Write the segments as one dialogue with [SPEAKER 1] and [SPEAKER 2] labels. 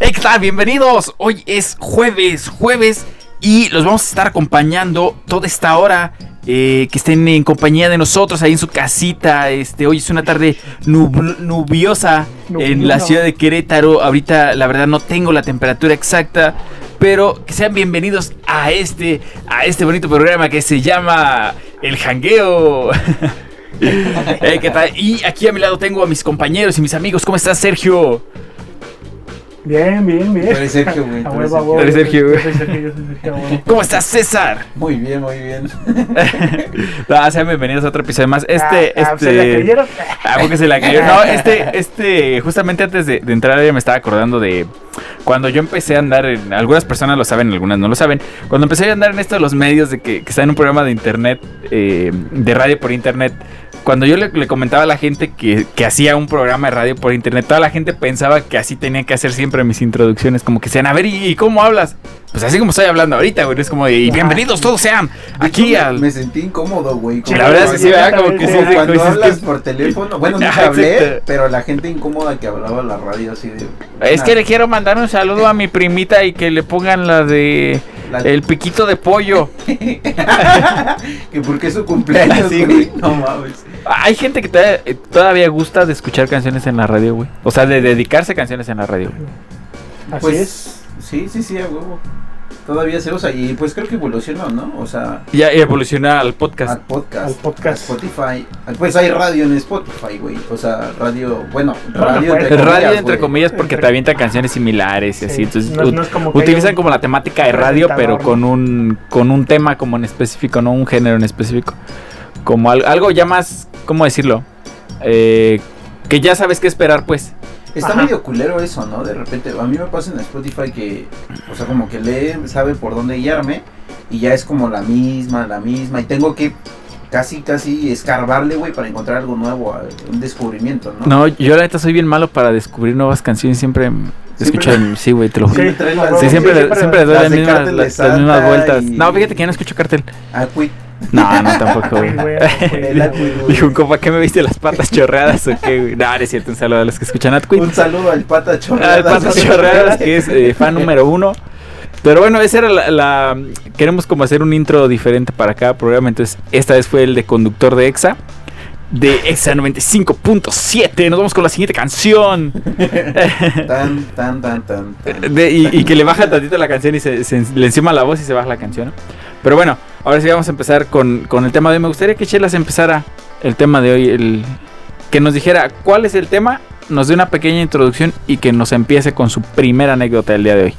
[SPEAKER 1] están? Bienvenidos. Hoy es jueves, jueves y los vamos a estar acompañando toda esta hora. eh, que estén en compañía de nosotros ahí en su casita. Este, hoy es una tarde nubl- nubiosa en la
[SPEAKER 2] Nubiosa.
[SPEAKER 1] ciudad de Querétaro. Ahorita, la verdad, no tengo la temperatura exacta. Pero que sean bienvenidos a este, a este bonito programa que se llama El Jangueo. Eh, ¿qué tal? Y aquí a mi lado tengo a mis compañeros y mis amigos. ¿Cómo estás, Sergio?
[SPEAKER 2] Bien, bien, bien.
[SPEAKER 3] Tú eres Sergio, güey,
[SPEAKER 2] A
[SPEAKER 3] tú
[SPEAKER 2] huevo, a huevo.
[SPEAKER 1] Tú eres
[SPEAKER 2] yo
[SPEAKER 1] Sergio,
[SPEAKER 2] soy-
[SPEAKER 1] güey.
[SPEAKER 2] Yo soy Sergio, yo soy Sergio, a huevo.
[SPEAKER 1] ¿Cómo estás, César?
[SPEAKER 3] Muy bien, muy bien.
[SPEAKER 1] No, sean bienvenidos a otro episodio más. Este,
[SPEAKER 2] Ah, ah,
[SPEAKER 1] este.
[SPEAKER 2] ¿Se la creyeron?
[SPEAKER 1] Ah, porque se la cayó. No, este, este, justamente antes de, de entrar ya me estaba acordando de cuando yo empecé a andar en, algunas personas lo saben, algunas no lo saben, cuando empecé a andar en esto de los medios de que, que está en un programa de internet, eh, de radio por internet, cuando yo le, le comentaba a la gente que, que hacía un programa de radio por internet, toda la gente pensaba que así tenía que hacer siempre mis introducciones, como que sean, a ver, ¿y, y cómo hablas? Pues así como estoy hablando ahorita, güey, es como, de, y bienvenidos todos sean
[SPEAKER 3] De
[SPEAKER 1] aquí
[SPEAKER 3] hecho, me-
[SPEAKER 1] al...
[SPEAKER 3] Me sentí incómodo, güey. como
[SPEAKER 1] la verdad es que
[SPEAKER 3] cuando-
[SPEAKER 1] sí, ¿verdad? Como que sí,
[SPEAKER 3] como
[SPEAKER 1] sí,
[SPEAKER 3] cuando
[SPEAKER 1] como dices,
[SPEAKER 3] hablas
[SPEAKER 1] ¿qué-
[SPEAKER 3] por teléfono. Bueno,
[SPEAKER 1] Ajá,
[SPEAKER 3] nunca hablé,
[SPEAKER 1] exacto.
[SPEAKER 3] pero la gente incómoda que hablaba en la radio así de...
[SPEAKER 1] Es
[SPEAKER 3] Nah,
[SPEAKER 1] que le quiero mandar un saludo a mi primita y que le pongan la de
[SPEAKER 3] la-
[SPEAKER 1] el piquito de pollo.
[SPEAKER 3] Que porque es su cumpleaños,
[SPEAKER 1] Así,
[SPEAKER 3] güey. No mames.
[SPEAKER 1] Hay gente que todavía, eh, todavía gusta de escuchar canciones en la radio, güey. O sea, de dedicarse a canciones en la radio. güey.
[SPEAKER 2] Así
[SPEAKER 3] Pues,
[SPEAKER 2] es.
[SPEAKER 3] Sí, sí, sí, a huevo. Todavía se usa y pues creo que evolucionó, ¿no? O sea,
[SPEAKER 1] Ya evoluciona al podcast.
[SPEAKER 3] al
[SPEAKER 2] Al
[SPEAKER 3] podcast. a
[SPEAKER 2] podcast.
[SPEAKER 3] Spotify, pues hay radio en Spotify, güey. O sea, radio, bueno, radio
[SPEAKER 2] pues,
[SPEAKER 1] El
[SPEAKER 3] entre comillas.
[SPEAKER 1] radio, entre
[SPEAKER 3] güey.
[SPEAKER 1] comillas, porque
[SPEAKER 2] Entre-
[SPEAKER 1] te avientan canciones similares y así.
[SPEAKER 2] Sí,
[SPEAKER 1] Entonces,
[SPEAKER 2] no-
[SPEAKER 1] ut-
[SPEAKER 2] no es como que
[SPEAKER 1] utilizan
[SPEAKER 2] hay un-
[SPEAKER 1] como la temática de
[SPEAKER 2] un
[SPEAKER 1] radio, pero
[SPEAKER 2] presentador,
[SPEAKER 1] con un, con un tema como en específico, no un género en específico. Como al- algo ya más, ¿cómo decirlo? Eh, que ya sabes qué esperar, pues.
[SPEAKER 3] Está
[SPEAKER 2] Ajá.
[SPEAKER 3] medio culero eso, ¿no? De repente, a mí me pasa en Spotify que, o sea, como que lee, sabe por dónde guiarme y ya es como la misma, la misma y tengo que casi, casi escarbarle, güey, para encontrar algo nuevo, a- un descubrimiento, ¿no?
[SPEAKER 1] No, yo la neta soy bien malo para descubrir nuevas canciones. Siempre me-
[SPEAKER 3] Siempre-
[SPEAKER 1] escucho. el- Sí, güey, te lo juro.
[SPEAKER 3] Sí,
[SPEAKER 1] Sí,
[SPEAKER 3] trae
[SPEAKER 2] a
[SPEAKER 3] la-
[SPEAKER 2] huevo,
[SPEAKER 3] sí,
[SPEAKER 1] siempre, le-
[SPEAKER 2] siempre
[SPEAKER 1] siempre le doy
[SPEAKER 3] las
[SPEAKER 1] las
[SPEAKER 3] de
[SPEAKER 1] mismas,
[SPEAKER 3] Cártel de
[SPEAKER 1] las- las mismas
[SPEAKER 3] Santa
[SPEAKER 1] vueltas.
[SPEAKER 3] y-
[SPEAKER 1] No, fíjate que yo no escucho cartel.
[SPEAKER 3] Ah, güey,
[SPEAKER 1] No, no, tampoco,
[SPEAKER 2] Ay,
[SPEAKER 1] güey.
[SPEAKER 2] güey, güey,
[SPEAKER 3] el
[SPEAKER 2] güey.
[SPEAKER 3] Atwood, güey.
[SPEAKER 1] Dijo un compa, ¿qué me viste las patas chorreadas o qué, güey? No, no es cierto, un saludo a los que escuchan Atquit.
[SPEAKER 3] Un saludo al pata chorreadas.
[SPEAKER 1] Al Patas
[SPEAKER 3] güey.
[SPEAKER 1] Chorreadas, que es eh, fan número uno. Pero bueno, esa era la, la- Queremos como hacer un intro diferente para cada programa. Entonces, esta vez fue el de conductor de EXA. De EXA 95.7. Nos vamos con la siguiente canción.
[SPEAKER 3] Tan, tan, tan, tan. tan.
[SPEAKER 1] De- y, y que le baja tantito la canción y se, se- le encima la voz y se baja la canción. ¿no? Pero bueno, ahora sí vamos a empezar con, con el tema de hoy. Me gustaría que Chelas empezara el tema de hoy. El, que nos dijera cuál es el tema, nos dé una pequeña introducción y que nos empiece con su primera anécdota del día de hoy.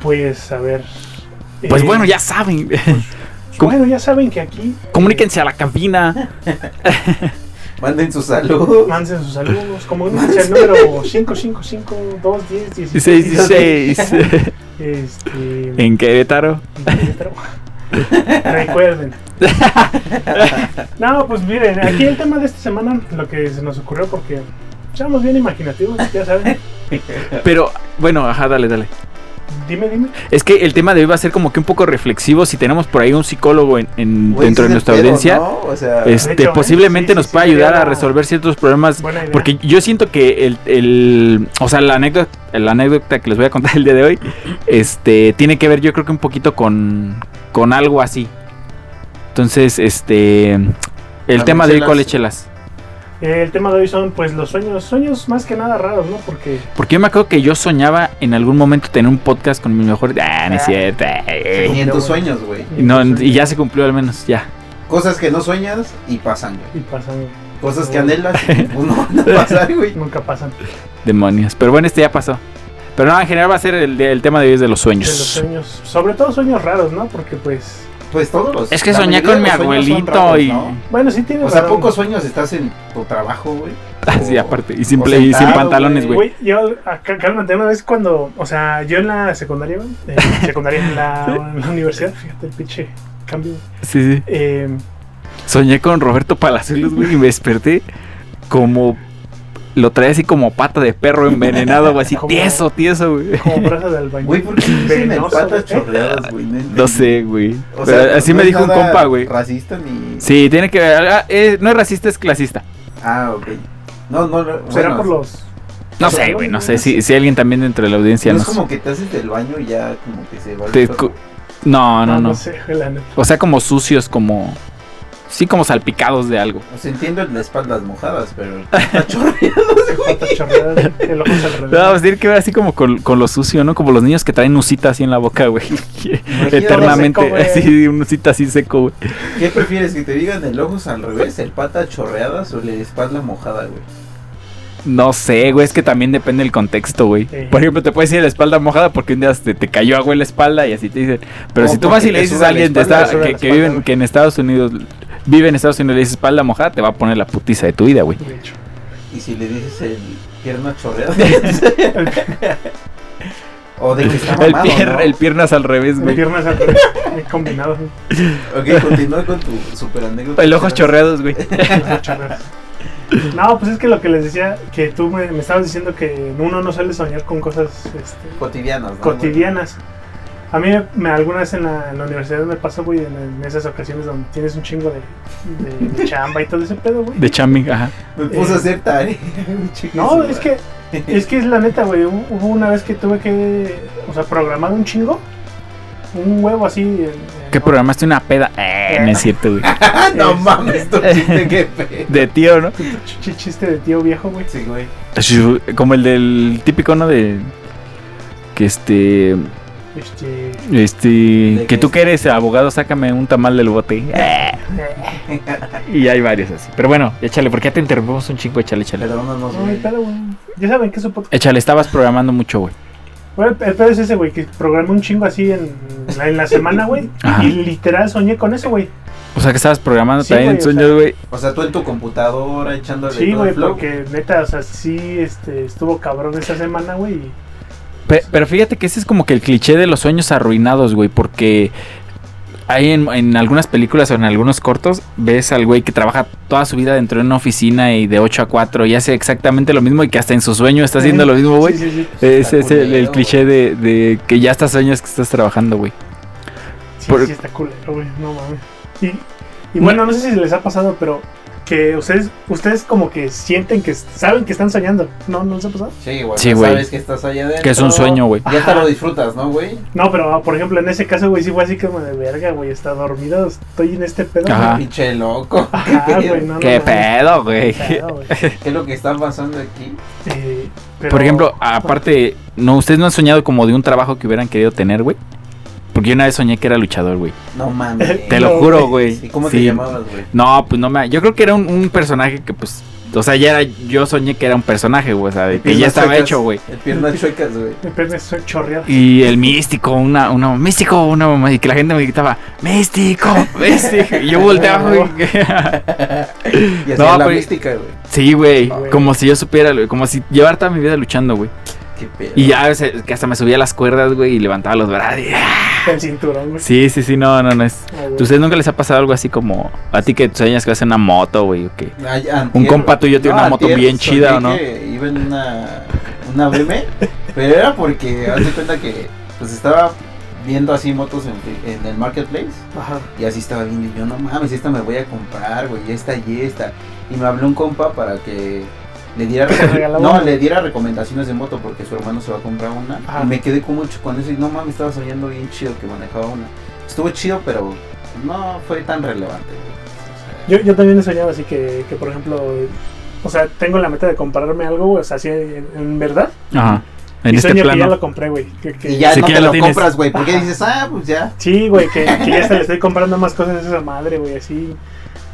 [SPEAKER 2] Pues, a ver.
[SPEAKER 1] Pues
[SPEAKER 2] eh,
[SPEAKER 1] bueno, ya saben.
[SPEAKER 3] pues,
[SPEAKER 1] com-
[SPEAKER 2] Bueno, ya saben que aquí.
[SPEAKER 1] Comuníquense a la cabina.
[SPEAKER 3] Manden su saludo.
[SPEAKER 2] Manden eh, sus saludos. Comuníquense al número 555 210
[SPEAKER 1] 616
[SPEAKER 2] Este.
[SPEAKER 1] en Querétaro.
[SPEAKER 2] Recuerden. No, pues miren, aquí el tema de esta semana, lo que se nos ocurrió, porque somos bien imaginativos, ya saben.
[SPEAKER 1] Pero bueno, ajá, dale, dale.
[SPEAKER 2] Dime, dime.
[SPEAKER 1] Es que el tema de hoy va a ser como que un poco reflexivo. Si tenemos por ahí un psicólogo en, en-
[SPEAKER 3] Güey,
[SPEAKER 1] dentro
[SPEAKER 3] ese
[SPEAKER 1] de
[SPEAKER 3] es el
[SPEAKER 1] nuestra
[SPEAKER 3] pedo,
[SPEAKER 1] audiencia.
[SPEAKER 3] ¿no? O sea,
[SPEAKER 1] este,
[SPEAKER 2] De hecho, ¿eh?
[SPEAKER 1] posiblemente
[SPEAKER 2] Sí,
[SPEAKER 1] nos
[SPEAKER 2] sí,
[SPEAKER 1] pueda
[SPEAKER 2] sí,
[SPEAKER 1] ayudar a
[SPEAKER 2] sería-
[SPEAKER 1] resolver ciertos problemas.
[SPEAKER 2] Buena idea.
[SPEAKER 1] Porque yo siento que el, el- o sea, la anécdota, la anécdota que les voy a contar el día de hoy, este, tiene que ver, yo creo que un poquito con, con algo así. Entonces, este, el
[SPEAKER 3] ver,
[SPEAKER 1] tema de hoy,
[SPEAKER 3] chelas.
[SPEAKER 1] ¿cuál es, chelas?
[SPEAKER 2] Eh, el tema de hoy son pues los sueños, sueños más que nada raros, ¿no? Porque
[SPEAKER 1] Porque yo me acuerdo que yo soñaba en algún momento tener un podcast con mi mejor, ah, no es
[SPEAKER 2] Ah.
[SPEAKER 1] cierto. eh.
[SPEAKER 3] ni en tus sueños, güey.
[SPEAKER 1] Y No,
[SPEAKER 2] pues,
[SPEAKER 1] y ya se cumplió al menos, ya.
[SPEAKER 3] Cosas que no sueñas y pasan, güey.
[SPEAKER 2] y pasan,
[SPEAKER 3] Cosas que anhelas y pues, no van a pasar, güey.
[SPEAKER 2] nunca pasan.
[SPEAKER 1] Demonios. Pero bueno, este ya pasó. Pero no, en general va a ser el, de- el tema de hoy es de los
[SPEAKER 2] De
[SPEAKER 1] sueños.
[SPEAKER 2] los sueños, sobre todo sueños raros, ¿no? Porque pues,
[SPEAKER 3] Pues todos los.
[SPEAKER 1] Es que
[SPEAKER 3] la
[SPEAKER 1] soñé
[SPEAKER 3] mayoría
[SPEAKER 1] con mi
[SPEAKER 3] de los sueños son
[SPEAKER 1] abuelito
[SPEAKER 3] raros,
[SPEAKER 1] y.
[SPEAKER 3] ¿no?
[SPEAKER 2] bueno, sí tiene
[SPEAKER 3] O sea,
[SPEAKER 2] razón.
[SPEAKER 3] pocos sueños estás en tu trabajo, güey.
[SPEAKER 1] Así
[SPEAKER 3] O-
[SPEAKER 1] Ah, aparte. Y,
[SPEAKER 3] o
[SPEAKER 1] simple, y sin
[SPEAKER 3] sentado,
[SPEAKER 1] pantalones, güey.
[SPEAKER 2] Güey, yo, acá, cálmate, una vez cuando, o sea, yo en la secundaria, güey, eh, secundaria en la, en la universidad, fíjate el pinche cambio.
[SPEAKER 1] Sí, sí.
[SPEAKER 2] Eh,
[SPEAKER 1] Soñé con Roberto Palazuelos, güey, y me desperté como. Lo traía así como pata de perro envenenado, güey, así
[SPEAKER 2] Como-
[SPEAKER 1] tieso, tieso, güey.
[SPEAKER 2] como brazo de albañil.
[SPEAKER 3] Güey, ¿por qué dicen el
[SPEAKER 2] Venoso,
[SPEAKER 3] patas
[SPEAKER 2] güey.
[SPEAKER 3] chorreadas, güey?
[SPEAKER 1] No sé, güey.
[SPEAKER 3] O
[SPEAKER 1] Pero
[SPEAKER 3] sea,
[SPEAKER 1] así
[SPEAKER 3] no
[SPEAKER 1] me
[SPEAKER 3] es
[SPEAKER 1] dijo un
[SPEAKER 3] nada
[SPEAKER 1] compa, güey.
[SPEAKER 3] Racista ni.
[SPEAKER 1] Sí, tiene que ver. ah, eh, no es racista, es clasista.
[SPEAKER 3] Ah, ok. No, no, no.
[SPEAKER 2] ¿Será
[SPEAKER 3] bueno,
[SPEAKER 2] por los
[SPEAKER 1] No sé, güey, no sé. Si, si alguien también dentro de la audiencia
[SPEAKER 3] No es
[SPEAKER 1] nos...
[SPEAKER 3] como que te haces del baño y ya como que se va el
[SPEAKER 1] te
[SPEAKER 3] pedo.
[SPEAKER 1] cu- No,
[SPEAKER 3] Ah,
[SPEAKER 1] no,
[SPEAKER 3] pues.
[SPEAKER 1] no.
[SPEAKER 2] ah, sé, la neta.
[SPEAKER 1] O sea, como sucios, como... Sí, como salpicados de algo.
[SPEAKER 3] O sea, entiendo las espaldas mojadas, pero está chorreados, güey.
[SPEAKER 2] Patas chorreadas, el ojo al revés.
[SPEAKER 1] No,
[SPEAKER 3] pues,
[SPEAKER 1] vamos a decir que era así como con, con lo sucio, ¿no? Como los niños que traen usita así en la boca, güey. Que Eternamente,
[SPEAKER 3] seco, güey.
[SPEAKER 1] así, un usita así seco, güey.
[SPEAKER 3] ¿Qué prefieres? ¿Que te digan el ojos al revés, el pata chorreadas o la espalda mojada, güey?
[SPEAKER 1] No sé, güey, es que también depende del contexto, güey.
[SPEAKER 2] Sí.
[SPEAKER 1] Por ejemplo, te puedes ir la espalda mojada porque un día te, te cayó agua en la espalda y así te dicen. Pero
[SPEAKER 3] No,
[SPEAKER 1] si tú vas
[SPEAKER 3] porque
[SPEAKER 1] y le
[SPEAKER 3] te
[SPEAKER 1] dices
[SPEAKER 3] suda
[SPEAKER 1] a
[SPEAKER 3] la
[SPEAKER 1] alguien de
[SPEAKER 3] espalda,
[SPEAKER 1] esta-
[SPEAKER 3] te suda
[SPEAKER 1] que,
[SPEAKER 3] la
[SPEAKER 1] que
[SPEAKER 3] espalda,
[SPEAKER 1] vive, en-
[SPEAKER 3] güey.
[SPEAKER 1] que en Estados Unidos vive en Estados Unidos y le dices espalda mojada, te va a poner la putiza de tu vida, güey.
[SPEAKER 2] De hecho.
[SPEAKER 3] Y si le dices el pierna chorreada.
[SPEAKER 2] El,
[SPEAKER 3] o de que está
[SPEAKER 1] El,
[SPEAKER 3] mamado,
[SPEAKER 1] pier-
[SPEAKER 3] ¿no?
[SPEAKER 1] el piernas al revés,
[SPEAKER 2] el
[SPEAKER 1] güey.
[SPEAKER 2] piernas al revés. Muy combinado.
[SPEAKER 3] Ok, continúa con tu super anécdota.
[SPEAKER 1] El ojos chorreados, güey.
[SPEAKER 2] Patas chorreadas. No, pues es que lo que les decía, que tú me, me estabas diciendo que uno no suele soñar con cosas este,
[SPEAKER 3] Cotidianas, ¿no?
[SPEAKER 2] cotidianas. A mí me, alguna vez en la, en la universidad me pasó, güey, en, en esas ocasiones donde tienes un chingo de, de- de chamba y todo ese pedo, güey.
[SPEAKER 1] De chambing, ajá.
[SPEAKER 3] Me puse a hacer tarea. güey, chingue su
[SPEAKER 2] Eh. No,
[SPEAKER 3] madre.
[SPEAKER 2] es que, es que es la neta, güey. Hu- Hubo una vez que tuve que, o sea, programar un chingo. Un huevo así. en- en-
[SPEAKER 1] ¿Qué programaste una peda? Eh, no es cierto, güey.
[SPEAKER 3] Ah, no mames, tu chiste, qué fe.
[SPEAKER 1] De tío, ¿no?
[SPEAKER 2] Ch- ch- Chiste de tío viejo, güey.
[SPEAKER 3] Sí, güey.
[SPEAKER 1] Como el del típico, ¿no? De. Que este.
[SPEAKER 2] Este,
[SPEAKER 1] Este.
[SPEAKER 3] ¿De
[SPEAKER 1] Que
[SPEAKER 3] qué?
[SPEAKER 1] tú que eres abogado, sácame un tamal del bote. Y hay varios así. Pero bueno, échale, porque ya te interrumpimos un chingo. Échale, échale.
[SPEAKER 3] Perdónanos,
[SPEAKER 2] No, el
[SPEAKER 3] güey.
[SPEAKER 2] pedo, güey. Ya saben que es un podcast.
[SPEAKER 1] Échale, estabas programando mucho, güey.
[SPEAKER 2] Bueno, el pedo es ese, güey, que programé un chingo así en la, en la semana, güey.
[SPEAKER 1] Ajá.
[SPEAKER 2] Y literal soñé con eso, güey.
[SPEAKER 1] O sea, que estabas programando
[SPEAKER 2] Sí,
[SPEAKER 1] también
[SPEAKER 2] güey,
[SPEAKER 1] en
[SPEAKER 2] o
[SPEAKER 1] sueños,
[SPEAKER 2] sea.
[SPEAKER 1] güey.
[SPEAKER 3] O sea, tú en tu computadora echándole
[SPEAKER 2] Sí,
[SPEAKER 3] todo
[SPEAKER 2] güey,
[SPEAKER 3] el flow.
[SPEAKER 2] porque neta, o sea, sí este, estuvo cabrón esa semana, güey. y-
[SPEAKER 1] Pe- Pero fíjate que ese es como que el cliché de los sueños arruinados, güey, porque hay en, en algunas películas o en algunos cortos, ves al güey que trabaja toda su vida dentro de una oficina y de 8 a 4 y hace exactamente lo mismo y que hasta en su sueño está haciendo lo mismo, güey.
[SPEAKER 2] Sí, sí, sí.
[SPEAKER 1] Ese es
[SPEAKER 3] Está
[SPEAKER 1] el, el
[SPEAKER 3] culero,
[SPEAKER 1] cliché de, de que ya hasta sueñas que estás trabajando, güey.
[SPEAKER 2] Sí,
[SPEAKER 1] Por-
[SPEAKER 2] sí, está culero, güey. No mames. Y, y bueno, no sé si les ha pasado, pero que ustedes, ustedes como que sienten que saben que están soñando. No, no les ha pasado.
[SPEAKER 3] Sí, güey.
[SPEAKER 1] Sí,
[SPEAKER 3] ya
[SPEAKER 1] güey.
[SPEAKER 3] Sabes que estás allá adentro.
[SPEAKER 1] Que es un sueño, güey.
[SPEAKER 3] Ya te lo disfrutas, ¿no, güey?
[SPEAKER 2] No, pero ah, por ejemplo, en ese caso, güey, sí fue así como de verga, güey. Está dormido, estoy en este pedo.
[SPEAKER 1] Ajá.
[SPEAKER 3] Pinche loco.
[SPEAKER 2] güey. Ajá,
[SPEAKER 3] ¿Qué, pedo?
[SPEAKER 2] güey, no, no
[SPEAKER 1] Qué
[SPEAKER 2] mames.
[SPEAKER 1] pedo, güey.
[SPEAKER 2] Pedo, güey.
[SPEAKER 3] ¿Qué es lo que está pasando aquí?
[SPEAKER 2] Eh, pero-
[SPEAKER 1] Por ejemplo, aparte, no, ustedes no han soñado como de un trabajo que hubieran querido tener, güey. Porque yo una vez soñé que era luchador, güey.
[SPEAKER 3] No mames.
[SPEAKER 1] Te
[SPEAKER 2] No,
[SPEAKER 1] lo juro, güey.
[SPEAKER 3] ¿Y cómo te
[SPEAKER 1] Sí.
[SPEAKER 3] llamabas, güey?
[SPEAKER 1] No, pues no me. Yo creo que era un, un personaje que, pues. O sea, ya era. Yo soñé que era un personaje, güey. O sea, de que ya
[SPEAKER 3] Piernas
[SPEAKER 1] estaba
[SPEAKER 3] chuecas.
[SPEAKER 1] hecho, güey.
[SPEAKER 3] El piernas chuecas, güey.
[SPEAKER 2] Me perdí, estoy chorreado.
[SPEAKER 1] Y el místico, una, una, místico, una mamá, y que la gente me gritaba, místico, místico. Y yo volteaba, güey.
[SPEAKER 3] Y
[SPEAKER 1] No,
[SPEAKER 3] hacía la
[SPEAKER 1] pero-
[SPEAKER 3] mística, güey.
[SPEAKER 1] Sí, güey.
[SPEAKER 2] Ah, Güey.
[SPEAKER 1] Como si yo supiera, güey, como si llevar toda mi vida luchando, güey.
[SPEAKER 3] Qué pedo.
[SPEAKER 1] Y ya, o sea, que hasta me subía a las cuerdas, güey, y levantaba los brazos. y- ah.
[SPEAKER 2] El cinturón, güey.
[SPEAKER 1] Sí, sí, sí, no, no, no es.
[SPEAKER 2] Ah, güey.
[SPEAKER 1] ¿A ¿Ustedes nunca les ha pasado algo así como a ti que sueñas que vas en una moto, güey, o qué?
[SPEAKER 3] Ay, antier-
[SPEAKER 1] Un compa tuyo tiene una moto
[SPEAKER 3] antier
[SPEAKER 1] bien
[SPEAKER 3] soñé
[SPEAKER 1] chida, ¿o no?
[SPEAKER 3] que iba en una, una BM, pero era porque, haz de cuenta que pues estaba viendo así motos en, en el marketplace
[SPEAKER 2] Ajá.
[SPEAKER 3] y así estaba viendo y yo, no mames, esta me voy a comprar, güey, esta y esta. Y me habló un compa para que le diera,
[SPEAKER 2] ¿Te regalaba
[SPEAKER 3] no,
[SPEAKER 2] una?
[SPEAKER 3] le diera recomendaciones de moto porque su hermano se va a comprar una.
[SPEAKER 2] Ajá.
[SPEAKER 3] Y me quedé con mucho con eso y no mames, estaba soñando bien chido que manejaba una. Estuvo chido, pero no fue tan relevante. güey. O sea,
[SPEAKER 2] Yo, yo también he soñado así que, que, por ejemplo, o sea, tengo la meta de comprarme algo, güey, o sea, así en, en verdad.
[SPEAKER 1] Ajá. En
[SPEAKER 2] y
[SPEAKER 1] este
[SPEAKER 2] sueño que ya
[SPEAKER 1] plano.
[SPEAKER 2] lo compré, güey. que- que-
[SPEAKER 3] Y ya
[SPEAKER 1] Sí,
[SPEAKER 3] no
[SPEAKER 1] que
[SPEAKER 3] te
[SPEAKER 1] ya lo
[SPEAKER 3] lo
[SPEAKER 1] tienes.
[SPEAKER 3] compras, güey. Porque dices, ah, pues ya.
[SPEAKER 2] Sí, güey, que, que ya se le estoy comprando más cosas a esa madre, güey, así.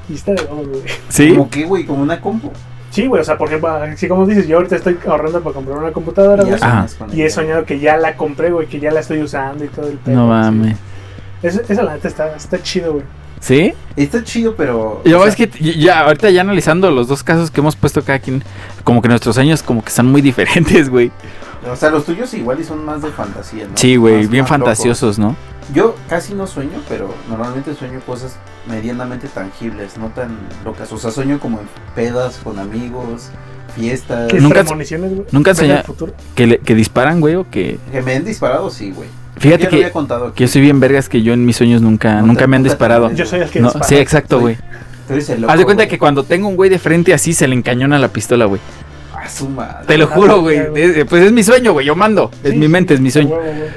[SPEAKER 2] Y está de huevos, güey.
[SPEAKER 1] Sí.
[SPEAKER 3] Como que, güey, como una compu.
[SPEAKER 2] Sí, güey, o sea, por ejemplo, así como dices, yo ahorita estoy ahorrando para comprar una computadora,
[SPEAKER 3] Y,
[SPEAKER 2] güey.
[SPEAKER 3] ya sueñas con
[SPEAKER 2] Y
[SPEAKER 3] ella.
[SPEAKER 2] he soñado que ya la compré, güey, que ya la estoy usando y todo el pedo.
[SPEAKER 1] No
[SPEAKER 2] sí.
[SPEAKER 1] mames.
[SPEAKER 2] Eso, eso la neta está, está chido, güey.
[SPEAKER 3] Eh,
[SPEAKER 1] ¿Sí?
[SPEAKER 3] Está chido, pero.
[SPEAKER 1] Yo,
[SPEAKER 3] o sea,
[SPEAKER 1] es que t- ya, ahorita ya analizando los dos casos que hemos puesto cada quien, como que nuestros años como que están muy diferentes, güey.
[SPEAKER 3] O sea, los tuyos igual y son más de fantasía, ¿no?
[SPEAKER 1] Sí, güey,
[SPEAKER 3] Más-
[SPEAKER 1] bien
[SPEAKER 3] más locos.
[SPEAKER 1] fantasiosos, ¿no?
[SPEAKER 3] Yo casi no sueño, pero normalmente sueño cosas medianamente tangibles, no tan locas. O sea, sueño como en pedas con amigos, fiestas.
[SPEAKER 2] ¿Qué
[SPEAKER 1] Nunca-
[SPEAKER 2] premoniciones, güey?
[SPEAKER 1] nunca
[SPEAKER 2] ¿Ven el
[SPEAKER 1] soñé-
[SPEAKER 2] futuro?
[SPEAKER 1] Que, le- que disparan, güey, o que...
[SPEAKER 3] Que me han disparado, sí, güey.
[SPEAKER 1] Fíjate
[SPEAKER 3] ya lo había
[SPEAKER 1] que,
[SPEAKER 3] contado aquí.
[SPEAKER 1] que yo soy bien vergas que yo en mis sueños nunca,
[SPEAKER 3] No te-
[SPEAKER 1] nunca me han
[SPEAKER 3] no te-
[SPEAKER 1] disparado.
[SPEAKER 2] Yo soy el que
[SPEAKER 1] No,
[SPEAKER 2] dispara.
[SPEAKER 1] sí, exacto,
[SPEAKER 3] Soy
[SPEAKER 1] güey.
[SPEAKER 3] Tú eres el loco.
[SPEAKER 1] Haz de cuenta
[SPEAKER 3] güey.
[SPEAKER 1] que cuando tengo un güey de frente así se le encañona la pistola, güey.
[SPEAKER 3] Ah, A su madre.
[SPEAKER 1] Te lo
[SPEAKER 2] Ah,
[SPEAKER 1] juro, güey.
[SPEAKER 2] claro.
[SPEAKER 1] Es- Pues es mi sueño, güey. Yo mando. Es
[SPEAKER 2] Sí,
[SPEAKER 1] mi
[SPEAKER 2] sí,
[SPEAKER 1] mente, es mi
[SPEAKER 2] a
[SPEAKER 1] sueño.
[SPEAKER 2] huevo, güey.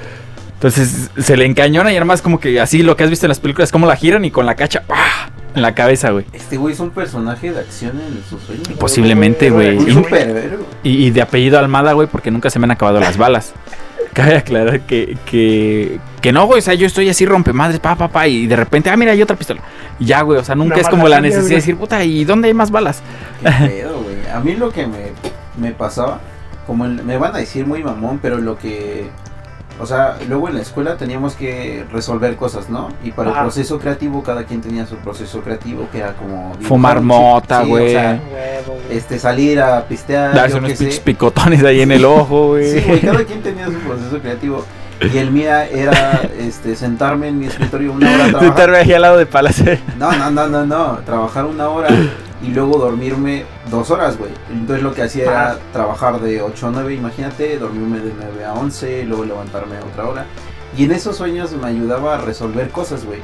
[SPEAKER 1] Entonces se le encañona y además como que así lo que has visto en las películas, como la giran y con la cacha ¡pah! en la cabeza, güey.
[SPEAKER 3] Este güey es un personaje de acción en sus sueños. güey.
[SPEAKER 1] Posiblemente, güey.
[SPEAKER 3] Un
[SPEAKER 1] Y-
[SPEAKER 3] superhéroe. güey.
[SPEAKER 1] Y, y de apellido Almada, güey, porque nunca se me han acabado las balas. Cabe aclarar que, que, que no, güey. O sea, yo estoy así rompemadres, pa, pa, pa. Y de repente, ah, mira, hay otra pistola. Y ya, güey. O sea, nunca
[SPEAKER 2] Una
[SPEAKER 1] es como la
[SPEAKER 2] balacilla,
[SPEAKER 1] necesidad de
[SPEAKER 2] güey.
[SPEAKER 1] decir, puta, ¿y dónde hay más balas?
[SPEAKER 3] Qué pedo, güey. A mí lo que me, me pasaba, como el- me van a decir muy mamón, pero lo que. O sea, luego en la escuela teníamos que resolver cosas, ¿no? Y para
[SPEAKER 2] Ajá.
[SPEAKER 3] el proceso creativo, cada quien tenía su proceso creativo, que era como.
[SPEAKER 1] Fumar
[SPEAKER 3] Sí,
[SPEAKER 1] mota,
[SPEAKER 3] sí,
[SPEAKER 1] güey.
[SPEAKER 3] O sea,
[SPEAKER 2] Ah, Huevo, güey.
[SPEAKER 3] este, salir a pistear.
[SPEAKER 1] Darse
[SPEAKER 3] Ah, yo
[SPEAKER 1] unos
[SPEAKER 3] qué sé.
[SPEAKER 1] pinches picotones ahí en el ojo, güey.
[SPEAKER 3] Sí, güey, cada quien tenía su proceso creativo. Y el mía era este, sentarme en mi escritorio una hora a trabajar.
[SPEAKER 1] Sentarme ahí al lado de Palacio.
[SPEAKER 3] No, no, no, no, no. Trabajar una hora y luego dormirme dos horas, güey. Entonces lo que hacía era trabajar de 8 a 9, imagínate, dormirme de 9 a 11, luego levantarme a otra hora. Y en esos sueños me ayudaba a resolver cosas, güey.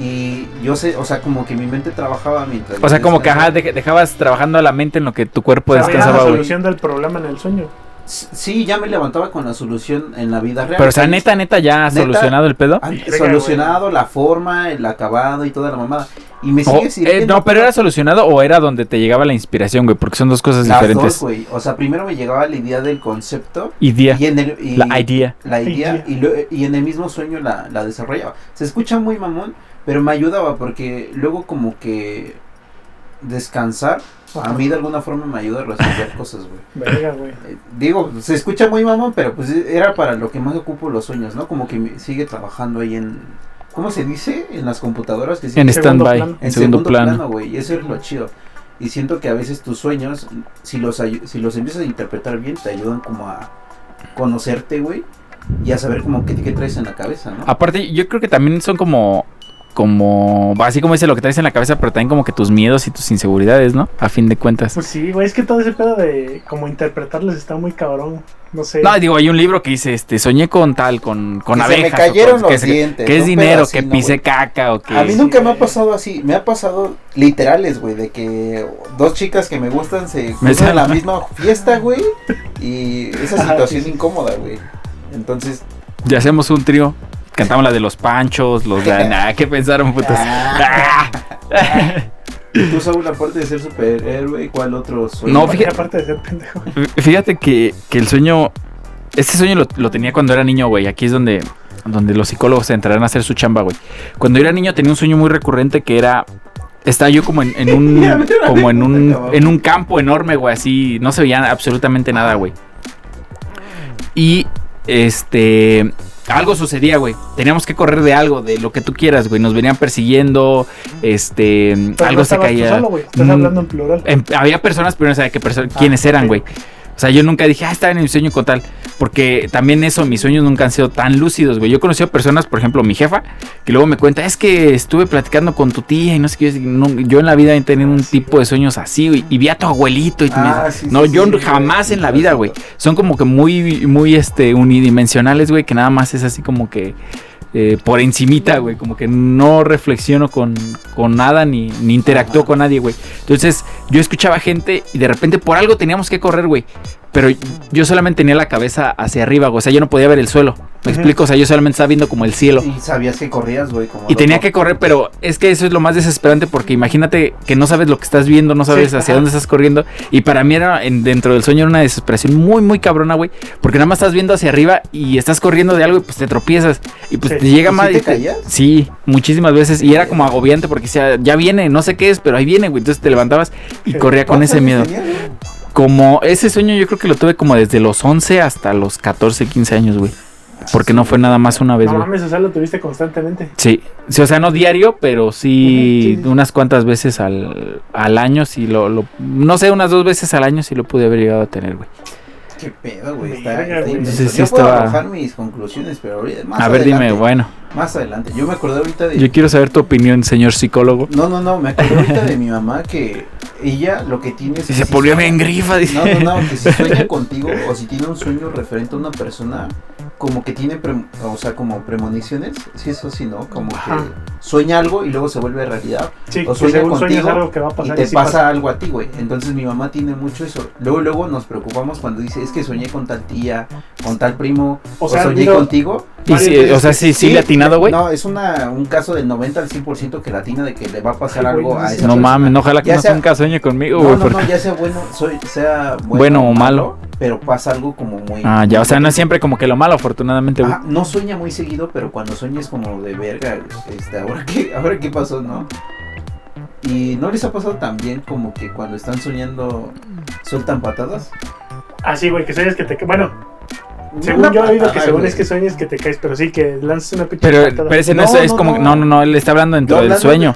[SPEAKER 3] Y yo sé, o sea, como que mi mente trabajaba mientras...
[SPEAKER 1] O sea,
[SPEAKER 3] yo
[SPEAKER 1] como que
[SPEAKER 3] descansaba.
[SPEAKER 1] ajá, dej- dejabas trabajando a la mente en lo que tu cuerpo
[SPEAKER 2] Había la
[SPEAKER 1] descansaba, pues, güey.
[SPEAKER 2] solución del problema en el sueño.
[SPEAKER 3] S- Sí, ya me levantaba con la solución en la vida real.
[SPEAKER 1] Pero, o sea,
[SPEAKER 3] ¿sabes?
[SPEAKER 1] neta, neta, ya has
[SPEAKER 3] Neta.
[SPEAKER 1] solucionado el pedo.
[SPEAKER 3] Han
[SPEAKER 2] Verga,
[SPEAKER 3] solucionado la forma, el acabado y toda la mamada. Y me
[SPEAKER 1] O-
[SPEAKER 3] sigue
[SPEAKER 1] eh,
[SPEAKER 3] sirviendo.
[SPEAKER 1] no, pero era solucionado o era donde te llegaba la inspiración, güey, porque son dos cosas
[SPEAKER 3] las
[SPEAKER 1] diferentes.
[SPEAKER 3] dos, güey. O sea, primero me llegaba la idea del concepto
[SPEAKER 1] idea,
[SPEAKER 3] y en el y-
[SPEAKER 1] la idea.
[SPEAKER 3] la idea
[SPEAKER 2] Idea.
[SPEAKER 3] y, lo- y en el mismo sueño la, la desarrollaba. Se escucha muy mamón, pero me ayudaba porque luego como que descansar a
[SPEAKER 2] Ajá.
[SPEAKER 3] mí de alguna forma me ayuda a resolver cosas, güey.
[SPEAKER 2] Verga, güey.
[SPEAKER 3] Eh, Digo, se escucha muy mamón, pero pues era para lo que más ocupo los sueños, ¿no? Como que me sigue trabajando ahí en ¿cómo se dice? En las computadoras que
[SPEAKER 1] En
[SPEAKER 3] siguen
[SPEAKER 2] segundo
[SPEAKER 1] stand-by,
[SPEAKER 2] plano.
[SPEAKER 1] en, segundo, plano.
[SPEAKER 3] güey. Eso es lo chido. Y siento que a veces tus sueños, si los, ayu- si los empiezas a interpretar bien, te ayudan como a conocerte, güey. Y a saber como qué, qué traes en la cabeza, ¿no?
[SPEAKER 1] Aparte, yo creo que también son como como así como dice lo que traes en la cabeza, pero también como que tus miedos y tus inseguridades, ¿no? A fin de cuentas.
[SPEAKER 2] Pues sí, güey, es que todo ese pedo de como interpretarles está muy cabrón. No sé.
[SPEAKER 1] No, digo, hay un libro que dice, este, soñé con tal, con con
[SPEAKER 3] eh, Que se me
[SPEAKER 1] abejas, o
[SPEAKER 3] cayeron
[SPEAKER 1] con- que
[SPEAKER 3] los
[SPEAKER 1] se-
[SPEAKER 3] dientes,
[SPEAKER 1] que es
[SPEAKER 3] ¿no?
[SPEAKER 1] dinero,
[SPEAKER 3] Pero así
[SPEAKER 1] que
[SPEAKER 3] no,
[SPEAKER 1] pisé
[SPEAKER 3] güey.
[SPEAKER 1] caca o que
[SPEAKER 3] A mí
[SPEAKER 2] Sí,
[SPEAKER 3] nunca me ha
[SPEAKER 2] güey.
[SPEAKER 3] pasado así. Me ha pasado literales, güey, de que dos chicas que me gustan se juntan a
[SPEAKER 1] salen.
[SPEAKER 3] la misma fiesta, güey. Y esa
[SPEAKER 2] Ajá,
[SPEAKER 3] situación
[SPEAKER 2] sí, sí.
[SPEAKER 3] incómoda, güey. Entonces,
[SPEAKER 1] ya hacemos un trío. Cantamos la de los panchos, los de... Nah, ¿qué pensaron, putos? Ah.
[SPEAKER 3] tú, Saúl, aparte de ser superhéroe, ¿cuál otro sueño?
[SPEAKER 1] No,
[SPEAKER 2] Porque
[SPEAKER 1] fíjate-
[SPEAKER 2] Aparte de ser pendejo.
[SPEAKER 1] Fíjate que, que el sueño. Este sueño lo, lo tenía cuando era niño, güey. Aquí es donde, donde los psicólogos entrarán a hacer su chamba, güey. Cuando era niño tenía un sueño muy recurrente que era. Estaba yo como en, en un. como en un. en un campo enorme, güey. Así. No se veía absolutamente nada, güey. Y. Este. Algo sucedía, güey. Teníamos que correr de algo, de lo que tú quieras, güey. Nos venían persiguiendo. Este.
[SPEAKER 2] Pero
[SPEAKER 1] algo
[SPEAKER 2] no
[SPEAKER 1] se
[SPEAKER 2] estabas tú
[SPEAKER 1] caía.
[SPEAKER 2] solo, güey, Estás
[SPEAKER 1] Mm.
[SPEAKER 2] hablando en plural.
[SPEAKER 1] Em- había personas, pero no sabía qué perso- quiénes eran,
[SPEAKER 2] ok.
[SPEAKER 1] güey. O sea, yo nunca dije, ah, estaba en mi sueño con tal. Porque también eso, mis sueños nunca han sido tan lúcidos, güey. Yo he conocido personas, por ejemplo, mi jefa, que luego me cuenta, es que estuve platicando con tu tía y no sé qué. Yo, digo, "No, yo en la vida he tenido un tipo de sueños así, güey. Y vi a tu abuelito. Y me-
[SPEAKER 3] Ah, sí,
[SPEAKER 1] no,
[SPEAKER 3] sí,
[SPEAKER 1] yo
[SPEAKER 3] sí,
[SPEAKER 1] jamás
[SPEAKER 3] güey.
[SPEAKER 1] en la vida, güey. Son como que muy, muy, este, unidimensionales, güey, que nada más es así como que... eh, por encimita, güey, como que no reflexiono con, con nada ni, ni interactúo con nadie, güey. Entonces, yo escuchaba gente y de repente por algo teníamos que correr, güey. Pero yo solamente tenía la cabeza hacia arriba, güey. O sea, yo no podía ver el suelo. ¿Me
[SPEAKER 2] Ujú.
[SPEAKER 1] explico? O sea, yo solamente estaba viendo como el cielo.
[SPEAKER 3] Y sabías que corrías, güey. como
[SPEAKER 1] Y tenía
[SPEAKER 3] loco.
[SPEAKER 1] que correr, pero es que eso es lo más desesperante porque imagínate que no sabes lo que estás viendo, no sabes
[SPEAKER 2] Sí,
[SPEAKER 1] hacia
[SPEAKER 2] ajá.
[SPEAKER 1] dónde estás corriendo. Y para mí era en- dentro del sueño era una desesperación muy, muy cabrona, güey. Porque nada más estás viendo hacia arriba y estás corriendo de algo y pues te tropiezas. Y pues
[SPEAKER 2] Sí.
[SPEAKER 1] te llega
[SPEAKER 3] ¿Y sí
[SPEAKER 1] más.
[SPEAKER 3] te caías?
[SPEAKER 1] Sí, muchísimas veces. Y era como agobiante porque decía, ya viene, no sé qué es, pero ahí viene, güey. Entonces te levantabas y
[SPEAKER 2] Sí.
[SPEAKER 1] corría con
[SPEAKER 3] ¿Cuántos
[SPEAKER 1] ese
[SPEAKER 3] años
[SPEAKER 1] miedo.
[SPEAKER 3] tenías, güey?
[SPEAKER 1] Como ese sueño yo creo que lo tuve como desde los 11 hasta los 14, 15 años, güey. Porque no fue nada más una vez,
[SPEAKER 2] No
[SPEAKER 1] güey.
[SPEAKER 2] mames, o sea, lo tuviste constantemente.
[SPEAKER 1] Sí, sí, o sea, no diario, pero sí,
[SPEAKER 2] Ujú, sí.
[SPEAKER 1] unas cuantas veces al, al año, sí lo, lo- no sé, unas dos veces al año sí lo pude haber llegado a tener, güey.
[SPEAKER 3] Qué pedo, güey.
[SPEAKER 2] Verga, güey.
[SPEAKER 3] Está, está intenso.
[SPEAKER 1] Entonces, sí
[SPEAKER 3] Yo puedo
[SPEAKER 1] estaba-
[SPEAKER 3] arrojar mis conclusiones, pero ahorita- más
[SPEAKER 1] A ver, dime,
[SPEAKER 3] adelante.
[SPEAKER 1] bueno,
[SPEAKER 3] Más adelante. Yo me acordé ahorita de.
[SPEAKER 1] Yo quiero saber tu opinión, señor psicólogo.
[SPEAKER 3] No, no, no. Me acordé ahorita de mi mamá que ella lo que tiene es.
[SPEAKER 1] Si
[SPEAKER 3] que
[SPEAKER 1] se
[SPEAKER 3] sí
[SPEAKER 1] volvió
[SPEAKER 3] sueña-
[SPEAKER 1] bien grifa, dice.
[SPEAKER 3] No, no, no. Que si sueña contigo o si tiene un sueño referente a una persona, como que tiene. pre- o sea, como premoniciones. Sí, eso sí, ¿no? Como
[SPEAKER 2] Ajá.
[SPEAKER 3] que sueña algo y luego se vuelve realidad.
[SPEAKER 2] Sí,
[SPEAKER 3] O
[SPEAKER 2] que
[SPEAKER 3] sueña
[SPEAKER 2] según sueñas
[SPEAKER 3] contigo
[SPEAKER 2] algo que va a
[SPEAKER 3] Y
[SPEAKER 2] pasar.
[SPEAKER 3] te
[SPEAKER 2] sí
[SPEAKER 3] pasa algo a ti, güey. Entonces mi mamá tiene mucho eso. Luego, luego nos preocupamos cuando dice, es que soñé con tal tía, con tal primo, o,
[SPEAKER 2] O sea,
[SPEAKER 3] soñé
[SPEAKER 2] digo,
[SPEAKER 3] contigo.
[SPEAKER 1] Y sí, o sea, sí, sí, latinado, güey.
[SPEAKER 3] No, es una, un caso del 90 al 100% que latina de que le va a pasar
[SPEAKER 2] Ay, güey,
[SPEAKER 3] algo
[SPEAKER 2] no
[SPEAKER 3] a
[SPEAKER 2] sé.
[SPEAKER 3] esa
[SPEAKER 1] No
[SPEAKER 3] persona.
[SPEAKER 1] mames, no, ojalá que
[SPEAKER 3] Ya
[SPEAKER 1] no
[SPEAKER 3] sea-
[SPEAKER 1] sea un caso de conmigo,
[SPEAKER 3] No,
[SPEAKER 1] güey.
[SPEAKER 3] no, no,
[SPEAKER 1] porque-
[SPEAKER 3] ya sea bueno, soy, sea bueno,
[SPEAKER 1] Bueno o malo.
[SPEAKER 3] pero pasa algo como muy...
[SPEAKER 1] Ah, ya, o sea, no es siempre como que lo malo, afortunadamente, güey.
[SPEAKER 3] Ah, no sueña muy seguido, pero cuando sueña es como de verga, este, ahora qué, ahora qué pasó, ¿no? Y no les ha pasado también como que cuando están soñando sueltan patadas.
[SPEAKER 2] Así, Ah, güey, que sueñas que te. ca- Bueno, según
[SPEAKER 3] Una
[SPEAKER 2] yo he oído que
[SPEAKER 3] patada,
[SPEAKER 2] según
[SPEAKER 3] güey.
[SPEAKER 2] es que sueñas que te caes, pero sí que lanzas una pinche.
[SPEAKER 1] Pero,
[SPEAKER 2] patada.
[SPEAKER 1] pero ese no,
[SPEAKER 3] No,
[SPEAKER 1] es, es
[SPEAKER 3] no,
[SPEAKER 1] como.
[SPEAKER 3] no.
[SPEAKER 1] No, no, no, él está hablando dentro
[SPEAKER 3] Yo
[SPEAKER 1] del
[SPEAKER 3] hablando
[SPEAKER 1] sueño.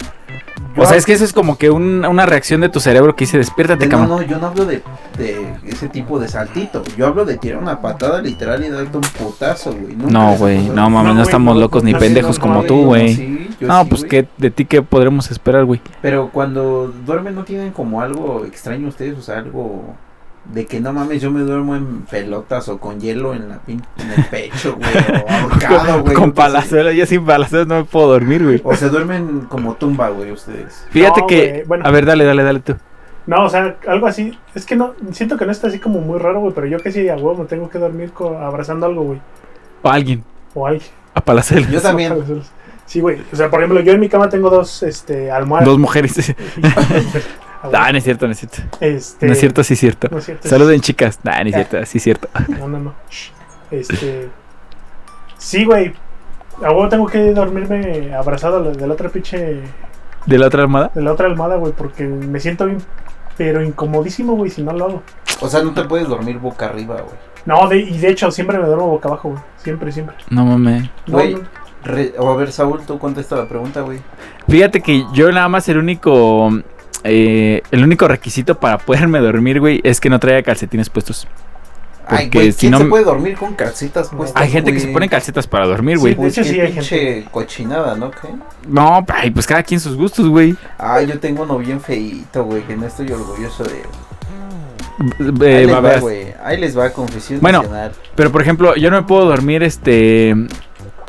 [SPEAKER 3] Yo
[SPEAKER 1] O sea, es que eso es como que un- una reacción de tu cerebro que dice: Despiértate,
[SPEAKER 3] De-
[SPEAKER 1] cabrón.
[SPEAKER 3] No, no, yo no hablo de, de ese tipo de saltito. Yo hablo de tirar una patada literal y darte un putazo, güey. Nunca
[SPEAKER 1] No,
[SPEAKER 3] les ha
[SPEAKER 1] güey,
[SPEAKER 3] pasado.
[SPEAKER 1] no mames, no,
[SPEAKER 2] güey,
[SPEAKER 1] estamos
[SPEAKER 2] no,
[SPEAKER 1] locos ni
[SPEAKER 2] no,
[SPEAKER 1] pendejos
[SPEAKER 2] Ah, no,
[SPEAKER 1] como
[SPEAKER 2] no,
[SPEAKER 1] tú,
[SPEAKER 2] no,
[SPEAKER 1] güey.
[SPEAKER 3] sí, yo
[SPEAKER 1] No,
[SPEAKER 3] sí,
[SPEAKER 1] pues
[SPEAKER 3] güey.
[SPEAKER 1] ¿qué, de ti qué podremos esperar, güey.
[SPEAKER 3] Pero cuando duermen no tienen como algo extraño ustedes, o sea, algo de que no mames, yo me duermo en pelotas o con hielo en la pin- en el pecho, güey, o ahorcado,
[SPEAKER 1] Con,
[SPEAKER 3] Pues güey.
[SPEAKER 1] con
[SPEAKER 3] yo qué sé.
[SPEAKER 1] palazuelas, yo sin palazuelas no me puedo dormir, güey.
[SPEAKER 3] O se duermen como tumba, güey, ustedes.
[SPEAKER 1] Fíjate
[SPEAKER 2] No,
[SPEAKER 1] que.
[SPEAKER 2] güey, bueno.
[SPEAKER 1] A ver, dale, dale, dale tú.
[SPEAKER 2] No, o sea, algo así. Es que no. Siento que no está así como muy raro, güey, pero yo que sí, a huevo, me tengo que dormir co- abrazando algo, güey.
[SPEAKER 1] O alguien,
[SPEAKER 2] O alguien.
[SPEAKER 1] a palazuelas.
[SPEAKER 3] Yo también.
[SPEAKER 2] Sí, güey. O sea, por ejemplo, yo en mi cama tengo dos este, almohadas.
[SPEAKER 1] Dos mujeres.
[SPEAKER 2] A huevo.
[SPEAKER 1] Ah, no es cierto, no es cierto.
[SPEAKER 2] Este,
[SPEAKER 1] No es cierto, sí es cierto.
[SPEAKER 2] No es cierto.
[SPEAKER 1] Saluden, chicas. Nah, no es cierto, sí es cierto.
[SPEAKER 2] No, no, no. Este. Sí, güey. A huevo tengo que dormirme abrazado a la- de la otra pinche.
[SPEAKER 1] ¿De la otra armada?
[SPEAKER 2] De la otra almohada, güey, porque me siento bien. Pero incomodísimo, güey, si no lo hago.
[SPEAKER 3] O sea, no te puedes dormir boca arriba, güey.
[SPEAKER 2] No, de- y de hecho, siempre me duermo boca abajo, güey. Siempre, siempre.
[SPEAKER 1] No mames.
[SPEAKER 2] No,
[SPEAKER 3] Güey.
[SPEAKER 2] no.
[SPEAKER 3] Re- o a ver, Saúl, tú contesta la pregunta, güey.
[SPEAKER 1] Fíjate que yo nada más el único. eh, el único requisito para poderme dormir, güey, es que no traiga calcetines puestos.
[SPEAKER 3] Ay,
[SPEAKER 1] Porque
[SPEAKER 3] güey,
[SPEAKER 1] si
[SPEAKER 3] ¿quién
[SPEAKER 1] no-
[SPEAKER 3] se puede dormir con calcetas puestas?
[SPEAKER 1] Hay gente que se
[SPEAKER 3] güey?
[SPEAKER 1] pone calcetas para dormir, güey.
[SPEAKER 2] Sí, De hecho,
[SPEAKER 3] qué
[SPEAKER 2] hay
[SPEAKER 3] pinche cochinada, ¿no? ¿Qué?
[SPEAKER 1] No, ay, pues cada quien sus gustos, güey.
[SPEAKER 3] Ah, yo tengo uno bien feíto, güey, que no estoy orgulloso de él.
[SPEAKER 1] Eh,
[SPEAKER 3] Ahí les va,
[SPEAKER 1] babeas.
[SPEAKER 3] güey. Ahí les va confesión
[SPEAKER 1] Bueno.
[SPEAKER 3] nacional.
[SPEAKER 1] Pero por ejemplo, yo no me puedo dormir este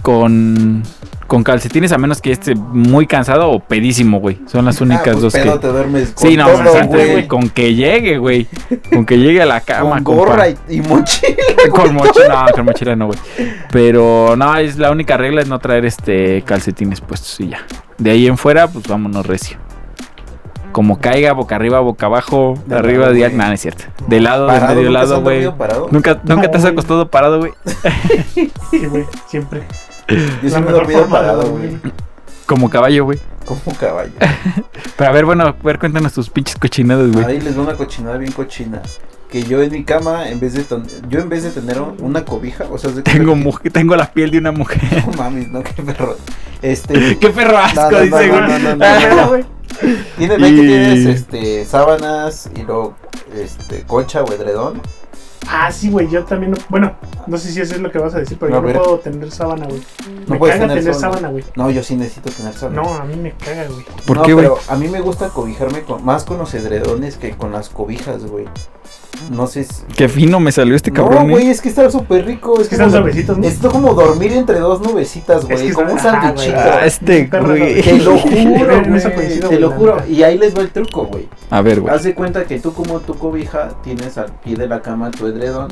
[SPEAKER 1] con con calcetines a menos que esté muy cansado o pedísimo, güey. Son las únicas
[SPEAKER 3] Ah, pues,
[SPEAKER 1] dos
[SPEAKER 3] pedo
[SPEAKER 1] que
[SPEAKER 3] te duermes con
[SPEAKER 1] Sí, no,
[SPEAKER 3] todo,
[SPEAKER 1] o sea,
[SPEAKER 2] güey.
[SPEAKER 1] güey, con que llegue, güey. Con que llegue a la cama,
[SPEAKER 3] Con gorra
[SPEAKER 1] compa.
[SPEAKER 3] y, y mochila.
[SPEAKER 1] con mochila, no, con mochila no, güey. Pero no, es la única regla es no traer este calcetines puestos y ya. De ahí en fuera, pues vámonos recio. Como caiga boca arriba, boca abajo,
[SPEAKER 3] De
[SPEAKER 1] de arriba,
[SPEAKER 3] lado,
[SPEAKER 1] de
[SPEAKER 3] güey.
[SPEAKER 1] nada, no es cierto. De lado,
[SPEAKER 3] Parado,
[SPEAKER 1] de medio
[SPEAKER 3] ¿nunca se
[SPEAKER 1] lado,
[SPEAKER 3] han
[SPEAKER 1] güey.
[SPEAKER 3] dormido parado?
[SPEAKER 1] Nunca, nunca
[SPEAKER 2] No,
[SPEAKER 1] te has
[SPEAKER 2] güey.
[SPEAKER 1] acostado parado, güey.
[SPEAKER 2] Sí, güey, siempre.
[SPEAKER 3] Yo
[SPEAKER 2] La
[SPEAKER 3] sí me he
[SPEAKER 2] mejor
[SPEAKER 3] dormido
[SPEAKER 2] forma de
[SPEAKER 3] parado, güey.
[SPEAKER 2] dormir.
[SPEAKER 1] Como caballo, güey.
[SPEAKER 3] Como caballo.
[SPEAKER 1] Pero a ver, bueno, a ver, cuéntanos tus pinches cochinadas, güey.
[SPEAKER 3] Ahí les va una cochinada bien cochina. Que yo en mi cama, en vez de ton- yo en vez de tener una cobija, o sea, haz de cuenta
[SPEAKER 1] Tengo,
[SPEAKER 3] que-
[SPEAKER 1] mu- tengo la piel de una mujer.
[SPEAKER 3] No mames, no, qué perro. Este.
[SPEAKER 1] Qué perro asco,
[SPEAKER 3] no,
[SPEAKER 1] dice,
[SPEAKER 3] no,
[SPEAKER 1] güey.
[SPEAKER 3] no, no, no,
[SPEAKER 1] Ah,
[SPEAKER 3] no, no. Tiene, ve
[SPEAKER 1] Y-
[SPEAKER 3] que tienes este, sábanas y luego este, colcha o edredón.
[SPEAKER 2] Ah, sí, güey, yo también. no- bueno, no sé si eso es lo que vas a decir, pero
[SPEAKER 3] A
[SPEAKER 2] yo no
[SPEAKER 3] ver.
[SPEAKER 2] puedo tener sábana, güey.
[SPEAKER 3] No
[SPEAKER 2] me
[SPEAKER 3] puedes
[SPEAKER 2] caga
[SPEAKER 3] tener
[SPEAKER 2] tener
[SPEAKER 3] sábana.
[SPEAKER 2] sábana, güey.
[SPEAKER 3] No, yo sí necesito tener sábanas.
[SPEAKER 2] No, a mí me caga, güey.
[SPEAKER 1] ¿Por
[SPEAKER 3] No,
[SPEAKER 1] qué, güey?
[SPEAKER 3] pero a mí me gusta cobijarme con- más con los edredones que con las cobijas, güey. No sé si...
[SPEAKER 1] Qué fino me salió este
[SPEAKER 3] No,
[SPEAKER 1] cabrón,
[SPEAKER 3] güey,
[SPEAKER 1] güey.
[SPEAKER 3] es que está súper rico.
[SPEAKER 2] Es que están suavecitos, ¿no?
[SPEAKER 3] Es como dormir entre dos nubecitas, güey.
[SPEAKER 2] Es que
[SPEAKER 3] como un
[SPEAKER 2] está- ajá,
[SPEAKER 3] sándwichito.
[SPEAKER 2] güey.
[SPEAKER 1] Ah, este,
[SPEAKER 2] Perro,
[SPEAKER 1] güey.
[SPEAKER 3] Te lo
[SPEAKER 2] En
[SPEAKER 3] juro,
[SPEAKER 2] eso
[SPEAKER 3] güey.
[SPEAKER 2] coincido,
[SPEAKER 3] Te lo
[SPEAKER 2] güey, la
[SPEAKER 3] juro.
[SPEAKER 2] neta.
[SPEAKER 3] Y ahí les va el truco, güey.
[SPEAKER 1] A ver, güey.
[SPEAKER 3] Haz de cuenta que tú como tu cobija tienes al pie de la cama tu edredón.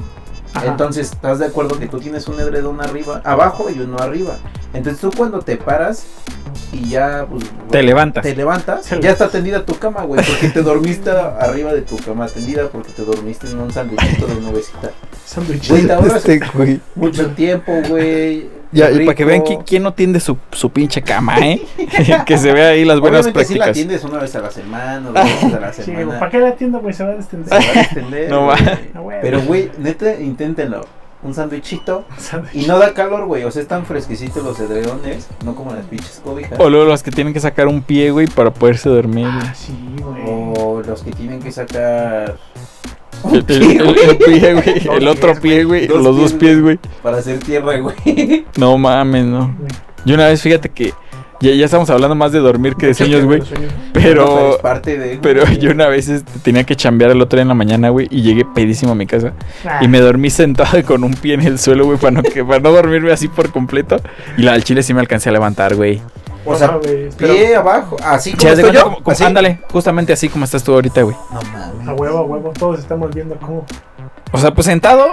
[SPEAKER 2] Ajá.
[SPEAKER 3] Entonces, ¿estás de acuerdo que tú tienes un edredón arriba, abajo y uno arriba? Entonces, tú cuando te paras y ya pues,
[SPEAKER 1] Te levantas.
[SPEAKER 3] te levantas,
[SPEAKER 2] Se
[SPEAKER 3] ya está tendida tu cama, güey, porque te dormiste arriba de tu cama tendida porque te dormiste en un sándwichito de nubecita.
[SPEAKER 2] Sándwichito.
[SPEAKER 3] Güey, te ahorras
[SPEAKER 1] Este, güey.
[SPEAKER 3] mucho tiempo, güey.
[SPEAKER 1] Ya, y
[SPEAKER 3] rico.
[SPEAKER 1] para que vean qui- quién no tiende su, su pinche cama, ¿eh? que se vea ahí las buenas
[SPEAKER 3] Obviamente sí la
[SPEAKER 1] prácticas.
[SPEAKER 3] atiendes una vez a la semana, dos veces a la
[SPEAKER 2] Sí, güey,
[SPEAKER 3] semana.
[SPEAKER 2] ¿Para qué la tienda, güey? Se va a
[SPEAKER 3] Se va
[SPEAKER 2] destender.
[SPEAKER 3] a extender,
[SPEAKER 1] No
[SPEAKER 3] güey.
[SPEAKER 2] va.
[SPEAKER 3] Pero, güey, neta, inténtenlo. Un sándwichito y no da calor, güey. O sea, están fresquecitos los edredones, no como las pinches cobijas.
[SPEAKER 1] O luego los que tienen que sacar un pie, güey, para poderse dormir. güey.
[SPEAKER 2] Ah, sí, güey.
[SPEAKER 3] O los que tienen que sacar
[SPEAKER 1] El, el- el- el pie, güey.
[SPEAKER 2] Dos
[SPEAKER 1] El otro
[SPEAKER 2] pies,
[SPEAKER 1] pie, güey.
[SPEAKER 3] Dos
[SPEAKER 1] Los dos
[SPEAKER 3] pies,
[SPEAKER 1] pies, güey.
[SPEAKER 3] para hacer tierra, güey.
[SPEAKER 1] No mames, no. Yo una vez, fíjate que ya, ya estamos hablando más de dormir que de sueños, güey. Pero,
[SPEAKER 3] Es parte de.
[SPEAKER 1] pero yo una vez este, tenía que chambear el otro día en la mañana, güey, y llegué pedísimo a mi casa.
[SPEAKER 2] Ah,
[SPEAKER 1] Y me dormí sentado con un pie en el suelo, güey, para no, que- para no dormirme así por completo. Y la del chile sí me alcancé a levantar, güey.
[SPEAKER 3] O sea, pie abajo. Así
[SPEAKER 1] Sí,
[SPEAKER 3] como
[SPEAKER 1] haz de
[SPEAKER 3] estoy
[SPEAKER 1] cuenta
[SPEAKER 3] yo.
[SPEAKER 1] como- como-
[SPEAKER 3] así.
[SPEAKER 1] ándale, justamente así como estás tú ahorita, güey.
[SPEAKER 3] No mames.
[SPEAKER 2] A huevo, a huevo. Todos estamos viendo cómo.
[SPEAKER 1] O sea, pues sentado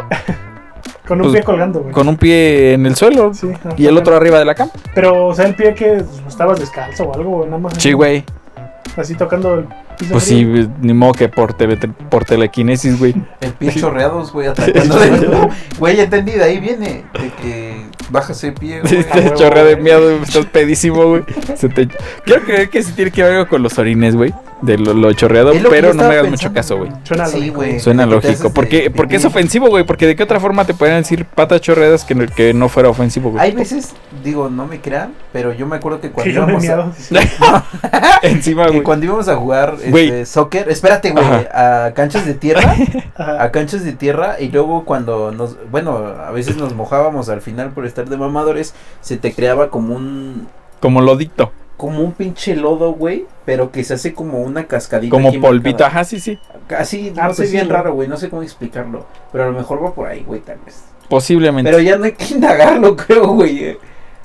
[SPEAKER 2] Con un
[SPEAKER 1] Pues,
[SPEAKER 2] pie colgando, güey.
[SPEAKER 1] con un pie en el suelo
[SPEAKER 2] Sí, ajá.
[SPEAKER 1] y el otro arriba de la cama.
[SPEAKER 2] Pero, o sea, el pie que estabas descalzo o algo, güey, nada más.
[SPEAKER 1] Sí, güey.
[SPEAKER 2] Así tocando el piso.
[SPEAKER 1] Pues sí,
[SPEAKER 2] frío.
[SPEAKER 1] güey, ni modo que por, tele- por telequinesis, güey.
[SPEAKER 3] El pie chorreados, güey, atacando de. Güey, ya entendí, de ahí viene. De que bajas el pie, güey.
[SPEAKER 2] Ah,
[SPEAKER 1] Te
[SPEAKER 2] huevo,
[SPEAKER 1] chorrea de
[SPEAKER 2] güey.
[SPEAKER 1] miedo, güey, estás pedísimo, güey. Se te- Quiero creer que sí tiene que ver algo con los orines, güey. De lo, lo chorreado,
[SPEAKER 3] Es lo que yo
[SPEAKER 1] pero no
[SPEAKER 3] estaba
[SPEAKER 1] me hagas
[SPEAKER 3] pensando,
[SPEAKER 1] mucho caso, güey.
[SPEAKER 2] Suena
[SPEAKER 3] Sí,
[SPEAKER 2] lógico.
[SPEAKER 3] güey.
[SPEAKER 1] Suena
[SPEAKER 3] Lo que te
[SPEAKER 1] lógico.
[SPEAKER 3] haces
[SPEAKER 1] ¿Por
[SPEAKER 3] de
[SPEAKER 1] qué, porque es
[SPEAKER 3] pipí.
[SPEAKER 1] ofensivo, güey? Porque de qué otra forma te pueden decir patas chorreadas que no, que no fuera ofensivo, güey.
[SPEAKER 3] Hay veces, digo, no me crean, pero yo me acuerdo que cuando
[SPEAKER 2] Que yo me he
[SPEAKER 3] íbamos a,
[SPEAKER 2] miado.
[SPEAKER 1] Encima,
[SPEAKER 3] que
[SPEAKER 1] Ah, güey.
[SPEAKER 3] cuando íbamos a jugar este,
[SPEAKER 1] Güey.
[SPEAKER 3] soccer, espérate, güey, a canchas de tierra,
[SPEAKER 2] Ajá.
[SPEAKER 1] Ah,
[SPEAKER 3] a canchas de tierra y luego cuando nos, bueno, a veces nos mojábamos al final por estar de mamadores, se te creaba como un
[SPEAKER 1] Como lodito,
[SPEAKER 3] como un pinche lodo, güey, pero que se hace como una cascadita.
[SPEAKER 1] como
[SPEAKER 3] aquí
[SPEAKER 1] polvito.
[SPEAKER 3] marcada.
[SPEAKER 1] Ajá, sí, sí.
[SPEAKER 3] Así, no
[SPEAKER 2] Ah,
[SPEAKER 3] sé
[SPEAKER 2] pues sí,
[SPEAKER 3] bien
[SPEAKER 2] güey.
[SPEAKER 3] raro, güey, no sé cómo explicarlo, pero a lo mejor va por ahí, güey, tal vez.
[SPEAKER 1] Posiblemente.
[SPEAKER 3] Pero ya no hay que indagarlo, creo, güey. eh.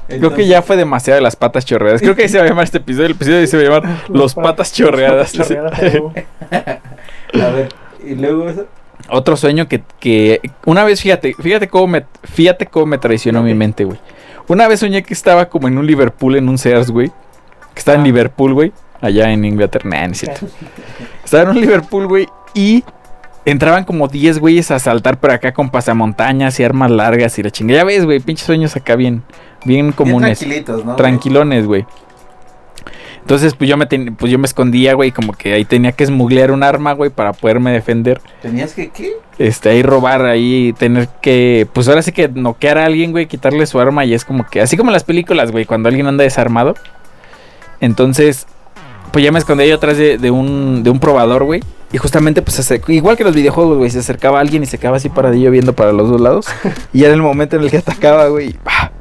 [SPEAKER 1] Creo que
[SPEAKER 3] Entonces-
[SPEAKER 1] ya fue demasiado de las patas chorreadas. Creo que ahí se va a llamar este episodio. El episodio se va a llamar Los patas chorreadas.
[SPEAKER 2] Chorreadas, a huevo.
[SPEAKER 3] A ver, y luego eso.
[SPEAKER 1] Otro sueño que, que una vez, fíjate, fíjate cómo me, fíjate cómo me traicionó mi mente, güey. Una vez soñé que estaba como en un Liverpool, en un Sears, güey. Que estaba en Liverpool, güey. Allá en Inglaterra. Nah, no es cierto. Estaba en un Liverpool, güey. Y entraban como 10 güeyes a saltar por acá con pasamontañas y armas largas y la chingada. Ya ves, güey, pinches sueños acá bien, bien
[SPEAKER 3] Bien
[SPEAKER 1] comunes.
[SPEAKER 3] tranquilitos, ¿no?
[SPEAKER 1] tranquilones, güey. Entonces, pues yo me ten- pues yo me escondía, güey, como que ahí tenía que esmuglear un arma, güey, para poderme defender.
[SPEAKER 3] ¿Tenías que qué?
[SPEAKER 1] Este, ahí robar, ahí tener que, pues ahora sí que noquear a alguien, güey, quitarle su arma y es como que, así como en las películas, güey, cuando alguien anda desarmado. Entonces, pues ya me escondía yo atrás de, de un, de un probador, güey. Y justamente, pues, se acercó- igual que los videojuegos, güey, se acercaba alguien y se quedaba así paradillo viendo para los dos lados. y era el momento en el que atacaba, güey. y ¡pa!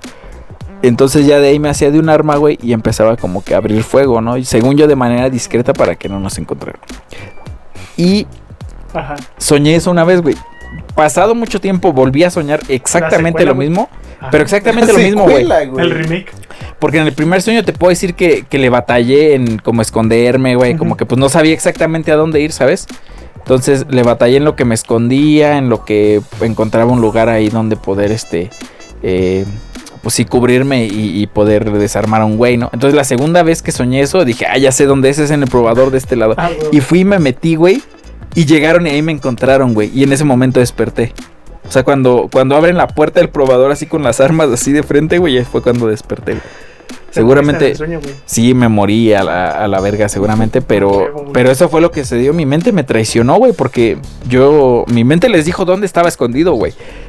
[SPEAKER 1] Entonces ya de ahí me hacía de un arma, güey, y empezaba como que a abrir fuego, ¿no? Y según yo de manera discreta para que no nos encontraran. Y
[SPEAKER 2] Ajá.
[SPEAKER 1] soñé eso una vez, güey. Pasado mucho tiempo volví a soñar exactamente
[SPEAKER 2] secuela,
[SPEAKER 1] lo
[SPEAKER 2] güey.
[SPEAKER 1] mismo,
[SPEAKER 2] Ajá.
[SPEAKER 1] pero exactamente lo mismo, güey.
[SPEAKER 3] Secuela,
[SPEAKER 2] El remake.
[SPEAKER 1] Porque en el primer sueño te puedo decir que, que le batallé en como esconderme, güey, como
[SPEAKER 2] Ujú.
[SPEAKER 1] que pues no sabía exactamente a dónde ir, ¿sabes? Entonces le batallé en lo que me escondía, en lo que encontraba un lugar ahí donde poder, este, eh, pues sí, cubrirme y, y poder desarmar a un güey, ¿no? Entonces la segunda vez que soñé eso, dije, ah, ya sé dónde es, es en el probador de este lado.
[SPEAKER 2] Ah, huevo.
[SPEAKER 1] Y fui y me metí, güey. Y llegaron y ahí me encontraron, güey. Y en ese momento desperté. O sea, cuando, cuando abren la puerta del probador así con las armas así de frente, güey, ahí fue cuando desperté. güey.
[SPEAKER 2] Te moriste en
[SPEAKER 1] Seguramente
[SPEAKER 2] el sueño, güey.
[SPEAKER 1] sí me morí a la, a la verga, seguramente,
[SPEAKER 2] Huevo,
[SPEAKER 1] pero,
[SPEAKER 2] güey.
[SPEAKER 1] pero eso fue lo que se dio. Mi mente me traicionó, güey, porque yo, mi mente les dijo dónde estaba escondido, güey.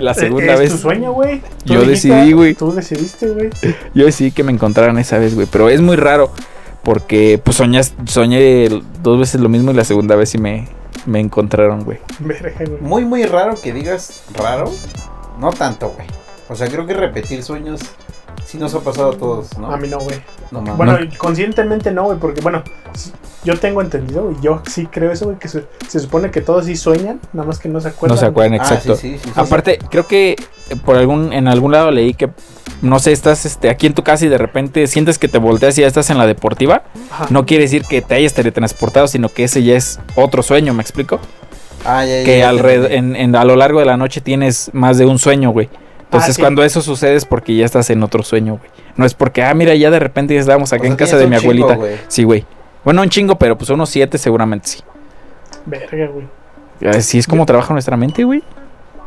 [SPEAKER 1] la segunda
[SPEAKER 2] es
[SPEAKER 1] vez.
[SPEAKER 2] tu sueño, güey. Tú
[SPEAKER 1] Yo
[SPEAKER 2] dijiste,
[SPEAKER 1] decidí, güey.
[SPEAKER 2] Tú decidiste, güey.
[SPEAKER 1] Yo decidí que me encontraran esa vez, güey. Pero es muy raro. Porque pues soñas- soñé dos veces lo mismo y la segunda vez sí me, me encontraron, güey.
[SPEAKER 2] Verga, güey.
[SPEAKER 3] Muy, muy raro que digas raro. No tanto, güey. O sea, creo que repetir sueños sí nos ha pasado a todos, ¿no?
[SPEAKER 2] A mí no, güey.
[SPEAKER 3] No mames.
[SPEAKER 2] Bueno, conscientemente no, güey, porque bueno, s- yo tengo entendido, y yo sí creo eso, güey, que se, se supone que todos sí sueñan, nada más que no se acuerdan.
[SPEAKER 1] No se acuerdan,
[SPEAKER 3] Ah, sí,
[SPEAKER 1] exacto.
[SPEAKER 3] sí, sí, sí, sí.
[SPEAKER 1] Aparte, creo que eh, por algún, en algún lado leí que, no sé, estás este, aquí en tu casa y de repente sientes que te volteas y ya estás en la deportiva.
[SPEAKER 2] Ajá.
[SPEAKER 1] No quiere decir que te hayas teletransportado, sino que ese ya es otro sueño, ¿me explico?
[SPEAKER 3] Ah, ya, ya,
[SPEAKER 1] Que
[SPEAKER 3] ya,
[SPEAKER 1] alrededor,
[SPEAKER 3] ya.
[SPEAKER 1] en, en- a lo largo de la noche tienes más de un sueño, güey. Entonces,
[SPEAKER 2] Ah, sí.
[SPEAKER 1] cuando eso sucede es porque ya estás en otro sueño, güey. No es porque, ah, mira, ya de repente ya estábamos
[SPEAKER 3] O
[SPEAKER 1] acá
[SPEAKER 3] sea,
[SPEAKER 1] en casa
[SPEAKER 3] tienes
[SPEAKER 1] de
[SPEAKER 3] un
[SPEAKER 1] mi
[SPEAKER 3] chingo,
[SPEAKER 1] abuelita.
[SPEAKER 3] güey.
[SPEAKER 1] Sí, güey. Bueno, un chingo, pero pues unos siete seguramente sí.
[SPEAKER 2] Verga, güey.
[SPEAKER 1] Así es como trabaja nuestra mente, güey.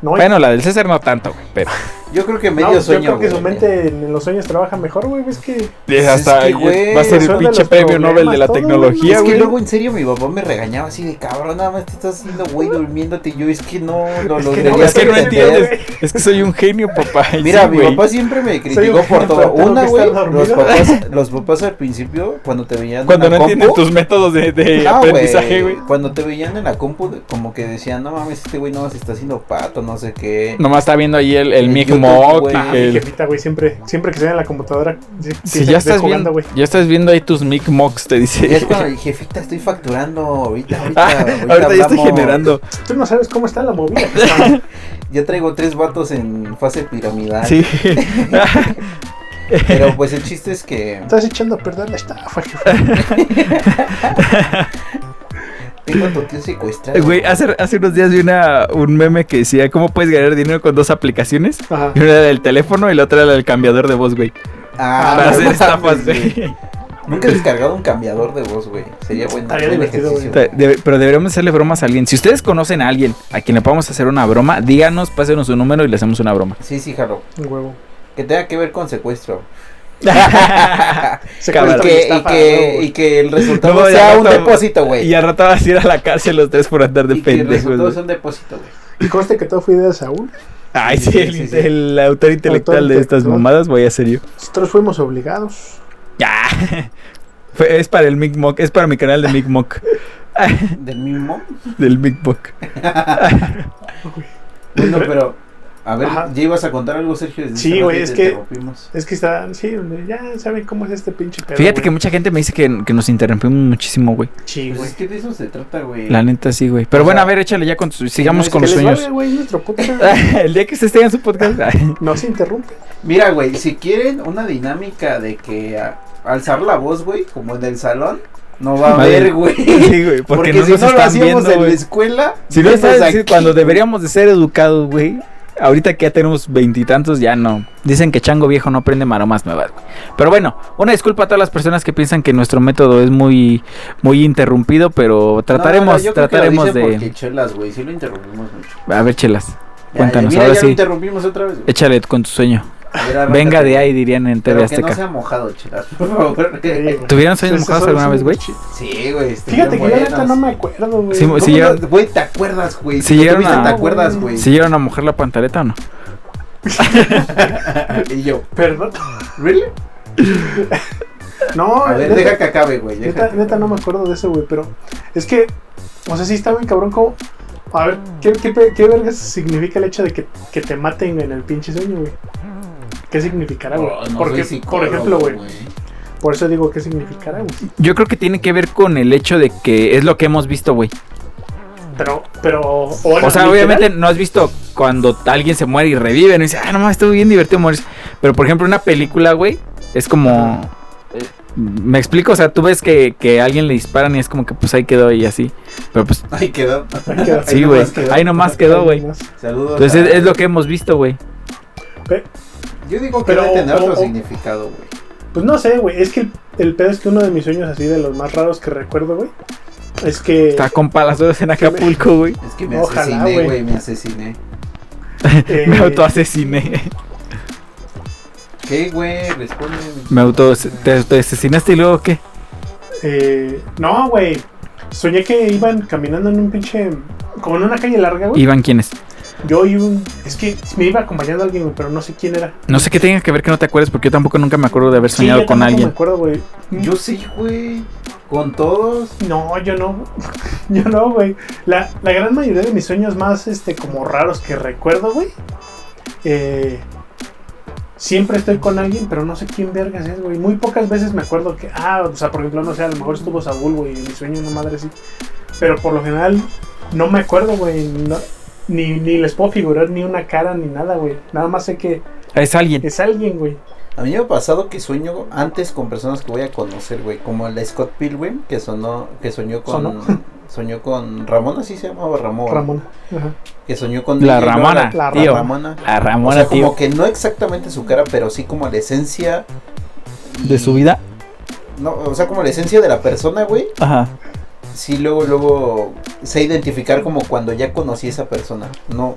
[SPEAKER 2] No,
[SPEAKER 1] Bueno, la del César no tanto, güey, pero...
[SPEAKER 3] Yo creo que
[SPEAKER 2] no,
[SPEAKER 3] medio
[SPEAKER 2] yo
[SPEAKER 3] sueño.
[SPEAKER 2] creo que su
[SPEAKER 3] güey.
[SPEAKER 2] mente en los sueños trabaja mejor, güey. Es que
[SPEAKER 1] Es
[SPEAKER 3] Pues Es
[SPEAKER 1] hasta
[SPEAKER 3] que, güey,
[SPEAKER 1] va a ser el
[SPEAKER 2] resuelve
[SPEAKER 1] pinche
[SPEAKER 2] los
[SPEAKER 1] premio Nobel de la
[SPEAKER 2] problemas, todo,
[SPEAKER 1] tecnología,
[SPEAKER 3] Es que
[SPEAKER 1] güey.
[SPEAKER 3] luego en serio mi papá me regañaba así de cabrón, nada más te estás haciendo güey durmiéndote y yo es que no lo
[SPEAKER 2] Es
[SPEAKER 3] lo
[SPEAKER 2] que no,
[SPEAKER 3] deberías
[SPEAKER 1] es que no
[SPEAKER 2] güey.
[SPEAKER 3] entender".
[SPEAKER 1] entiendes. Es que soy un genio, papá. y
[SPEAKER 3] Mira,
[SPEAKER 1] sí,
[SPEAKER 3] mi
[SPEAKER 1] güey.
[SPEAKER 3] papá siempre me
[SPEAKER 2] Soy
[SPEAKER 3] criticó
[SPEAKER 2] un
[SPEAKER 3] por
[SPEAKER 2] genio,
[SPEAKER 3] todo.
[SPEAKER 2] pero tengo
[SPEAKER 3] Una,
[SPEAKER 2] que
[SPEAKER 3] güey,
[SPEAKER 2] estar
[SPEAKER 3] los
[SPEAKER 2] dormido.
[SPEAKER 3] papás, los papás al principio, cuando te veían
[SPEAKER 1] Cuando
[SPEAKER 3] en la
[SPEAKER 1] no entienden
[SPEAKER 3] compu, Ah,
[SPEAKER 1] tus métodos de, de
[SPEAKER 3] no,
[SPEAKER 1] aprendizaje, güey.
[SPEAKER 3] Cuando te veían en la compu, como que decían, no mames, este güey no se está haciendo pato, no sé qué.
[SPEAKER 1] Nomás está viendo ahí el, el
[SPEAKER 3] En
[SPEAKER 1] mic Mock,
[SPEAKER 3] güey.
[SPEAKER 1] ah,
[SPEAKER 2] Mi
[SPEAKER 1] El-
[SPEAKER 2] jefita, güey, siempre, siempre que estoy en la computadora. sí, que
[SPEAKER 1] Si
[SPEAKER 2] esté-
[SPEAKER 1] ya
[SPEAKER 2] esté
[SPEAKER 1] estás, viendo,
[SPEAKER 2] jugando, güey.
[SPEAKER 1] ya estás viendo ahí tus mic mocks, te
[SPEAKER 3] Y es
[SPEAKER 1] dice.
[SPEAKER 3] cuando el jefita estoy facturando ahorita. Ahorita,
[SPEAKER 1] Ah, ahorita ya estoy
[SPEAKER 3] hablamos.
[SPEAKER 1] generando.
[SPEAKER 2] Tú no sabes cómo está la movida.
[SPEAKER 3] Ya traigo tres vatos en fase piramidal.
[SPEAKER 1] Sí.
[SPEAKER 3] Pero pues el chiste es que
[SPEAKER 2] Estás echando a perder la estafa, jefe.
[SPEAKER 3] tengo a tu tío secuestrado.
[SPEAKER 1] Güey, hace, hace unos días vi una, un meme que decía: ¿Cómo puedes ganar dinero con dos aplicaciones?
[SPEAKER 2] Ajá.
[SPEAKER 1] Y una era del teléfono y la otra era del cambiador de voz, güey.
[SPEAKER 3] Ah,
[SPEAKER 1] Para
[SPEAKER 3] no
[SPEAKER 1] hacer
[SPEAKER 3] mames,
[SPEAKER 1] estafas,
[SPEAKER 3] güey.
[SPEAKER 1] güey.
[SPEAKER 3] Nunca he descargado un cambiador de voz, güey. Sería buen,
[SPEAKER 2] Estaría
[SPEAKER 3] buen
[SPEAKER 2] divertido,
[SPEAKER 3] ejercicio.
[SPEAKER 1] Te- debe- pero deberíamos hacerle bromas a alguien. Si ustedes conocen a alguien a quien le podamos hacer una broma, díganos, pásenos su número y le hacemos una broma.
[SPEAKER 3] Sí, sí, jalo.
[SPEAKER 2] Un huevo.
[SPEAKER 3] Que tenga que ver con secuestro. Ah,
[SPEAKER 2] Se
[SPEAKER 1] Ah, Cámara.
[SPEAKER 3] y,
[SPEAKER 2] cuenta la
[SPEAKER 3] que, y,
[SPEAKER 2] estafa,
[SPEAKER 3] que,
[SPEAKER 2] huevo.
[SPEAKER 3] y que el resultado
[SPEAKER 1] No, ya
[SPEAKER 3] sea un
[SPEAKER 1] no-
[SPEAKER 3] depósito, güey.
[SPEAKER 1] y al rato vas a ir a la cárcel los tres por andar de
[SPEAKER 3] Y que el
[SPEAKER 1] pendejos.
[SPEAKER 3] resultado
[SPEAKER 1] güey.
[SPEAKER 3] sea un depósito, güey.
[SPEAKER 2] Y conste que todo fue idea de Saúl.
[SPEAKER 1] Ay,
[SPEAKER 3] Sí,
[SPEAKER 1] sí, el,
[SPEAKER 3] sí, sí.
[SPEAKER 1] el autor intelectual
[SPEAKER 2] Autor
[SPEAKER 1] de estas
[SPEAKER 2] intelectual.
[SPEAKER 1] mamadas, voy a ser yo.
[SPEAKER 2] Nosotros fuimos obligados.
[SPEAKER 1] Ya. Fue- es para el Mic Mock, es para mi canal de Mic Mock.
[SPEAKER 3] Del mismo.
[SPEAKER 1] del Mic Mock.
[SPEAKER 3] Bueno, pero. A ver,
[SPEAKER 2] Ajá.
[SPEAKER 3] ya ibas a contar algo, Sergio. desde
[SPEAKER 2] Sí,
[SPEAKER 3] hace
[SPEAKER 2] güey,
[SPEAKER 3] rato y
[SPEAKER 2] es
[SPEAKER 3] te
[SPEAKER 2] que-
[SPEAKER 3] interrumpimos.
[SPEAKER 2] Es que está, sí, ya saben cómo es este pinche pedo.
[SPEAKER 1] Fíjate que
[SPEAKER 2] güey.
[SPEAKER 1] mucha gente me dice que, que nos interrumpimos muchísimo, güey.
[SPEAKER 2] Sí,
[SPEAKER 3] Pues
[SPEAKER 2] güey.
[SPEAKER 3] es que de eso se trata, güey.
[SPEAKER 1] La neta sí, güey. Pero
[SPEAKER 3] O
[SPEAKER 1] bueno,
[SPEAKER 3] sea,
[SPEAKER 1] a ver, échale ya con sus- sigamos
[SPEAKER 3] no,
[SPEAKER 1] con
[SPEAKER 2] Que
[SPEAKER 1] los
[SPEAKER 2] les
[SPEAKER 1] sueños.
[SPEAKER 2] vale, güey, es nuestro puto.
[SPEAKER 1] el día que ustedes tengan su podcast.
[SPEAKER 2] No se interrumpe.
[SPEAKER 3] Mira, güey, si quieren una dinámica de que a- alzar la voz, güey, como en el salón, no va a
[SPEAKER 1] Madre.
[SPEAKER 3] haber, güey.
[SPEAKER 1] sí, güey, porque,
[SPEAKER 3] Porque,
[SPEAKER 1] no
[SPEAKER 3] si
[SPEAKER 1] nos
[SPEAKER 3] no lo
[SPEAKER 1] están
[SPEAKER 3] hacíamos
[SPEAKER 1] viendo,
[SPEAKER 3] en la
[SPEAKER 1] güey.
[SPEAKER 3] escuela, pues,
[SPEAKER 1] Si no
[SPEAKER 3] menos
[SPEAKER 1] sabes decir,
[SPEAKER 3] aquí,
[SPEAKER 1] cuando
[SPEAKER 3] güey.
[SPEAKER 1] deberíamos de ser educados, güey. Ahorita que ya tenemos veintitantos, ya no. Dicen que chango viejo no aprende maromas nuevas, güey. Pero bueno, una disculpa a todas las personas que piensan que nuestro método es muy, muy interrumpido, pero
[SPEAKER 3] No, no,
[SPEAKER 1] trataremos,
[SPEAKER 3] yo creo que lo
[SPEAKER 1] trataremos
[SPEAKER 3] dicen
[SPEAKER 1] de.
[SPEAKER 3] Porque chelas, güey, sí lo interrumpimos mucho. Ya,
[SPEAKER 1] A ver, chelas.
[SPEAKER 3] ya,
[SPEAKER 1] Cuéntanos,
[SPEAKER 3] mira,
[SPEAKER 1] ahora
[SPEAKER 3] ya lo
[SPEAKER 1] sí.
[SPEAKER 3] interrumpimos otra vez. güey.
[SPEAKER 1] Échale con tu sueño.
[SPEAKER 3] A ver, arráncate,
[SPEAKER 1] Venga de
[SPEAKER 3] güey.
[SPEAKER 1] ahí, dirían en
[SPEAKER 3] Pero
[SPEAKER 1] TV
[SPEAKER 3] que no
[SPEAKER 1] Azteca.
[SPEAKER 3] sea mojado, chelas, por favor.
[SPEAKER 1] Eh, ¿Tuvieron sueños
[SPEAKER 2] Estos
[SPEAKER 1] mojados
[SPEAKER 2] son
[SPEAKER 1] alguna
[SPEAKER 2] los
[SPEAKER 1] vez, güey?
[SPEAKER 2] únicos ch-
[SPEAKER 3] Sí, güey. este,
[SPEAKER 2] Fíjate que yo
[SPEAKER 3] buenos.
[SPEAKER 2] neta no me acuerdo, güey.
[SPEAKER 1] Sí, mo-
[SPEAKER 3] ¿Cómo
[SPEAKER 1] Si llegaron-
[SPEAKER 3] no? Güey, te acuerdas, güey.
[SPEAKER 1] Si
[SPEAKER 3] Si lo
[SPEAKER 1] llegaron
[SPEAKER 3] tuviste,
[SPEAKER 1] a-
[SPEAKER 3] te acuerdas, güey.
[SPEAKER 1] ¿Se llegaron a mojar la pantaleta o no?
[SPEAKER 3] Y yo,
[SPEAKER 2] Perdón.
[SPEAKER 3] ¿really?
[SPEAKER 2] No,
[SPEAKER 3] A ver,
[SPEAKER 2] neta-
[SPEAKER 3] deja que acabe, güey. deja
[SPEAKER 2] Neta,
[SPEAKER 3] que
[SPEAKER 2] neta
[SPEAKER 3] acabe.
[SPEAKER 2] no me acuerdo de eso, güey, pero es que, o sea, sí está bien cabrón como... A ver, ¿qué, qué, pe- qué vergas significa el hecho de que, que te maten en el pinche sueño, güey? ¿Qué significará, güey?
[SPEAKER 3] Oh, no
[SPEAKER 2] Porque,
[SPEAKER 3] soy
[SPEAKER 2] por ejemplo,
[SPEAKER 3] psicólogo,
[SPEAKER 2] güey, por eso digo, ¿qué significará, güey?
[SPEAKER 1] Yo creo que tiene que ver con el hecho de que es lo que hemos visto, güey.
[SPEAKER 2] Pero, pero...
[SPEAKER 1] O sea, obviamente no has visto cuando alguien se muere y revive, no dice, ah, no mames, estuvo bien divertido morirse. Pero por ejemplo, una película, güey, es como. eh, Me explico, o sea, tú ves que, que a alguien le disparan y es como que pues ahí quedó y así. Pero pues,
[SPEAKER 3] Ay, quedó.
[SPEAKER 1] sí, güey. Ahí nomás quedó, güey.
[SPEAKER 3] Saludos.
[SPEAKER 1] Entonces Pues es,
[SPEAKER 3] a-
[SPEAKER 1] es lo que hemos visto, güey.
[SPEAKER 3] Yo digo que
[SPEAKER 2] Pero-
[SPEAKER 3] debe tener
[SPEAKER 2] o-
[SPEAKER 3] otro
[SPEAKER 2] o-
[SPEAKER 3] significado, güey.
[SPEAKER 2] Pues no sé, güey, es que el, el pedo es que uno de mis sueños así de los más raros que recuerdo, güey, es que...
[SPEAKER 1] Está con palazos en Acapulco, güey.
[SPEAKER 3] Es que me
[SPEAKER 2] Ojalá,
[SPEAKER 3] asesiné,
[SPEAKER 2] güey.
[SPEAKER 3] güey. Me asesiné.
[SPEAKER 2] eh,
[SPEAKER 1] Me autoasesiné.
[SPEAKER 3] ¿Qué, güey? Responde.
[SPEAKER 1] Me auto te, te asesinaste y luego qué?
[SPEAKER 2] Eh, no, güey. Soñé que iban caminando en un pinche. Como en una calle larga, güey.
[SPEAKER 1] Iván, ¿quién es?
[SPEAKER 2] Yo y un. Es que me iba acompañando alguien, güey, pero no sé quién era.
[SPEAKER 1] No sé qué tenga que ver que no te acuerdes porque yo tampoco nunca me acuerdo de haber
[SPEAKER 2] Sí, yo
[SPEAKER 1] soñado con
[SPEAKER 2] tampoco
[SPEAKER 1] alguien.
[SPEAKER 2] Me acuerdo, güey.
[SPEAKER 3] Yo sí, güey. Con todos.
[SPEAKER 2] No, yo no. yo no, güey. La, la gran mayoría de mis sueños más, este, como raros que recuerdo, güey. Eh. Siempre estoy con alguien, pero no sé quién vergas es, güey. Muy pocas veces me acuerdo que, ah, o sea, por ejemplo, no sé, a lo mejor estuvo Saúl, güey, en mi sueño, una madre así. Pero por lo general, no me acuerdo, güey. no- ni, ni les puedo figurar ni una cara ni nada, güey. Nada más sé que
[SPEAKER 1] Es alguien.
[SPEAKER 2] es alguien, güey.
[SPEAKER 3] A mí me ha pasado que sueño antes con personas que voy a conocer, güey. Como el Scott Pilgrim, que sonó, que soñó con.
[SPEAKER 2] ¿Sonó?
[SPEAKER 3] Soñó con Ramón, así se llamaba Ramón.
[SPEAKER 2] Ramona. Ajá.
[SPEAKER 3] Que soñó con.
[SPEAKER 1] La
[SPEAKER 3] DJ
[SPEAKER 1] Ramona,
[SPEAKER 3] Lola. La
[SPEAKER 1] tío.
[SPEAKER 3] Ramona.
[SPEAKER 1] La
[SPEAKER 3] O
[SPEAKER 1] Ramona,
[SPEAKER 3] sea,
[SPEAKER 1] tío.
[SPEAKER 3] como que no exactamente su cara, pero sí como la esencia. y-
[SPEAKER 1] De su vida.
[SPEAKER 3] No, o sea, como la esencia de la persona, güey.
[SPEAKER 1] Ajá.
[SPEAKER 3] Sí, luego, luego sé identificar como cuando ya conocí a esa persona. No,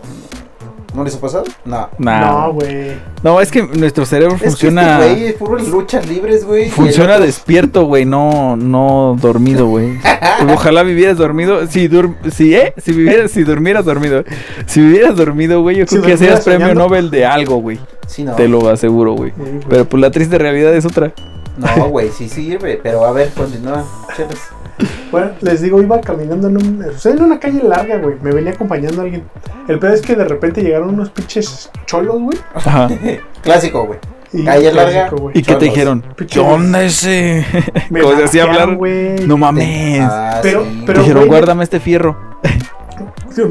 [SPEAKER 3] ¿no les ha pasado? No.
[SPEAKER 2] No,
[SPEAKER 1] No,
[SPEAKER 2] güey.
[SPEAKER 1] no, es que nuestro cerebro
[SPEAKER 3] Es que
[SPEAKER 1] funciona.
[SPEAKER 3] este güey es puro luchas libres, güey. y el
[SPEAKER 1] Funciona
[SPEAKER 3] otro-
[SPEAKER 1] despierto, güey, no, no dormido, güey. Ojalá vivieras dormido. Si, dur si, eh, si, vivieras, si durmieras dormido. Si vivieras dormido, güey, yo
[SPEAKER 2] Si
[SPEAKER 1] creo que
[SPEAKER 2] durmieras
[SPEAKER 1] serías premio
[SPEAKER 2] soñando.
[SPEAKER 1] Nobel de algo, güey.
[SPEAKER 3] Sí, no.
[SPEAKER 1] Te lo aseguro, güey.
[SPEAKER 2] Sí, güey.
[SPEAKER 1] Pero pues la triste realidad es otra.
[SPEAKER 3] No, güey, sí sirve. Pero a ver, continúa. chelas.
[SPEAKER 2] Bueno, les digo, iba caminando en, un- o sea, en una calle larga, güey. Me venía acompañando alguien. El pedo es que de repente llegaron unos pinches cholos, güey.
[SPEAKER 1] Ajá.
[SPEAKER 3] Clásico, güey.
[SPEAKER 2] y-
[SPEAKER 3] Calle larga.
[SPEAKER 2] güey.
[SPEAKER 1] ¿Y qué
[SPEAKER 3] Cholos.
[SPEAKER 1] te dijeron?
[SPEAKER 2] Pinche-
[SPEAKER 1] ¿Qué onda ese?
[SPEAKER 2] Me
[SPEAKER 1] Como se hacía
[SPEAKER 2] batearon,
[SPEAKER 1] hablar.
[SPEAKER 2] güey.
[SPEAKER 1] No mames.
[SPEAKER 3] Ah,
[SPEAKER 2] Pero-
[SPEAKER 3] sí.
[SPEAKER 2] pero-
[SPEAKER 1] dijeron,
[SPEAKER 2] güey,
[SPEAKER 1] guárdame este fierro.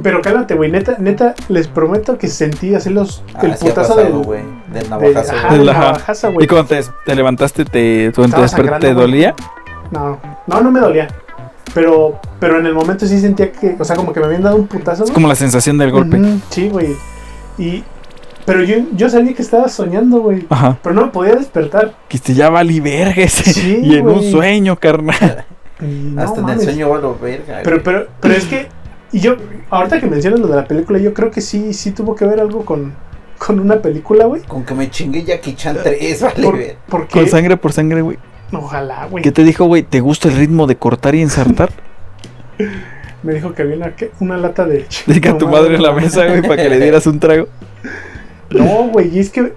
[SPEAKER 2] Pero cálmate, güey. Neta, neta, les prometo que sentí así los.
[SPEAKER 3] Ah,
[SPEAKER 2] el
[SPEAKER 3] sí ha
[SPEAKER 2] putazo
[SPEAKER 3] pasado,
[SPEAKER 2] del.
[SPEAKER 3] güey. Del
[SPEAKER 2] del-
[SPEAKER 3] navajazo.
[SPEAKER 2] ajá,
[SPEAKER 3] güey.
[SPEAKER 2] del
[SPEAKER 1] Ajá.
[SPEAKER 2] navajazo,
[SPEAKER 1] Y
[SPEAKER 2] güey.
[SPEAKER 1] cuando te, te levantaste, te, cuando te
[SPEAKER 2] Estaba
[SPEAKER 1] despertaste, ¿te
[SPEAKER 2] sangrando, güey.
[SPEAKER 1] dolía?
[SPEAKER 2] No, no, no me dolía. Pero, pero en el momento sí sentía que. O sea, como que me habían dado un putazo.
[SPEAKER 1] Es
[SPEAKER 2] güey.
[SPEAKER 1] como la sensación del golpe.
[SPEAKER 2] Ujú, sí, güey. Y. Pero yo, yo sabía que estaba soñando, güey.
[SPEAKER 1] Ajá.
[SPEAKER 2] Pero no me podía despertar.
[SPEAKER 1] Que este ya vale verga ese.
[SPEAKER 2] Sí,
[SPEAKER 1] y en un
[SPEAKER 2] güey.
[SPEAKER 1] sueño, carnal.
[SPEAKER 2] Y no
[SPEAKER 3] Hasta en
[SPEAKER 2] mames.
[SPEAKER 3] el sueño va lo verga.
[SPEAKER 2] Pero,
[SPEAKER 3] güey.
[SPEAKER 2] pero, pero es que. Y yo, ahorita que mencionas lo de la película, yo creo que sí, sí tuvo que ver algo con, con una película, güey.
[SPEAKER 3] Con que me chingue Jackie Chan 3, vale,
[SPEAKER 2] Por-
[SPEAKER 3] ver.
[SPEAKER 1] Con
[SPEAKER 2] porque.
[SPEAKER 1] sangre por sangre, güey.
[SPEAKER 2] Ojalá, güey.
[SPEAKER 1] ¿Qué te dijo, güey? ¿Te gusta el ritmo de cortar y ensartar?
[SPEAKER 2] Me dijo que había una, que- una lata de.
[SPEAKER 1] Deja a tu madre en la mesa, güey, para que le dieras un trago.
[SPEAKER 2] No, güey, y es que.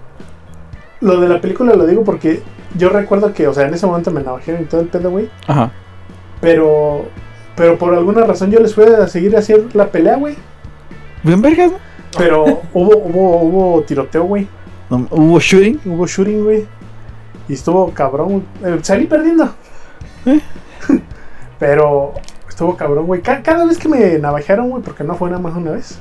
[SPEAKER 2] Lo de la película lo digo porque yo recuerdo que, o sea, en ese momento me navajearon y todo el pedo, güey.
[SPEAKER 1] Ajá.
[SPEAKER 2] Pero. Pero por alguna razón yo les fui a seguir a hacer la pelea, güey.
[SPEAKER 1] Bien vergas, ¿no?
[SPEAKER 2] Pero hubo, hubo, hubo tiroteo, güey.
[SPEAKER 1] ¿no? ¿Hubo shooting?
[SPEAKER 2] Hubo shooting, güey. Y estuvo cabrón. güey. Eh, salí perdiendo.
[SPEAKER 1] ¿Eh?
[SPEAKER 2] Pero estuvo cabrón, güey. Ca- cada vez que me navajearon, güey, porque no fue nada más una vez.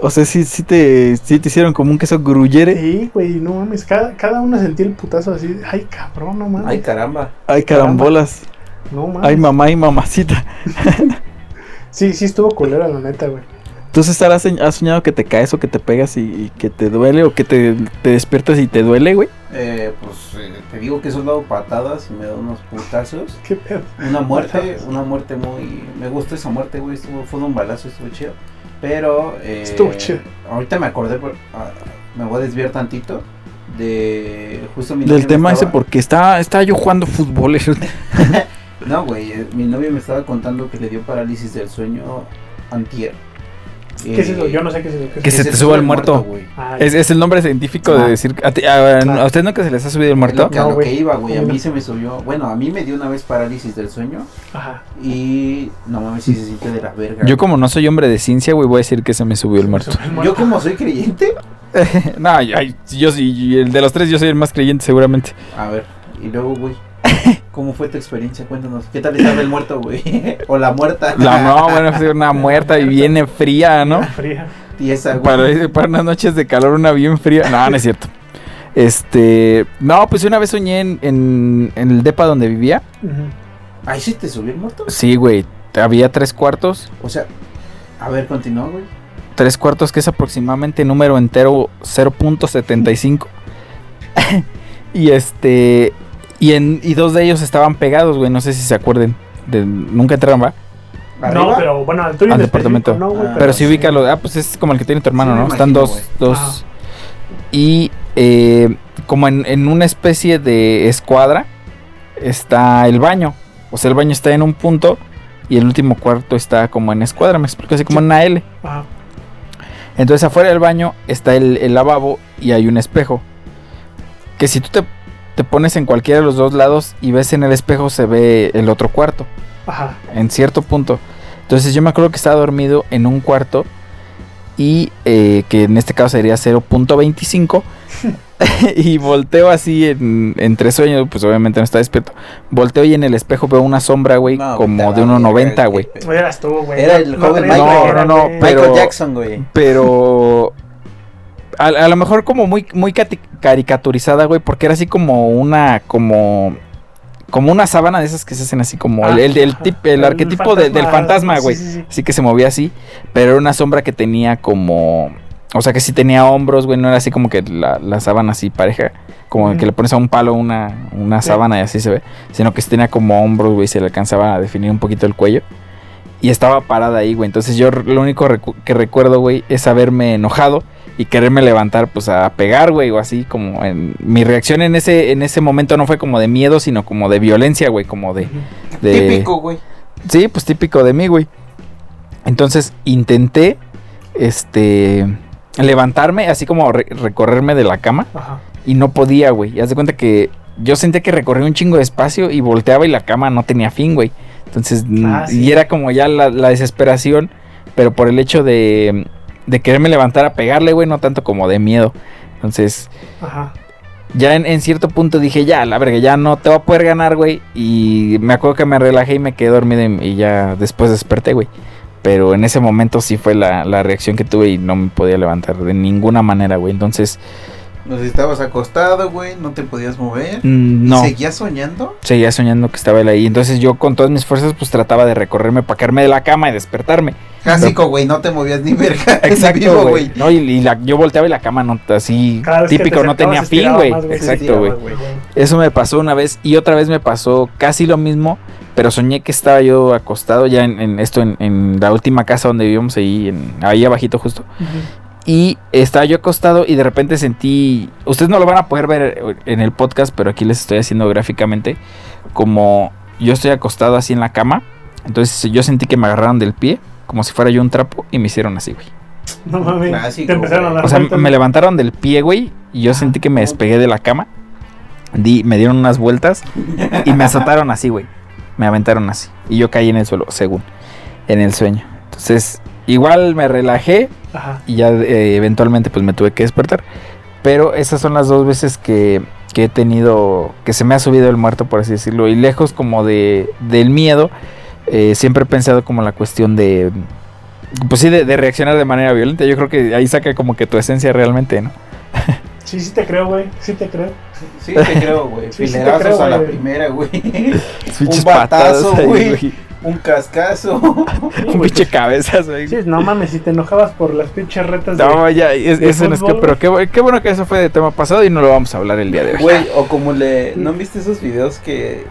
[SPEAKER 1] O sea, sí, sí, te, sí te hicieron como un queso gruyere.
[SPEAKER 2] Sí, güey, no mames. Cada, cada una sentí el putazo así. Ay, cabrón, no mames.
[SPEAKER 3] Ay, caramba.
[SPEAKER 1] Ay, carambolas.
[SPEAKER 2] no mames.
[SPEAKER 1] Ay, mamá y mamacita.
[SPEAKER 2] sí, sí estuvo culera, la neta, güey.
[SPEAKER 1] Entonces, Sara, ¿has- ¿has soñado que te caes o que te pegas y, y que te duele o que te, te despiertas y te duele, güey?
[SPEAKER 3] Eh, pues eh, te digo que eso he dado patadas y me da unos putazos.
[SPEAKER 2] Qué pedo.
[SPEAKER 3] Una muerte, una muerte muy. Me gustó esa muerte, güey. Estuvo, fue de un balazo, estuvo chido. Pero. eh,
[SPEAKER 2] Estuvo chido.
[SPEAKER 3] Ahorita me acordé, por- ah, me voy a desviar tantito. De. Justo mi novia
[SPEAKER 1] Del
[SPEAKER 3] me
[SPEAKER 1] tema ese,
[SPEAKER 3] estaba-
[SPEAKER 1] porque estaba, estaba yo jugando fútbol. eso.
[SPEAKER 3] No, güey. eh, Mi novia me estaba contando que le dio parálisis del sueño antier. Eh,
[SPEAKER 2] ¿Qué es eso? Yo no sé qué es eso. ¿Qué es
[SPEAKER 1] Que
[SPEAKER 2] eso?
[SPEAKER 1] se te suba el muerto.
[SPEAKER 3] güey.
[SPEAKER 2] Ah,
[SPEAKER 1] Es, es el nombre científico
[SPEAKER 3] Ah.
[SPEAKER 1] de decir. ¿A, ti- a-
[SPEAKER 2] Claro.
[SPEAKER 1] a ustedes nunca se les ha subido el
[SPEAKER 3] Es lo
[SPEAKER 1] muerto?
[SPEAKER 3] que, a
[SPEAKER 2] No,
[SPEAKER 3] lo que
[SPEAKER 2] güey.
[SPEAKER 3] iba, güey. A
[SPEAKER 2] No.
[SPEAKER 3] mí se me subió. Bueno, a mí me dio una vez parálisis del sueño.
[SPEAKER 2] ajá.
[SPEAKER 3] Y. No mames, si se siente de la verga.
[SPEAKER 1] Yo, como no soy hombre de ciencia, güey, voy a decir que se me subió el muerto.
[SPEAKER 3] Yo como soy creyente.
[SPEAKER 1] no, yo, ay, yo sí, el de los tres, yo soy el más creyente, seguramente.
[SPEAKER 3] A ver, y luego, güey. ¿Cómo fue tu experiencia? Cuéntanos. ¿Qué tal estaba el muerto, güey? o la muerta.
[SPEAKER 1] La no, bueno, es una muerta y viene fría, ¿no?
[SPEAKER 2] Fría.
[SPEAKER 3] Y esa, güey.
[SPEAKER 1] Para, para unas noches de calor, una bien fría. No, no es cierto. Este. No, pues una vez soñé en, en- en el depa donde vivía.
[SPEAKER 2] Ujú.
[SPEAKER 3] Ay, sí te subió el muerto.
[SPEAKER 1] Sí, güey. Había tres cuartos.
[SPEAKER 3] O sea, a ver, continúa, güey.
[SPEAKER 1] Tres cuartos que es aproximadamente número entero 0.75. y este. Y, en, y dos de ellos estaban pegados, güey. No sé si se acuerden. de- nunca entraron, ¿va?
[SPEAKER 3] ¿Arriba?
[SPEAKER 2] No, pero bueno, al tuyo
[SPEAKER 1] Al
[SPEAKER 2] en específico,
[SPEAKER 1] departamento.
[SPEAKER 2] No, güey,
[SPEAKER 3] Ah.
[SPEAKER 1] Pero sí ubica los. Ah, pues es como el que tiene tu hermano,
[SPEAKER 3] Sí, me
[SPEAKER 1] ¿no? Están
[SPEAKER 3] imagino,
[SPEAKER 1] dos.
[SPEAKER 3] güey. Ah.
[SPEAKER 1] Dos. Y eh, como en, en una especie de escuadra está el baño. O sea, el baño está en un punto y el último cuarto está como en escuadra. Me explico así como en una L.
[SPEAKER 2] Ajá.
[SPEAKER 1] Entonces afuera del baño está el, el lavabo y hay un espejo. Que si tú te, te pones en cualquiera de los dos lados y ves en el espejo se ve el otro cuarto
[SPEAKER 2] Ajá.
[SPEAKER 1] en cierto punto. Entonces yo me acuerdo que estaba dormido en un cuarto y eh, que en este caso sería 0.25 y volteo así en, entre sueños, pues obviamente no está despierto. Volteo y en el espejo veo una sombra, güey,
[SPEAKER 3] No,
[SPEAKER 1] como
[SPEAKER 3] vete
[SPEAKER 1] de
[SPEAKER 3] a la
[SPEAKER 1] 1.90,
[SPEAKER 3] verga,
[SPEAKER 1] güey.
[SPEAKER 3] qué pe-
[SPEAKER 2] Eras tú, güey.
[SPEAKER 3] Era el joven
[SPEAKER 2] traías
[SPEAKER 3] Michael.
[SPEAKER 2] playera,
[SPEAKER 1] No, no,
[SPEAKER 2] güey.
[SPEAKER 1] no, pero-
[SPEAKER 3] Michael Jackson, güey.
[SPEAKER 1] Pero a, a lo mejor como muy muy cati- caricaturizada, güey, porque era así como una como como una sábana de esas que se hacen así como el, el, el tip- el arquetipo de- del fantasma,
[SPEAKER 2] Ah, sí,
[SPEAKER 1] güey.
[SPEAKER 2] sí, sí.
[SPEAKER 1] Así que se movía así, pero era una sombra que tenía como... O sea, que sí tenía hombros, güey, no era así como que la, la sábana así pareja, como
[SPEAKER 2] Ujú.
[SPEAKER 1] que le pones a un palo una, una
[SPEAKER 2] Sí.
[SPEAKER 1] sábana y así se ve, sino que sí tenía como hombros, güey, se le alcanzaba a definir un poquito el cuello. Y estaba parada ahí, güey, entonces yo r- lo único recu- que recuerdo, güey, es haberme enojado y quererme levantar, pues a pegar, güey, o así, como en... Mi reacción en ese, en ese momento no fue como de miedo, sino como de violencia, güey, como de... de
[SPEAKER 3] Típico, güey.
[SPEAKER 1] Sí, pues típico de mí, güey. Entonces intenté, este, levantarme, así como re- recorrerme de la cama,
[SPEAKER 2] Ajá.
[SPEAKER 1] y no podía, güey. Y haz de cuenta que yo sentía que recorrí un chingo de espacio y volteaba y la cama no tenía fin, güey. Entonces,
[SPEAKER 2] Ah,
[SPEAKER 1] mm,
[SPEAKER 2] sí.
[SPEAKER 1] y era como ya la, la desesperación, pero por el hecho de, de quererme levantar a pegarle, güey, no tanto como de miedo. Entonces,
[SPEAKER 2] Ajá.
[SPEAKER 1] ya en, en cierto punto dije, ya, la verga, ya no te va a poder ganar, güey. Y me acuerdo que me relajé y me quedé dormido y, y ya después desperté, güey. Pero en ese momento sí fue la, la reacción que tuve y no me podía levantar de ninguna manera, güey. Entonces,
[SPEAKER 3] Nos estabas acostado, güey, no te podías mover.
[SPEAKER 1] mm, no.
[SPEAKER 3] ¿Seguías soñando?
[SPEAKER 1] seguía soñando que estaba él ahí. Entonces yo con todas mis fuerzas pues trataba de recorrerme para caerme de la cama y despertarme.
[SPEAKER 3] Clásico, güey, no te movías ni verga. en vivo,
[SPEAKER 1] Exacto, güey. No, y, y la- yo volteaba y la cama no así
[SPEAKER 2] Cada vez que
[SPEAKER 1] típico
[SPEAKER 2] te
[SPEAKER 1] no tenía
[SPEAKER 2] acercabas,
[SPEAKER 1] fin,
[SPEAKER 2] estiraba
[SPEAKER 1] güey.
[SPEAKER 2] más, güey.
[SPEAKER 3] Sí,
[SPEAKER 1] Exacto,
[SPEAKER 3] estiraba
[SPEAKER 1] güey.
[SPEAKER 3] más, güey.
[SPEAKER 1] Eso me pasó una vez y otra vez me pasó casi lo mismo, pero soñé que estaba yo acostado ya en, en esto en, en la última casa donde vivíamos ahí en ahí abajito justo.
[SPEAKER 2] Ujú.
[SPEAKER 1] Y estaba yo acostado y de repente sentí. Ustedes no lo van a poder ver en el podcast, pero aquí les estoy haciendo gráficamente. Como yo estoy acostado así en la cama. Entonces yo sentí que me agarraron del pie, como si fuera yo un trapo, y me hicieron así, güey.
[SPEAKER 2] No mames.
[SPEAKER 3] Clásico,
[SPEAKER 2] te empezaron a
[SPEAKER 3] güey.
[SPEAKER 2] dar
[SPEAKER 1] O sea,
[SPEAKER 2] vueltas.
[SPEAKER 1] me levantaron del pie, güey, y yo sentí que me despegué de la cama. Di, me dieron unas vueltas y me azotaron así, güey. Me aventaron así. Y yo caí en el suelo, según, en el sueño. Entonces, igual me relajé,
[SPEAKER 2] Ajá.
[SPEAKER 1] y ya eh, eventualmente pues me tuve que despertar. Pero esas son las dos veces que, que he tenido, que se me ha subido el muerto, por así decirlo. Y lejos como de, del miedo, eh, siempre he pensado como la cuestión de, pues sí, de, de reaccionar de manera violenta. Yo creo que ahí saca como que tu esencia realmente, ¿no?
[SPEAKER 2] Sí, sí te creo, güey. Sí te creo.
[SPEAKER 3] Sí, te creo, güey.
[SPEAKER 2] Sí, sí te
[SPEAKER 3] Filerazos
[SPEAKER 2] creo,
[SPEAKER 3] a la
[SPEAKER 2] güey.
[SPEAKER 3] primera, güey.
[SPEAKER 1] Pinches
[SPEAKER 3] batazo,
[SPEAKER 1] patadas ahí,
[SPEAKER 3] güey. Un cascazo.
[SPEAKER 1] Un pinche cabezas, güey.
[SPEAKER 2] Sí, no mames, si te enojabas por las pinches retas de-
[SPEAKER 1] No, ya, es-
[SPEAKER 2] de
[SPEAKER 1] eso no es que,
[SPEAKER 2] fútbol,
[SPEAKER 1] pero qué, bu- qué bueno que eso fue de tema pasado y no lo vamos a hablar el día de hoy.
[SPEAKER 3] Güey, o como le. ¿No viste esos videos que.?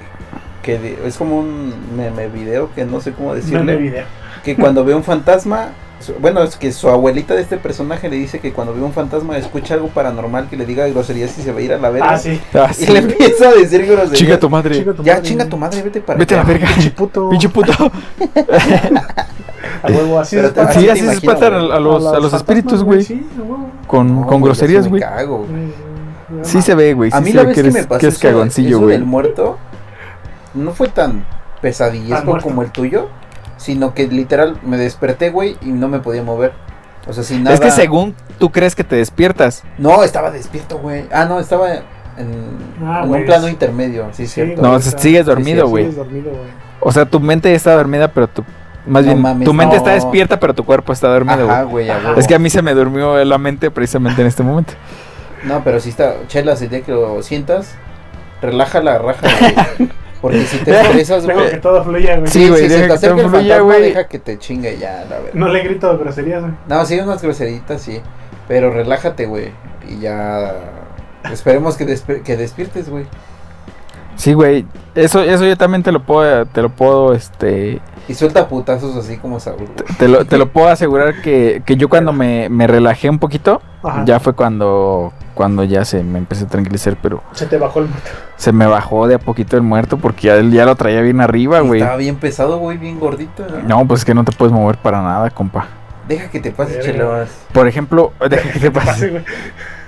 [SPEAKER 3] Que de- es como un meme video que no sé cómo
[SPEAKER 2] No me
[SPEAKER 3] decirle.
[SPEAKER 2] video.
[SPEAKER 3] Que cuando ve un fantasma. su- Bueno, es que su abuelita de este personaje le dice que cuando ve un fantasma escucha algo paranormal que le diga groserías y se va a ir a la verga.
[SPEAKER 2] Ah, sí.
[SPEAKER 1] Ah,
[SPEAKER 3] Y
[SPEAKER 1] sí.
[SPEAKER 3] le empieza a decir groserías.
[SPEAKER 1] Chinga tu madre.
[SPEAKER 3] Ya, chinga tu madre, vete para
[SPEAKER 1] Vete a la
[SPEAKER 3] acá.
[SPEAKER 1] verga.
[SPEAKER 2] puto.
[SPEAKER 1] Pinche puto.
[SPEAKER 2] A huevo, así
[SPEAKER 3] Pero
[SPEAKER 2] es
[SPEAKER 3] te-
[SPEAKER 2] para-
[SPEAKER 1] Sí,
[SPEAKER 3] te
[SPEAKER 1] así se
[SPEAKER 3] imagino,
[SPEAKER 1] espantan
[SPEAKER 3] güey.
[SPEAKER 1] a, a los, a los
[SPEAKER 2] fantasmas,
[SPEAKER 1] espíritus, güey.
[SPEAKER 2] Sí, a huevo.
[SPEAKER 1] Con,
[SPEAKER 3] No,
[SPEAKER 1] con
[SPEAKER 3] güey,
[SPEAKER 1] groserías,
[SPEAKER 3] sí me
[SPEAKER 1] güey.
[SPEAKER 3] cago, güey.
[SPEAKER 2] Mm,
[SPEAKER 1] Sí se ve, güey. Sí
[SPEAKER 3] a mí
[SPEAKER 1] se
[SPEAKER 3] la
[SPEAKER 1] ve
[SPEAKER 3] vez
[SPEAKER 1] que
[SPEAKER 3] que,
[SPEAKER 1] eres,
[SPEAKER 3] me pasó
[SPEAKER 1] que eres
[SPEAKER 3] eso, de-
[SPEAKER 1] cagoncillo,
[SPEAKER 3] eso
[SPEAKER 1] güey.
[SPEAKER 3] del muerto, no fue tan
[SPEAKER 2] Tan
[SPEAKER 3] pesadillesco
[SPEAKER 2] muerto.
[SPEAKER 3] como el tuyo, sino que literal me desperté, güey, y no me podía mover. O sea, sin nada.
[SPEAKER 1] Es que según tú crees que te despiertas.
[SPEAKER 3] No, estaba despierto, güey. Ah, no, estaba en,
[SPEAKER 2] Ah,
[SPEAKER 3] en
[SPEAKER 2] güey,
[SPEAKER 3] un plano
[SPEAKER 2] es-
[SPEAKER 3] intermedio, sí, es
[SPEAKER 2] Sí,
[SPEAKER 3] cierto.
[SPEAKER 2] güey.
[SPEAKER 1] No,
[SPEAKER 2] o sea,
[SPEAKER 1] sigues
[SPEAKER 3] sí,
[SPEAKER 1] dormido,
[SPEAKER 3] sí,
[SPEAKER 1] güey.
[SPEAKER 2] sigues dormido, güey.
[SPEAKER 1] O sea, tu mente está dormida, pero tu. Más
[SPEAKER 3] No
[SPEAKER 1] bien,
[SPEAKER 3] mames,
[SPEAKER 1] tu mente está
[SPEAKER 3] no.
[SPEAKER 1] despierta, pero tu cuerpo está dormido,
[SPEAKER 3] Ajá,
[SPEAKER 1] güey.
[SPEAKER 3] güey, a
[SPEAKER 2] Ajá.
[SPEAKER 3] huevo.
[SPEAKER 1] Es que a mí se me durmió la mente precisamente en este momento.
[SPEAKER 3] No, pero si está. Chelas, el día que lo sientas, relaja la raja, güey. Porque si te estresas,
[SPEAKER 2] Dejo que
[SPEAKER 3] güey.
[SPEAKER 2] todo fluya, güey.
[SPEAKER 1] Sí, güey,
[SPEAKER 3] si se
[SPEAKER 1] deja
[SPEAKER 3] te
[SPEAKER 1] que
[SPEAKER 3] acerca
[SPEAKER 1] todo
[SPEAKER 3] el
[SPEAKER 1] fluya,
[SPEAKER 3] fantasma,
[SPEAKER 1] güey.
[SPEAKER 3] deja que te chingue ya, la verdad.
[SPEAKER 2] No le grito groserías, güey.
[SPEAKER 3] No, sí, unas groseritas, sí. Pero relájate, güey. Y ya. Esperemos que, despe- que despiertes, güey.
[SPEAKER 1] Sí, güey. Eso, eso yo también te lo puedo, te lo puedo, este.
[SPEAKER 3] Y suelta putazos así como Saúl. güey.
[SPEAKER 1] Te lo, te lo puedo asegurar que, que yo cuando me, me relajé un poquito,
[SPEAKER 2] Ajá.
[SPEAKER 1] ya fue cuando, cuando ya se me empecé a tranquilizar, pero
[SPEAKER 2] Se te bajó el muerto.
[SPEAKER 1] se me bajó de a poquito el muerto porque ya, ya lo traía bien arriba, Ah, güey.
[SPEAKER 3] Estaba bien pesado, güey, bien gordito. ¿no?
[SPEAKER 1] No, pues que no te puedes mover para nada, compa.
[SPEAKER 3] Deja que te pase,
[SPEAKER 2] Verga.
[SPEAKER 3] chelas.
[SPEAKER 1] Por ejemplo, deja que te
[SPEAKER 2] Pase,
[SPEAKER 1] pase,
[SPEAKER 2] güey.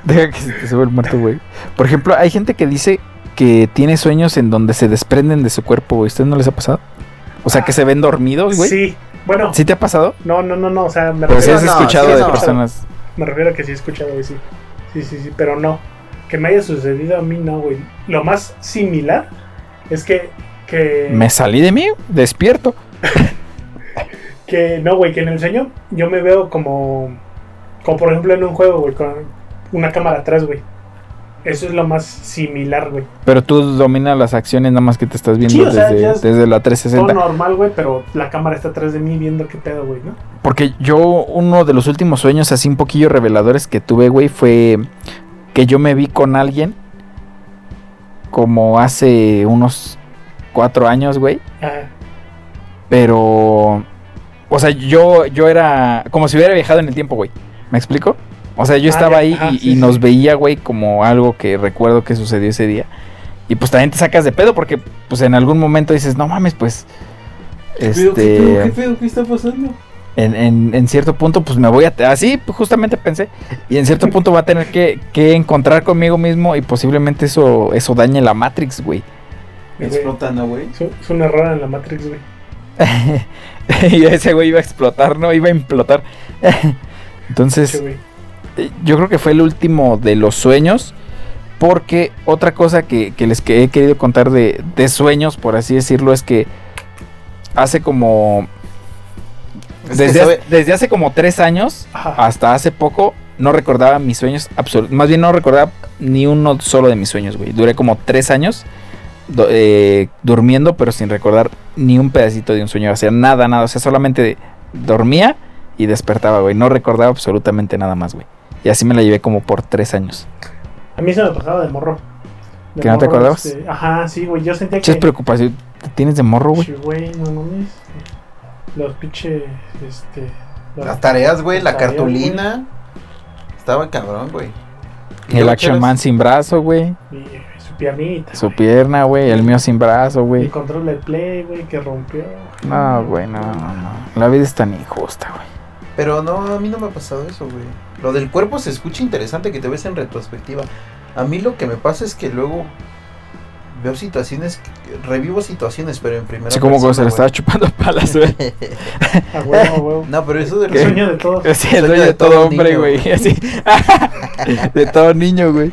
[SPEAKER 1] deja que se te suba el muerto, güey. Por ejemplo, hay gente que dice que tiene sueños en donde se desprenden de su cuerpo, güey. ¿Ustedes no les ha pasado? O sea, que se ven dormidos, güey. Sí.
[SPEAKER 2] Sí. Bueno,
[SPEAKER 1] te ha pasado?
[SPEAKER 2] no, no, no, no. O sea, me
[SPEAKER 1] Pero si
[SPEAKER 2] refiero,
[SPEAKER 1] has
[SPEAKER 3] no,
[SPEAKER 1] escuchado
[SPEAKER 3] sí,
[SPEAKER 1] de
[SPEAKER 3] no.
[SPEAKER 1] personas.
[SPEAKER 2] me refiero a que sí he escuchado, güey, sí. Sí, sí, sí. Pero no. Que me haya sucedido a mí, no, güey. Lo más similar es que. que
[SPEAKER 1] Me salí de mí, despierto.
[SPEAKER 2] Que no, güey, que en el sueño yo me veo como. Como por ejemplo en un juego, güey, con una cámara atrás, güey. Eso es lo más similar, güey.
[SPEAKER 1] Pero tú dominas las acciones, nada más que te estás viendo
[SPEAKER 2] Sí, o sea,
[SPEAKER 1] desde,
[SPEAKER 2] ya es-
[SPEAKER 1] desde la
[SPEAKER 2] Todo
[SPEAKER 1] 360.
[SPEAKER 2] normal, güey, pero la cámara está atrás de mí viendo qué pedo, güey, ¿no?
[SPEAKER 1] Porque yo, uno de los últimos sueños así un poquillo reveladores que tuve, güey, fue que yo me vi con alguien como hace unos cuatro años, güey.
[SPEAKER 2] Ajá.
[SPEAKER 1] Pero, o sea, yo, yo era como si hubiera viajado en el tiempo, güey. ¿Me explico? O sea, yo
[SPEAKER 2] Ah,
[SPEAKER 1] estaba
[SPEAKER 2] ya,
[SPEAKER 1] ahí
[SPEAKER 2] ajá,
[SPEAKER 1] y,
[SPEAKER 2] sí,
[SPEAKER 1] y
[SPEAKER 2] sí.
[SPEAKER 1] nos veía, güey, como algo que recuerdo que sucedió ese día. Y pues también te sacas de pedo porque, pues en algún momento dices, no mames, pues. Este.
[SPEAKER 3] pedo? ¿Qué está pasando?
[SPEAKER 1] en, en- en cierto punto, pues me voy a. Así justamente pensé. Y en cierto punto va a tener que, que encontrar conmigo mismo. Y posiblemente eso, eso dañe la Matrix, güey.
[SPEAKER 2] Güey,
[SPEAKER 3] Explotando, güey.
[SPEAKER 2] Es un- es un error en la Matrix, güey.
[SPEAKER 1] y ese güey iba a explotar, ¿no? Iba a implotar. Entonces,
[SPEAKER 2] Che, güey.
[SPEAKER 1] eh, yo creo que fue el último de los sueños. Porque otra cosa que, que les que he querido contar de, de sueños, por así decirlo, es que hace como.
[SPEAKER 3] Es que
[SPEAKER 1] Desde,
[SPEAKER 3] sabe-
[SPEAKER 1] hace- desde hace como tres años
[SPEAKER 2] Ajá.
[SPEAKER 1] hasta hace poco no recordaba mis sueños absolut- Más bien no recordaba ni uno solo de mis sueños, güey. Duré como tres años do- eh, durmiendo, pero sin recordar ni un pedacito de un sueño. O sea, nada, nada. O sea, solamente dormía y despertaba, güey. No recordaba absolutamente nada más, güey. Y así me la llevé como por tres años.
[SPEAKER 2] A mí se me pasaba de morro. De
[SPEAKER 1] ¿Que no te
[SPEAKER 2] morro,
[SPEAKER 1] acordabas?
[SPEAKER 2] este, ajá, sí, güey. Yo sentía que.
[SPEAKER 1] Muchas preocupación. ¿Te tienes de morro, güey?
[SPEAKER 2] Sí, güey, no mames. Los pinches. Este. los-
[SPEAKER 3] Las tareas, güey, la
[SPEAKER 2] Las tareas,
[SPEAKER 3] cartulina. Estaba cabrón, güey. Y
[SPEAKER 1] El
[SPEAKER 3] luego,
[SPEAKER 1] Action
[SPEAKER 3] chelas.
[SPEAKER 1] Man sin brazo, güey.
[SPEAKER 2] Y su piernita.
[SPEAKER 1] Su
[SPEAKER 2] güey.
[SPEAKER 1] pierna, güey. El mío sin brazo,
[SPEAKER 2] El
[SPEAKER 1] güey.
[SPEAKER 2] control del play, güey, que rompió.
[SPEAKER 1] No, güey, no, no, no. La vida es tan injusta, güey.
[SPEAKER 3] Pero no, a mí no me ha pasado eso, güey. Lo del cuerpo se escucha interesante que te ves en retrospectiva. A mí lo que me pasa es que luego veo situaciones, que- revivo situaciones, pero pues en primera
[SPEAKER 1] Así como cuando se le estaba
[SPEAKER 3] persona,
[SPEAKER 1] chupando palas, güey.
[SPEAKER 3] güey.
[SPEAKER 2] A huevo, a huevo.
[SPEAKER 3] No, pero eso
[SPEAKER 2] El
[SPEAKER 3] del
[SPEAKER 1] ¿Qué?
[SPEAKER 3] sueño.
[SPEAKER 2] sueño de todos.
[SPEAKER 1] Sí, el
[SPEAKER 3] Sueño
[SPEAKER 1] dueño
[SPEAKER 3] de
[SPEAKER 1] de
[SPEAKER 3] todo
[SPEAKER 1] todo hombre,
[SPEAKER 3] niño,
[SPEAKER 1] güey.
[SPEAKER 3] güey.
[SPEAKER 1] Así. De todo niño, güey.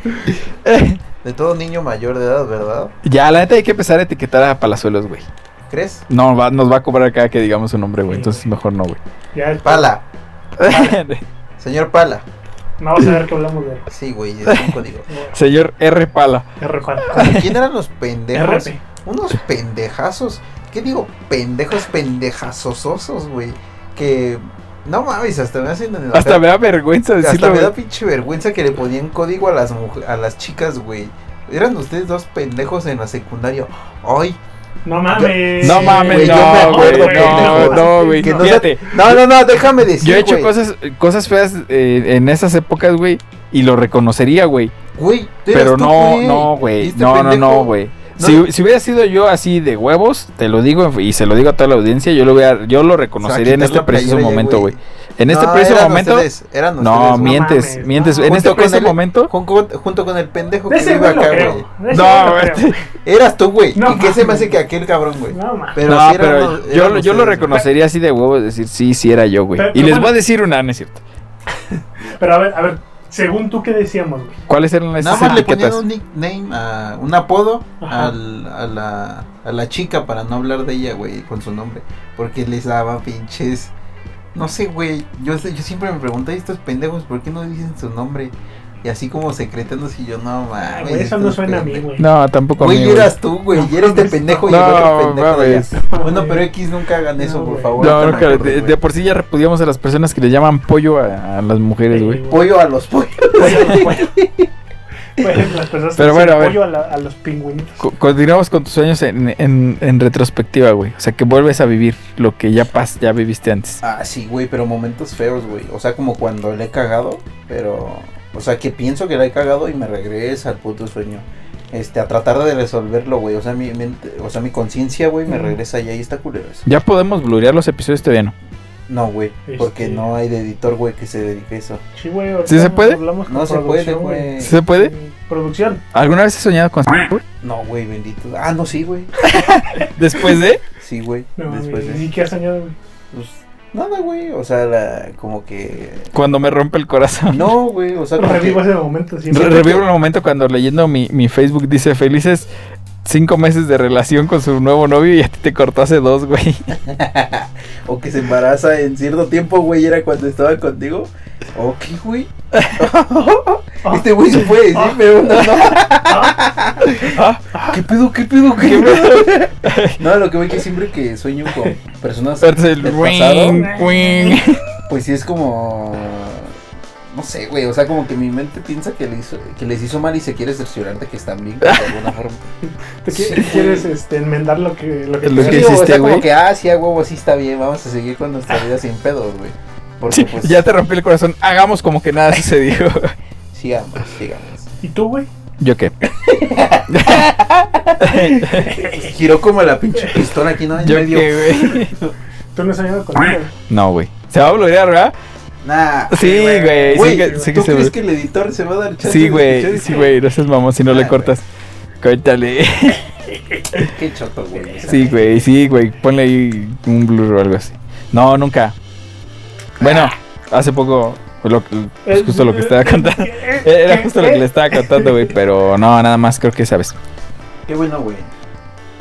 [SPEAKER 3] De todo niño mayor de edad, ¿verdad?
[SPEAKER 1] Ya, la neta hay que empezar a etiquetar a Palazuelos, güey.
[SPEAKER 3] ¿Crees?
[SPEAKER 1] No, va- nos va a cobrar cada que digamos su nombre, güey.
[SPEAKER 2] Sí,
[SPEAKER 1] Entonces
[SPEAKER 2] güey.
[SPEAKER 1] mejor no, güey.
[SPEAKER 2] Ya el
[SPEAKER 3] Pala, señor Pala.
[SPEAKER 2] No vas a ver que hablamos de él.
[SPEAKER 3] Sí, güey, es un código.
[SPEAKER 1] Señor R. Pala.
[SPEAKER 2] R. Juan.
[SPEAKER 3] ¿Quién eran los pendejos?
[SPEAKER 2] RP.
[SPEAKER 3] Unos pendejazos. ¿Qué digo? Pendejos, pendejazososos, güey. Que. No mames, hasta me hacen. enojar.
[SPEAKER 1] Hasta me da vergüenza
[SPEAKER 3] Hasta
[SPEAKER 1] decirlo,
[SPEAKER 3] me
[SPEAKER 1] güey.
[SPEAKER 3] da pinche vergüenza que le ponían código a las muj- a las chicas, güey. Eran ustedes dos pendejos en la secundaria. Ay,
[SPEAKER 2] No mames.
[SPEAKER 1] No
[SPEAKER 3] güey,
[SPEAKER 1] mames,
[SPEAKER 3] yo me
[SPEAKER 1] no, güey.
[SPEAKER 3] acuerdo,
[SPEAKER 1] No,
[SPEAKER 3] güey.
[SPEAKER 1] no, güey.
[SPEAKER 3] que no,
[SPEAKER 1] Fíjate,
[SPEAKER 3] no, no, no, déjame decir,
[SPEAKER 1] yo he hecho
[SPEAKER 3] güey.
[SPEAKER 1] cosas, cosas feas eh, en esas épocas, güey. Y lo reconocería, güey.
[SPEAKER 3] Güey, tú eras
[SPEAKER 1] Pero
[SPEAKER 3] tú,
[SPEAKER 1] no, no, güey.
[SPEAKER 3] Este
[SPEAKER 1] No, no, no,
[SPEAKER 3] pendejo.
[SPEAKER 1] güey.
[SPEAKER 3] No.
[SPEAKER 1] Si, si hubiera sido yo así de huevos, te lo digo y se lo digo a toda la audiencia, yo lo hubiera- yo lo
[SPEAKER 3] O sea,
[SPEAKER 1] reconocería en
[SPEAKER 3] quitar
[SPEAKER 1] este
[SPEAKER 3] la
[SPEAKER 1] preciso
[SPEAKER 3] playera ya,
[SPEAKER 1] momento, güey. En este
[SPEAKER 3] No,
[SPEAKER 1] preciso
[SPEAKER 3] eran
[SPEAKER 1] momento.
[SPEAKER 3] ustedes, eran ustedes,
[SPEAKER 1] no,
[SPEAKER 3] güey.
[SPEAKER 1] mientes,
[SPEAKER 2] mames,
[SPEAKER 1] mientes.
[SPEAKER 2] no.
[SPEAKER 1] En este
[SPEAKER 3] Junto con
[SPEAKER 1] preciso
[SPEAKER 3] el-
[SPEAKER 1] momento.
[SPEAKER 3] Jun- Junto, con el pendejo
[SPEAKER 2] De
[SPEAKER 3] que
[SPEAKER 2] ese
[SPEAKER 3] vive
[SPEAKER 2] güey lo
[SPEAKER 3] acá,
[SPEAKER 2] creo.
[SPEAKER 3] güey.
[SPEAKER 2] De ese
[SPEAKER 1] No,
[SPEAKER 2] güey lo creo.
[SPEAKER 3] Eras tú, güey.
[SPEAKER 2] No
[SPEAKER 3] ¿Y qué se me
[SPEAKER 2] mames.
[SPEAKER 3] hace que aquel cabrón, güey?
[SPEAKER 2] No mames.
[SPEAKER 1] no,
[SPEAKER 3] Pero sí eran
[SPEAKER 1] pero
[SPEAKER 3] los- eran
[SPEAKER 1] yo, yo lo
[SPEAKER 3] ustedes,
[SPEAKER 1] reconocería así de huevos, decir, sí, sí era yo, güey.
[SPEAKER 2] Pero-
[SPEAKER 1] Y
[SPEAKER 2] pero
[SPEAKER 1] les
[SPEAKER 2] bueno.
[SPEAKER 1] voy a decir una, ¿no es cierto?
[SPEAKER 2] Pero a ver, a ver. Según tú, ¿qué decíamos, güey?
[SPEAKER 1] ¿Cuáles eran esas
[SPEAKER 3] Nada más le
[SPEAKER 1] etiquetas?
[SPEAKER 3] ponían un nickname, a- un apodo
[SPEAKER 2] Ajá.
[SPEAKER 3] al- a, la, a la chica para no hablar de ella, güey, con su nombre. Porque les daba pinches. No sé, güey. Yo, sé- yo siempre me pregunté, estos pendejos, ¿por qué no dicen su nombre? Y así como secretándose, y yo no
[SPEAKER 2] Ay,
[SPEAKER 3] mames.
[SPEAKER 2] güey, eso no
[SPEAKER 3] estos
[SPEAKER 2] suena a mí,
[SPEAKER 3] pendejos".
[SPEAKER 2] güey.
[SPEAKER 1] No, tampoco a mí,
[SPEAKER 3] Güey,
[SPEAKER 1] güey.
[SPEAKER 3] eras tú, güey. Y eres de pendejo y el otro
[SPEAKER 1] No,
[SPEAKER 3] pendejo. de allá.
[SPEAKER 1] mames.
[SPEAKER 3] Bueno, pero X nunca hagan eso,
[SPEAKER 2] No,
[SPEAKER 3] por
[SPEAKER 2] güey.
[SPEAKER 3] favor.
[SPEAKER 1] No,
[SPEAKER 3] ahorita
[SPEAKER 1] no,
[SPEAKER 3] me
[SPEAKER 1] que
[SPEAKER 3] acuerdo,
[SPEAKER 1] de,
[SPEAKER 3] güey.
[SPEAKER 1] de por sí ya repudiamos a las personas que le llaman pollo a, a las mujeres,
[SPEAKER 2] Sí,
[SPEAKER 1] güey.
[SPEAKER 2] güey.
[SPEAKER 3] Pollo a los pollos.
[SPEAKER 2] Güey, las personas
[SPEAKER 1] Pero
[SPEAKER 2] que
[SPEAKER 1] bueno,
[SPEAKER 2] hacen
[SPEAKER 1] a ver.
[SPEAKER 2] pollo a, la- a los pingüinitos.
[SPEAKER 1] Co- Continuamos con tus sueños en, en- en retrospectiva, güey. O sea, que vuelves a vivir lo que ya pas, ya viviste antes.
[SPEAKER 3] Ah, sí, güey, pero momentos feos, güey. O sea, como cuando le he cagado, pero. O sea, que pienso que le he cagado y me regresa al puto sueño. Este, a tratar de resolverlo, güey. O sea, mi mente, o sea, mi conciencia, güey, me
[SPEAKER 2] Mm.
[SPEAKER 3] regresa y ahí está culero eso.
[SPEAKER 1] Ya podemos blurear los episodios todavía, ¿no?
[SPEAKER 3] No, güey, porque
[SPEAKER 2] Este-
[SPEAKER 3] no hay de editor, güey, que se dedique a eso.
[SPEAKER 2] Sí, güey. ahorita
[SPEAKER 1] ¿Sí se puede?
[SPEAKER 2] hablamos con
[SPEAKER 3] No se puede,
[SPEAKER 2] producción,
[SPEAKER 3] güey.
[SPEAKER 1] ¿Sí se puede?
[SPEAKER 2] Sí, Producción.
[SPEAKER 1] ¿Alguna vez has soñado con güey?
[SPEAKER 3] No, güey, bendito. Ah, no, sí, güey.
[SPEAKER 1] Después de.
[SPEAKER 3] Sí, güey.
[SPEAKER 2] No,
[SPEAKER 3] Después
[SPEAKER 2] güey,
[SPEAKER 3] de.
[SPEAKER 2] ni que has soñado, güey.
[SPEAKER 3] Pues, nada, güey. O sea, la, como que.
[SPEAKER 1] Cuando me rompe el corazón.
[SPEAKER 3] No, güey, o sea, como
[SPEAKER 2] Revivo
[SPEAKER 3] que.
[SPEAKER 2] ese momento. sí.
[SPEAKER 1] Re- Revivo el momento cuando leyendo mi, mi Facebook dice felices cinco meses de relación con su nuevo novio y a ti te cortó hace dos, güey.
[SPEAKER 3] O que se embaraza en cierto tiempo, güey, era cuando estaba contigo. ¿O qué, güey? Este güey se puede decir,
[SPEAKER 1] Ah.
[SPEAKER 3] pero no, no. ¿Qué pedo, qué pedo, qué pedo? No, lo que voy que siempre que sueño con personas
[SPEAKER 1] Cortas el
[SPEAKER 3] del pasado,
[SPEAKER 1] ring, ring.
[SPEAKER 3] pues sí es como... No sé, güey, o sea, como que mi mente piensa que, le hizo- que les hizo mal y se quiere cerciorar de que están bien, de alguna forma.
[SPEAKER 2] ¿Te qui-
[SPEAKER 3] Sí.
[SPEAKER 2] quieres este, enmendar lo que, lo que
[SPEAKER 1] Lo
[SPEAKER 2] te-
[SPEAKER 1] que
[SPEAKER 3] Sí, o
[SPEAKER 1] hiciste,
[SPEAKER 3] sea, como
[SPEAKER 1] güey.
[SPEAKER 3] que, ah, sí, a huevo, sí está bien, vamos a seguir con nuestra vida sin pedos, güey. Porque,
[SPEAKER 1] Sí,
[SPEAKER 3] pues,
[SPEAKER 1] ya te rompí el corazón. Hagamos como que nada sucedió.
[SPEAKER 3] sigamos, sigamos.
[SPEAKER 2] ¿Y tú, güey?
[SPEAKER 1] ¿Yo qué?
[SPEAKER 3] Giró como la pinche pistola aquí, ¿no? En
[SPEAKER 1] ¿Yo
[SPEAKER 3] medio.
[SPEAKER 1] qué, güey?
[SPEAKER 2] Tú no has soñado con él.
[SPEAKER 1] No, güey. Se va a blurear, ¿verdad?
[SPEAKER 3] Nah.
[SPEAKER 1] Sí, güey. Sí,
[SPEAKER 3] Güey,
[SPEAKER 1] que, sí que
[SPEAKER 3] ¿tú
[SPEAKER 1] se
[SPEAKER 3] crees que el editor se va a dar chance
[SPEAKER 1] Sí,
[SPEAKER 3] de escuchar este-
[SPEAKER 1] güey,
[SPEAKER 3] eso?
[SPEAKER 1] sí, güey, no seas mamón si no
[SPEAKER 3] Ah,
[SPEAKER 1] le cortas. Cuéntale.
[SPEAKER 3] Qué choto, güey.
[SPEAKER 1] Sí, güey, sí, güey. Ponle ahí un blur o algo así. No, nunca. Bueno, hace poco lo- es justo lo que
[SPEAKER 2] Eh,
[SPEAKER 1] estaba contando. Era justo lo que le estaba contando, güey, pero no, nada más creo que sabes.
[SPEAKER 3] Qué bueno, güey.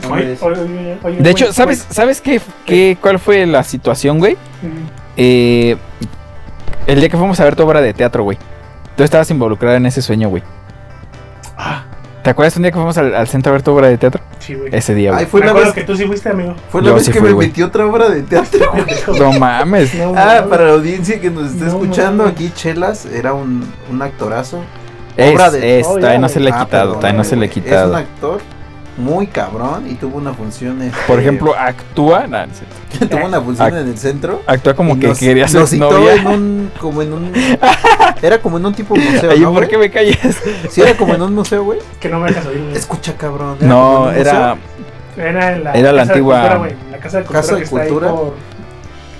[SPEAKER 3] No
[SPEAKER 2] Oye,
[SPEAKER 3] merece.
[SPEAKER 2] oye, oye, oye,
[SPEAKER 1] De hecho,
[SPEAKER 2] güey,
[SPEAKER 1] ¿sabes, ¿sabes qué, qué, cuál fue la situación, güey?
[SPEAKER 2] güey. Mm.
[SPEAKER 1] Eh, el día que fuimos a ver tu obra de teatro, güey. Tú estabas involucrada en ese sueño, güey.
[SPEAKER 2] Ah,
[SPEAKER 1] ¿Te acuerdas un día que fuimos al, al centro a ver tu obra de teatro?
[SPEAKER 2] sí, güey.
[SPEAKER 1] Ese día,
[SPEAKER 3] Ay,
[SPEAKER 1] güey.
[SPEAKER 3] fue
[SPEAKER 2] Me
[SPEAKER 3] la
[SPEAKER 2] acuerdo
[SPEAKER 3] vez,
[SPEAKER 2] que tú sí fuiste, amigo.
[SPEAKER 3] fue la
[SPEAKER 1] Yo
[SPEAKER 3] vez
[SPEAKER 1] sí
[SPEAKER 3] que
[SPEAKER 1] fui,
[SPEAKER 3] me
[SPEAKER 1] güey.
[SPEAKER 3] metí otra obra de teatro. güey.
[SPEAKER 1] No mames.
[SPEAKER 2] No,
[SPEAKER 3] Ah,
[SPEAKER 2] güey.
[SPEAKER 3] para la audiencia que nos está
[SPEAKER 2] No,
[SPEAKER 3] escuchando,
[SPEAKER 2] mames.
[SPEAKER 3] aquí Chelas era un, un actorazo.
[SPEAKER 1] Es,
[SPEAKER 3] Obra de-
[SPEAKER 1] es,
[SPEAKER 2] Oh, ya,
[SPEAKER 1] todavía no
[SPEAKER 2] güey.
[SPEAKER 1] se le ha
[SPEAKER 3] Ah,
[SPEAKER 1] quitado,
[SPEAKER 3] perdón,
[SPEAKER 1] todavía no se le ha
[SPEAKER 3] güey. Es un
[SPEAKER 1] quitado.
[SPEAKER 3] actor muy cabrón y tuvo una función. este,
[SPEAKER 1] Por ejemplo, actúa, nah, no es cierto.
[SPEAKER 3] tuvo una función
[SPEAKER 1] ac-
[SPEAKER 3] en el centro.
[SPEAKER 1] actúa como
[SPEAKER 3] y
[SPEAKER 1] que
[SPEAKER 3] nos-
[SPEAKER 1] quería ser
[SPEAKER 3] nos citó
[SPEAKER 1] novia.
[SPEAKER 3] en un. Como en un. Era como en un tipo museo.
[SPEAKER 1] Ay,
[SPEAKER 3] ¿no,
[SPEAKER 1] ¿por
[SPEAKER 3] güey?
[SPEAKER 1] qué me callas?
[SPEAKER 3] Sí, era como en un museo, güey.
[SPEAKER 2] Que no me dejas oír, güey.
[SPEAKER 3] Escucha, cabrón. como
[SPEAKER 1] No,
[SPEAKER 3] en un
[SPEAKER 1] era.
[SPEAKER 3] museo.
[SPEAKER 2] Era en la,
[SPEAKER 1] Era la
[SPEAKER 2] Casa de
[SPEAKER 1] antigua-
[SPEAKER 2] Cultura, güey, en la casa de cultura.
[SPEAKER 3] Casa de
[SPEAKER 2] que está ahí
[SPEAKER 3] Cultura.
[SPEAKER 2] por-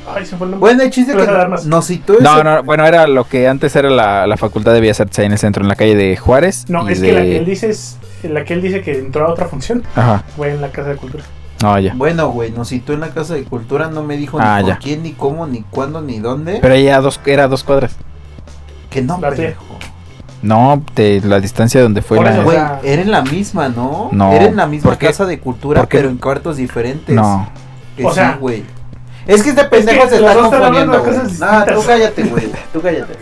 [SPEAKER 2] Ay, se fue el nombre.
[SPEAKER 3] Bueno, el chiste
[SPEAKER 2] Pero
[SPEAKER 3] que
[SPEAKER 2] era de armas.
[SPEAKER 3] nos citó.
[SPEAKER 1] No,
[SPEAKER 3] ese-
[SPEAKER 1] no, bueno, era lo que antes era la, la Facultad de Bellas Artes ahí en el centro, en la calle de Juárez.
[SPEAKER 2] no,
[SPEAKER 1] y
[SPEAKER 2] es que la que
[SPEAKER 1] de-
[SPEAKER 2] él dice es- la que él dice que entró a otra función
[SPEAKER 1] Ajá,
[SPEAKER 2] fue en la casa de cultura.
[SPEAKER 1] no, ya.
[SPEAKER 3] Bueno, güey, nos citó en la Casa de Cultura. No me dijo
[SPEAKER 1] Ah,
[SPEAKER 3] ni
[SPEAKER 1] ya.
[SPEAKER 3] con quién, ni cómo, ni cuándo, ni dónde.
[SPEAKER 1] Pero ella dos, era dos cuadras.
[SPEAKER 3] que no,
[SPEAKER 2] La tía.
[SPEAKER 3] pendejo.
[SPEAKER 1] No, de la distancia donde fue
[SPEAKER 2] Por
[SPEAKER 1] la.
[SPEAKER 2] eso,
[SPEAKER 3] Güey,
[SPEAKER 2] sea-
[SPEAKER 3] era en la misma, ¿no?
[SPEAKER 1] No,
[SPEAKER 3] Era en la misma
[SPEAKER 1] ¿por qué?
[SPEAKER 3] casa de cultura,
[SPEAKER 1] ¿Por qué?
[SPEAKER 3] pero en cuartos diferentes.
[SPEAKER 1] No,
[SPEAKER 3] Que
[SPEAKER 2] O
[SPEAKER 3] sí,
[SPEAKER 2] sea-
[SPEAKER 3] güey. Es que este pendejo
[SPEAKER 2] que
[SPEAKER 3] se
[SPEAKER 2] los
[SPEAKER 3] está
[SPEAKER 2] dos están
[SPEAKER 3] confundiendo,
[SPEAKER 2] hablando de
[SPEAKER 3] güey.
[SPEAKER 2] cosas
[SPEAKER 3] No, tú
[SPEAKER 2] distintas.
[SPEAKER 3] cállate, güey. Tú cállate.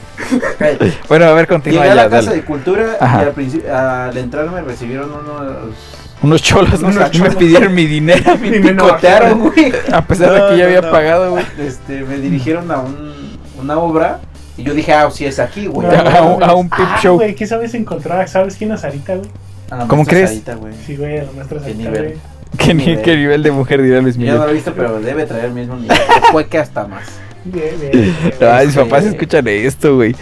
[SPEAKER 3] cállate.
[SPEAKER 1] Bueno, a ver, continúa
[SPEAKER 3] Llegué a
[SPEAKER 1] ya,
[SPEAKER 3] la casa
[SPEAKER 1] dale.
[SPEAKER 3] de cultura
[SPEAKER 1] Ajá.
[SPEAKER 3] y al, principio- al entrar me recibieron unos...
[SPEAKER 1] Unos cholos,
[SPEAKER 2] Unos
[SPEAKER 1] ¿no? A mí me
[SPEAKER 2] cholos.
[SPEAKER 1] pidieron mi dinero,
[SPEAKER 2] Y
[SPEAKER 1] me
[SPEAKER 2] me
[SPEAKER 1] picotearon,
[SPEAKER 2] bajaron.
[SPEAKER 1] güey.
[SPEAKER 3] güey.
[SPEAKER 1] A pesar de
[SPEAKER 3] No,
[SPEAKER 1] que ya
[SPEAKER 3] no,
[SPEAKER 1] había
[SPEAKER 3] no.
[SPEAKER 1] pagado, güey.
[SPEAKER 3] Este,
[SPEAKER 1] Mm.
[SPEAKER 3] me dirigieron a un, una obra y yo dije, ah, sí, es aquí, güey.
[SPEAKER 2] No,
[SPEAKER 1] A un, a un
[SPEAKER 2] Ah,
[SPEAKER 1] peep show.
[SPEAKER 2] güey, ¿qué sabes encontrar? ¿Sabes quién es Sarita, güey?
[SPEAKER 3] A la
[SPEAKER 1] ¿Cómo
[SPEAKER 3] maestra
[SPEAKER 1] crees?
[SPEAKER 3] Sarita, güey.
[SPEAKER 2] Sí, güey, la maestra
[SPEAKER 3] Qué
[SPEAKER 2] Sarita,
[SPEAKER 3] nivel.
[SPEAKER 2] güey.
[SPEAKER 1] ¿Qué, ni-
[SPEAKER 3] nivel.
[SPEAKER 1] qué nivel de mujer dirá Luis
[SPEAKER 3] Ya
[SPEAKER 1] Miguel?
[SPEAKER 3] no lo he visto, pero debe traer el mismo nivel. Fue que hasta más.
[SPEAKER 2] Bien, bien, bien, güey.
[SPEAKER 1] Ay, mis
[SPEAKER 3] güey.
[SPEAKER 1] papás escuchan esto, güey.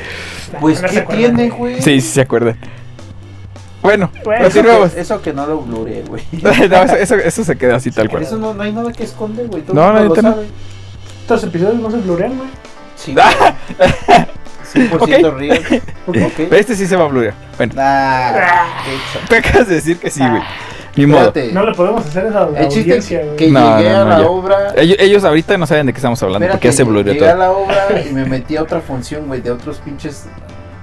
[SPEAKER 3] Pues,
[SPEAKER 2] No se
[SPEAKER 3] ¿qué
[SPEAKER 2] acuerdan,
[SPEAKER 3] tiene, güey?
[SPEAKER 1] Sí, sí se acuerdan. Bueno,
[SPEAKER 2] Bueno,
[SPEAKER 3] Eso
[SPEAKER 1] continuamos.
[SPEAKER 3] que, eso que no lo bluré, güey.
[SPEAKER 1] No, eso, eso- eso se queda así tal
[SPEAKER 3] Por
[SPEAKER 1] cual.
[SPEAKER 3] eso no, no hay nada que esconder, güey. todo
[SPEAKER 1] No,
[SPEAKER 3] el mundo
[SPEAKER 1] no,
[SPEAKER 3] lo
[SPEAKER 1] ahorita no.
[SPEAKER 3] sabe.
[SPEAKER 2] Estos episodios no se florean, güey.
[SPEAKER 3] Sí, güey. 100% real.
[SPEAKER 1] Pero este sí se va a blurear. Bueno,
[SPEAKER 3] Nah, Ah, qué chato.
[SPEAKER 1] te acabas de decir que sí, güey. Ni modo.
[SPEAKER 3] Ah, Espérate.
[SPEAKER 2] No le podemos hacer eso a la
[SPEAKER 3] El chiste
[SPEAKER 2] audiencia,
[SPEAKER 3] que,
[SPEAKER 2] güey.
[SPEAKER 3] que
[SPEAKER 1] No,
[SPEAKER 3] llegué
[SPEAKER 1] no,
[SPEAKER 3] a
[SPEAKER 1] no,
[SPEAKER 3] la
[SPEAKER 1] ya.
[SPEAKER 3] obra.
[SPEAKER 1] Ellos, ellos ahorita no saben de qué estamos hablando, porque ya se
[SPEAKER 3] Espérate,
[SPEAKER 1] blureó
[SPEAKER 3] llegué a
[SPEAKER 1] todo.
[SPEAKER 3] la obra y me metí a otra función, güey, de otros pinches.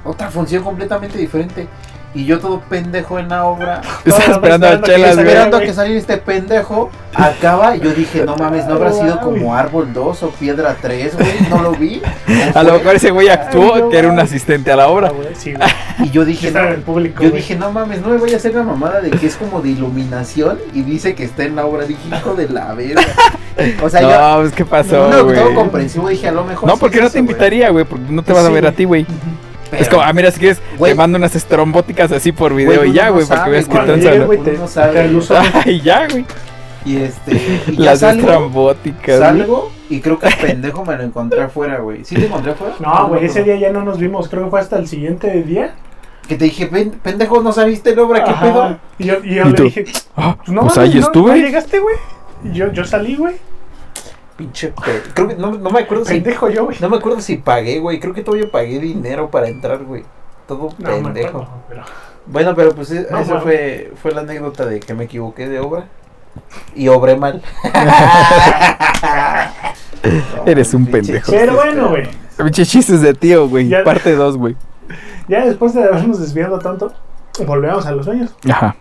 [SPEAKER 3] Otra función completamente diferente. Y yo todo pendejo en la obra.
[SPEAKER 1] Estaba
[SPEAKER 2] Todos
[SPEAKER 1] esperando a
[SPEAKER 2] esperando que
[SPEAKER 1] Chelas,
[SPEAKER 2] se
[SPEAKER 1] güey.
[SPEAKER 2] vea.
[SPEAKER 3] Esperando a que saliera este pendejo, acaba y yo dije, no mames, no habrá sido como árbol 2 o piedra 3, güey, no lo vi.
[SPEAKER 1] A lo mejor ese güey actuó,
[SPEAKER 2] Ay, no
[SPEAKER 1] que era un
[SPEAKER 2] mames.
[SPEAKER 1] asistente a la
[SPEAKER 2] Ah,
[SPEAKER 1] obra.
[SPEAKER 2] güey, Sí, güey.
[SPEAKER 3] Y yo
[SPEAKER 2] Sí
[SPEAKER 3] dije,
[SPEAKER 2] estaba en el
[SPEAKER 3] no,
[SPEAKER 2] público,
[SPEAKER 3] yo
[SPEAKER 2] güey.
[SPEAKER 3] dije, no mames, no me voy a hacer la mamada de que es como de iluminación y dice que está en la obra. Dije, hijo de la verga. O sea, yo
[SPEAKER 1] No, pues qué pasó,
[SPEAKER 3] no,
[SPEAKER 1] güey.
[SPEAKER 3] todo comprensivo dije, a lo mejor.
[SPEAKER 1] No,
[SPEAKER 3] sí
[SPEAKER 1] porque
[SPEAKER 3] es
[SPEAKER 1] no
[SPEAKER 3] eso,
[SPEAKER 1] te
[SPEAKER 3] güey. Pues
[SPEAKER 1] invitaría, güey, porque no te vas a
[SPEAKER 3] Sí,
[SPEAKER 1] ver a ti, güey. Es como, ah, mira, si quieres,
[SPEAKER 3] Güey.
[SPEAKER 1] te mando unas estrombóticas así por video
[SPEAKER 3] Güey, pues
[SPEAKER 1] y ya,
[SPEAKER 3] uno no
[SPEAKER 1] güey, para que
[SPEAKER 3] sabe,
[SPEAKER 1] veas que
[SPEAKER 2] Cuando
[SPEAKER 1] tranza.
[SPEAKER 2] llegue,
[SPEAKER 1] ¿no?
[SPEAKER 2] güey, te,
[SPEAKER 3] Uno no sabe.
[SPEAKER 2] te aluso.
[SPEAKER 1] Ay, ya, güey.
[SPEAKER 3] Y este. y ya
[SPEAKER 1] Las
[SPEAKER 3] salgo,
[SPEAKER 1] estrambóticas. güey.
[SPEAKER 3] salgo y creo que el pendejo me lo encontré afuera, güey. ¿Sí te encontré afuera?
[SPEAKER 2] No, güey, ese
[SPEAKER 3] no.
[SPEAKER 2] día ya no nos vimos. Creo que fue hasta el siguiente día.
[SPEAKER 3] Que te dije, "Pen- pendejo, ¿no sabiste el obra? ¿Qué
[SPEAKER 2] Ajá.
[SPEAKER 3] pedo?
[SPEAKER 2] Y yo, y yo
[SPEAKER 1] ¿Y
[SPEAKER 2] le
[SPEAKER 1] tú?
[SPEAKER 2] dije,
[SPEAKER 1] Ah,
[SPEAKER 2] no,
[SPEAKER 1] pues
[SPEAKER 2] mames,
[SPEAKER 1] ahí
[SPEAKER 2] no,
[SPEAKER 1] estuve.
[SPEAKER 2] No llegaste, güey. Y Yo, yo salí, güey.
[SPEAKER 3] Pinche pe- Creo que no, no me acuerdo si.
[SPEAKER 2] Pendejo yo, güey.
[SPEAKER 3] No me acuerdo si pagué, güey. Creo que todavía pagué dinero para entrar, güey. Todo
[SPEAKER 2] No, me
[SPEAKER 3] pendejo.
[SPEAKER 2] acuerdo, pero-
[SPEAKER 3] Bueno, pero pues e-
[SPEAKER 2] No,
[SPEAKER 3] esa
[SPEAKER 2] mames.
[SPEAKER 3] fue, fue la anécdota de que me equivoqué de obra. Y obré mal. No,
[SPEAKER 1] Eres un
[SPEAKER 3] pinche
[SPEAKER 1] pendejo.
[SPEAKER 3] chiste,
[SPEAKER 2] Pero bueno, güey.
[SPEAKER 1] Pinche chistes de tío, güey.
[SPEAKER 2] Ya-
[SPEAKER 1] Parte 2, güey.
[SPEAKER 2] Ya después de habernos desviado tanto, volvemos a los sueños.
[SPEAKER 1] Ajá.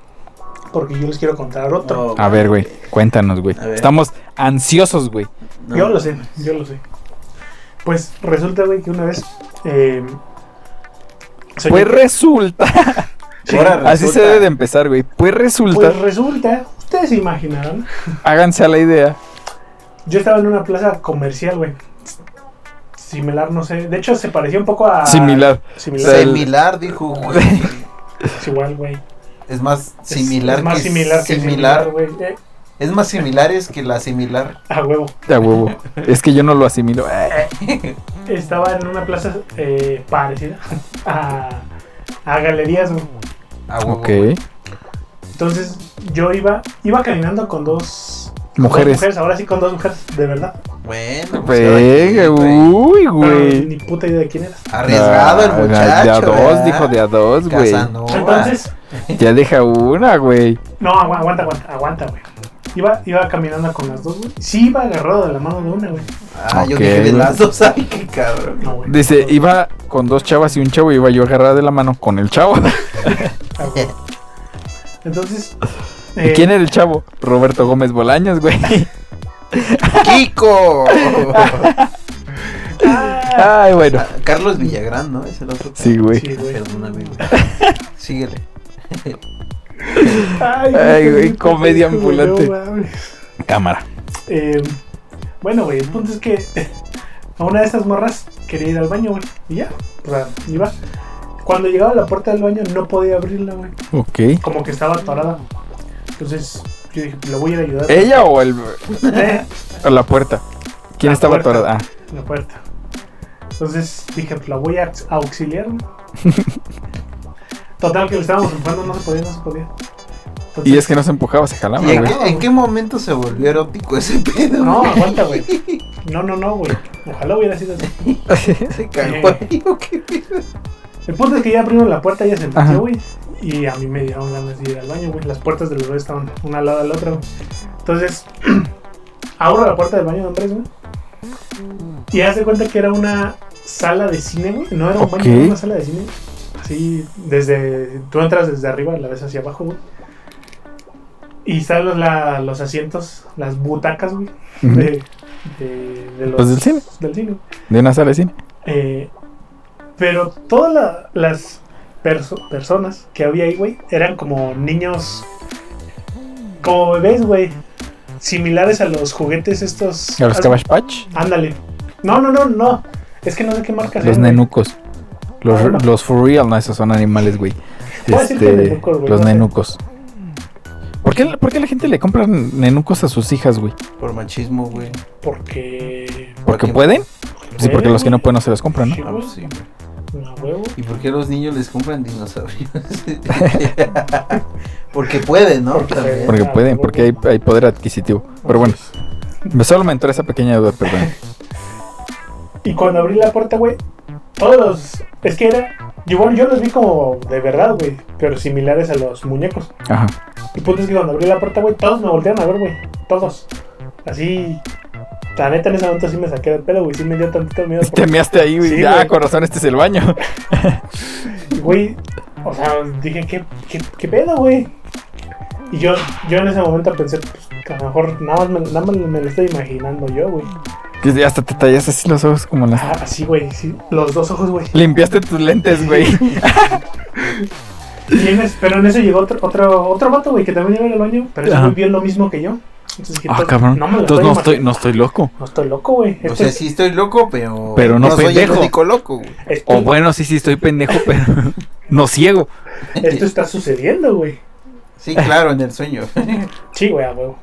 [SPEAKER 2] Porque yo les quiero contar otro.
[SPEAKER 3] No,
[SPEAKER 1] A ver, güey. Cuéntanos, güey.
[SPEAKER 3] A ver.
[SPEAKER 1] Estamos ansiosos, güey.
[SPEAKER 3] no.
[SPEAKER 2] Yo lo sé, yo lo sé. Pues resulta, güey, que una vez. Eh, soñé
[SPEAKER 1] Pues
[SPEAKER 2] que-
[SPEAKER 1] resulta.
[SPEAKER 3] Ahora
[SPEAKER 1] Así se
[SPEAKER 3] resulta-
[SPEAKER 1] debe de empezar, güey. Pues resulta.
[SPEAKER 2] Pues resulta, ustedes se imaginarán.
[SPEAKER 1] Háganse a la idea.
[SPEAKER 2] Yo estaba en una plaza comercial, güey. Similar, no sé. De hecho, se parecía un poco
[SPEAKER 3] Ah.
[SPEAKER 2] a.
[SPEAKER 1] Similar.
[SPEAKER 2] Similar.
[SPEAKER 1] Sí.
[SPEAKER 3] Similar, dijo, güey.
[SPEAKER 2] Es igual, güey.
[SPEAKER 3] Es más
[SPEAKER 2] Es-
[SPEAKER 3] similar
[SPEAKER 2] es, más
[SPEAKER 3] que
[SPEAKER 2] similar que
[SPEAKER 3] similar.
[SPEAKER 2] similar, güey. Eh,
[SPEAKER 3] Es más similares que la similar.
[SPEAKER 2] a huevo.
[SPEAKER 1] A huevo. Es que yo no lo asimilo. Eh,
[SPEAKER 2] Estaba en una plaza eh, parecida a, a galerías, güey.
[SPEAKER 3] Ah, huevo,
[SPEAKER 1] Ok.
[SPEAKER 3] güey.
[SPEAKER 2] Entonces yo iba iba caminando con dos
[SPEAKER 1] Mujeres.
[SPEAKER 2] dos mujeres, ahora sí con dos mujeres, de verdad.
[SPEAKER 3] Bueno, pues,
[SPEAKER 1] Venga,
[SPEAKER 3] era aquí, güey.
[SPEAKER 1] uy,
[SPEAKER 2] Pero
[SPEAKER 1] güey.
[SPEAKER 2] ni puta idea de quién eras.
[SPEAKER 3] Arriesgado el
[SPEAKER 1] Ah,
[SPEAKER 3] muchacho.
[SPEAKER 1] De a dos,
[SPEAKER 3] ¿verdad?
[SPEAKER 1] dijo de a dos, güey.
[SPEAKER 3] Casanova.
[SPEAKER 2] Entonces,
[SPEAKER 1] Ya deja una, güey.
[SPEAKER 2] no, agu- aguanta, aguanta, aguanta, güey. Iba, iba caminando con las dos, güey. Sí, iba agarrado de la mano de una, güey.
[SPEAKER 3] Ah, yo
[SPEAKER 1] Ok,
[SPEAKER 3] dije de
[SPEAKER 1] güey.
[SPEAKER 3] las dos. Ay, qué cabrón.
[SPEAKER 2] No, güey.
[SPEAKER 1] Dice, iba con dos chavas y un chavo, iba yo agarrada de la mano con el chavo.
[SPEAKER 2] Ah, güey. Entonces.
[SPEAKER 1] ¿Y
[SPEAKER 2] eh,
[SPEAKER 1] quién era el chavo? Roberto Gómez Bolaños, güey.
[SPEAKER 3] ¡Kiko!
[SPEAKER 2] ah,
[SPEAKER 1] Ay, bueno.
[SPEAKER 3] Ah, Carlos Villagrán, ¿no? Es el otro.
[SPEAKER 1] Sí, güey.
[SPEAKER 2] sí, güey.
[SPEAKER 3] Perdóname, güey. Síguele.
[SPEAKER 2] Ay,
[SPEAKER 1] Ay, güey,
[SPEAKER 2] qué
[SPEAKER 1] comedia
[SPEAKER 2] pendejo, güey,
[SPEAKER 1] ambulante.
[SPEAKER 2] no mames.
[SPEAKER 1] Cámara.
[SPEAKER 2] Eh, bueno, güey, el punto es que a una de esas morras quería ir al baño, güey. Y ya, o sea, iba. Cuando llegaba a la puerta del baño no podía abrirla, güey.
[SPEAKER 1] Ok.
[SPEAKER 2] Como que estaba atorada. Entonces yo dije, le voy a ir a ayudar.
[SPEAKER 1] ¿Ella o el
[SPEAKER 2] Eh,
[SPEAKER 1] o la puerta? ¿Quién
[SPEAKER 2] La
[SPEAKER 1] estaba
[SPEAKER 2] puerta.
[SPEAKER 1] atorada? Ah,
[SPEAKER 2] en la puerta. Entonces dije, pues la voy a aux- a auxiliar, güey. Total, que le estábamos empujando, no se podía, no se podía. Entonces-
[SPEAKER 1] y es que no se empujaba, se jalaba,
[SPEAKER 3] ¿Y en,
[SPEAKER 1] güey.
[SPEAKER 3] qué, en qué momento se volvió erótico ese pedo?
[SPEAKER 2] No,
[SPEAKER 3] güey?
[SPEAKER 2] aguanta, güey. No, no, no, güey. Ojalá hubiera sido así.
[SPEAKER 3] Se cagó ahí, ¿o qué pedo?
[SPEAKER 2] El punto es que ya abrieron la puerta, ella se
[SPEAKER 1] Ajá.
[SPEAKER 2] metió, güey. Y a mí me dieron ganas de ir al baño, güey. Las puertas de los dos estaban una al lado de la otra, güey. Entonces, abro la puerta del baño de hombres, güey. Y haz de cuenta que era una sala de cine, güey. No era un
[SPEAKER 1] Ok.
[SPEAKER 2] baño, era una sala de cine. Así, desde. Tú entras desde arriba, la ves hacia abajo, güey. Y están los, la- los asientos, las butacas, güey.
[SPEAKER 1] Ujú.
[SPEAKER 2] De, de, de los,
[SPEAKER 1] Los del cine.
[SPEAKER 2] Del cine.
[SPEAKER 1] De una sala de cine.
[SPEAKER 2] Eh, pero todas la- las perso- personas que había ahí, güey, eran como niños, como bebés, güey. Similares a los juguetes estos.
[SPEAKER 1] A los
[SPEAKER 2] haz-
[SPEAKER 1] Cabbage Patch.
[SPEAKER 2] Ándale. No, no, no, no. Es que no sé qué marca
[SPEAKER 1] Los
[SPEAKER 2] sean, güey.
[SPEAKER 1] nenucos. Los, los for real, no, esos son animales, güey.
[SPEAKER 2] Voy a decir que
[SPEAKER 1] Este,
[SPEAKER 2] nenucos, güey,
[SPEAKER 1] los
[SPEAKER 2] no sé.
[SPEAKER 1] nenucos. ¿Por qué, por qué la gente le compra nenucos a sus hijas, güey?
[SPEAKER 3] Por machismo, güey.
[SPEAKER 2] Porque.
[SPEAKER 1] ¿Porque
[SPEAKER 3] Porque-
[SPEAKER 1] pueden? Sí, porque
[SPEAKER 2] ¿Eh?
[SPEAKER 1] los que no pueden no se los compran, ¿no?
[SPEAKER 2] Sí,
[SPEAKER 3] Ah,
[SPEAKER 2] güey.
[SPEAKER 3] pues sí, güey.
[SPEAKER 2] No, huevo.
[SPEAKER 3] ¿Y por qué a los niños les compran dinosaurios? Porque pueden, ¿no?
[SPEAKER 2] Porque
[SPEAKER 3] También.
[SPEAKER 1] Porque pueden, porque hay, hay poder adquisitivo. Pero bueno, solo me entró esa pequeña duda, perdón.
[SPEAKER 2] Y cuando abrí la puerta, güey, todos los. Es que era. Yo, bueno, yo los vi como de verdad, güey. Pero similares a los muñecos.
[SPEAKER 1] Ajá.
[SPEAKER 2] El punto es que pues, cuando abrí la puerta, güey, todos me voltearon a ver, güey. Todos. Así. La neta en ese momento sí me saqué del pelo, güey. Sí me dio tantito miedo.
[SPEAKER 1] Te
[SPEAKER 2] porque,
[SPEAKER 1] measte ahí, güey.
[SPEAKER 2] Sí,
[SPEAKER 1] ah,
[SPEAKER 2] güey.
[SPEAKER 1] con razón, este es el baño.
[SPEAKER 2] Güey, o sea, dije, ¿qué, qué, qué pedo, güey? Y yo, yo en ese momento pensé, pues, que a lo mejor nada más me, nada más me lo estoy imaginando yo, güey.
[SPEAKER 1] Que ya Hasta te tallaste así los ojos como las...
[SPEAKER 2] Ah, así, güey, sí. Los dos ojos, güey.
[SPEAKER 1] Limpiaste tus lentes, güey.
[SPEAKER 2] Y en es- pero en eso llegó otro, otro, otro vato, güey, que también iba al baño, pero ese
[SPEAKER 1] Ajá.
[SPEAKER 2] güey vio lo mismo que yo. Entonces dije,
[SPEAKER 1] Ah,
[SPEAKER 2] pues,
[SPEAKER 1] cabrón.
[SPEAKER 2] No me lo
[SPEAKER 1] Entonces no
[SPEAKER 2] estoy
[SPEAKER 1] estoy,
[SPEAKER 2] imaginando.
[SPEAKER 1] no estoy loco.
[SPEAKER 2] No estoy loco, güey.
[SPEAKER 3] O
[SPEAKER 2] Este
[SPEAKER 3] sea,
[SPEAKER 2] es-
[SPEAKER 3] sí estoy loco, pero.
[SPEAKER 1] Pero no
[SPEAKER 3] soy el
[SPEAKER 1] pendejo.
[SPEAKER 3] único loco, güey.
[SPEAKER 2] esto-
[SPEAKER 1] O bueno, sí, sí, estoy pendejo, pero no ciego.
[SPEAKER 2] esto está sucediendo, güey.
[SPEAKER 3] Sí, claro, en el sueño.
[SPEAKER 2] Sí, güey, a huevo.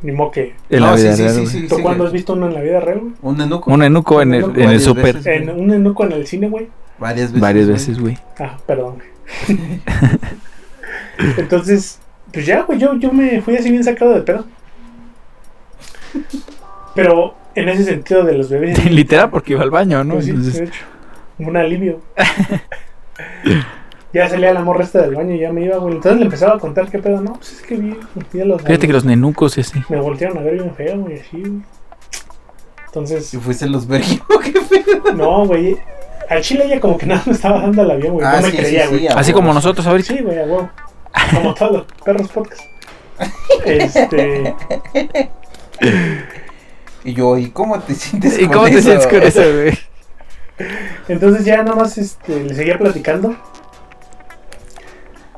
[SPEAKER 2] Ni modo que.
[SPEAKER 1] En
[SPEAKER 3] no,
[SPEAKER 1] la vida
[SPEAKER 3] sí,
[SPEAKER 1] real,
[SPEAKER 3] sí,
[SPEAKER 1] güey.
[SPEAKER 3] sí, sí,
[SPEAKER 2] ¿Tú
[SPEAKER 3] sí,
[SPEAKER 2] cuándo
[SPEAKER 3] güey.
[SPEAKER 2] has visto uno en la vida real, güey?
[SPEAKER 3] Un enuco.
[SPEAKER 1] Un enuco en el, en el
[SPEAKER 3] Varias
[SPEAKER 1] súper.
[SPEAKER 3] veces,
[SPEAKER 2] En
[SPEAKER 3] güey.
[SPEAKER 2] un enuco en el cine, güey.
[SPEAKER 3] Varias veces.
[SPEAKER 1] Varias
[SPEAKER 3] güey.
[SPEAKER 1] veces, güey.
[SPEAKER 2] Ah, perdón. Entonces, pues ya, güey, yo, yo me fui así bien sacado de pedo. Pero en ese sentido de los bebés.
[SPEAKER 1] Literal, porque iba al baño, ¿no?
[SPEAKER 2] pues sí,
[SPEAKER 1] Entonces,
[SPEAKER 2] de hecho, un alivio. ya salía la morra esta del baño y ya me iba, güey. Entonces le empezaba a contar qué pedo. No, pues es que vi, vi a los
[SPEAKER 1] fíjate que los nenucos y así.
[SPEAKER 2] Me voltearon a ver bien feo, güey, así, güey. Entonces,
[SPEAKER 3] Si fuese los vergüenza.
[SPEAKER 2] No, güey. Al chile ella como que nada me estaba dando el avión, güey.
[SPEAKER 3] Ah,
[SPEAKER 2] no
[SPEAKER 3] sí,
[SPEAKER 2] me
[SPEAKER 3] sí,
[SPEAKER 2] creía,
[SPEAKER 3] sí,
[SPEAKER 2] güey.
[SPEAKER 3] a
[SPEAKER 1] Así
[SPEAKER 3] huevo.
[SPEAKER 1] como nosotros ahorita.
[SPEAKER 2] Sí, güey, a huevo. Como todos los perros podcast. Este.
[SPEAKER 3] Y yo, ¿y cómo te sientes
[SPEAKER 1] ¿Y
[SPEAKER 3] con
[SPEAKER 1] cómo te
[SPEAKER 3] eso?
[SPEAKER 1] sientes con eso, güey?
[SPEAKER 2] Entonces ya nada más este, le seguía platicando.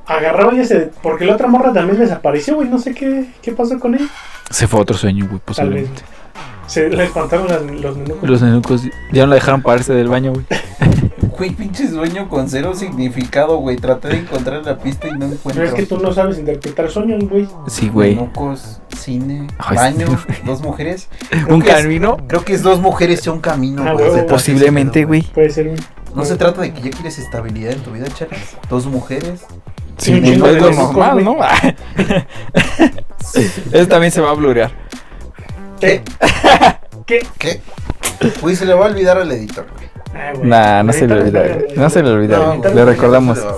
[SPEAKER 2] Agarraba y se. Porque la otra morra también desapareció, güey. No sé qué, qué pasó con ella.
[SPEAKER 1] Se fue a otro sueño, güey,
[SPEAKER 2] Tal vez.
[SPEAKER 1] posiblemente.
[SPEAKER 2] Se le espantaron las- los nenucos.
[SPEAKER 1] Los nenucos ya no la dejaron pararse del baño, güey.
[SPEAKER 3] Güey, pinche sueño con cero significado, güey. Traté de encontrar la pista y no encuentro.
[SPEAKER 2] Pero es que tú no sabes interpretar sueños, güey.
[SPEAKER 1] Sí, güey.
[SPEAKER 3] Nucos, cine,
[SPEAKER 1] Ay,
[SPEAKER 3] baño,
[SPEAKER 1] sí, güey.
[SPEAKER 3] dos mujeres.
[SPEAKER 1] Un
[SPEAKER 3] que es-
[SPEAKER 1] camino. Pues,
[SPEAKER 3] Creo que es dos mujeres y un camino,
[SPEAKER 2] Ah,
[SPEAKER 3] güey.
[SPEAKER 2] huevo,
[SPEAKER 3] detrás de ese
[SPEAKER 1] Posiblemente,
[SPEAKER 3] pedo,
[SPEAKER 1] güey.
[SPEAKER 2] Puede ser, güey.
[SPEAKER 3] No se trata de que ya quieres estabilidad en tu vida, Charles. Dos mujeres.
[SPEAKER 1] Sí,
[SPEAKER 2] Sí, un chingo
[SPEAKER 1] es
[SPEAKER 2] de
[SPEAKER 1] lo
[SPEAKER 2] nenucos,
[SPEAKER 1] normal,
[SPEAKER 2] güey.
[SPEAKER 1] ¿no? Eso también se va a blurear.
[SPEAKER 3] ¿Qué?
[SPEAKER 2] ¿Qué?
[SPEAKER 4] ¿Qué?
[SPEAKER 3] Güey, se le va a olvidar al editor, güey.
[SPEAKER 2] Ah, güey.
[SPEAKER 1] Nah, no se le
[SPEAKER 2] Ahorita
[SPEAKER 1] olvida,
[SPEAKER 2] espera,
[SPEAKER 1] güey.
[SPEAKER 2] güey.
[SPEAKER 1] No se le olvida,
[SPEAKER 3] No,
[SPEAKER 1] güey.
[SPEAKER 3] güey,
[SPEAKER 1] Le
[SPEAKER 3] no
[SPEAKER 1] recordamos.
[SPEAKER 3] se le va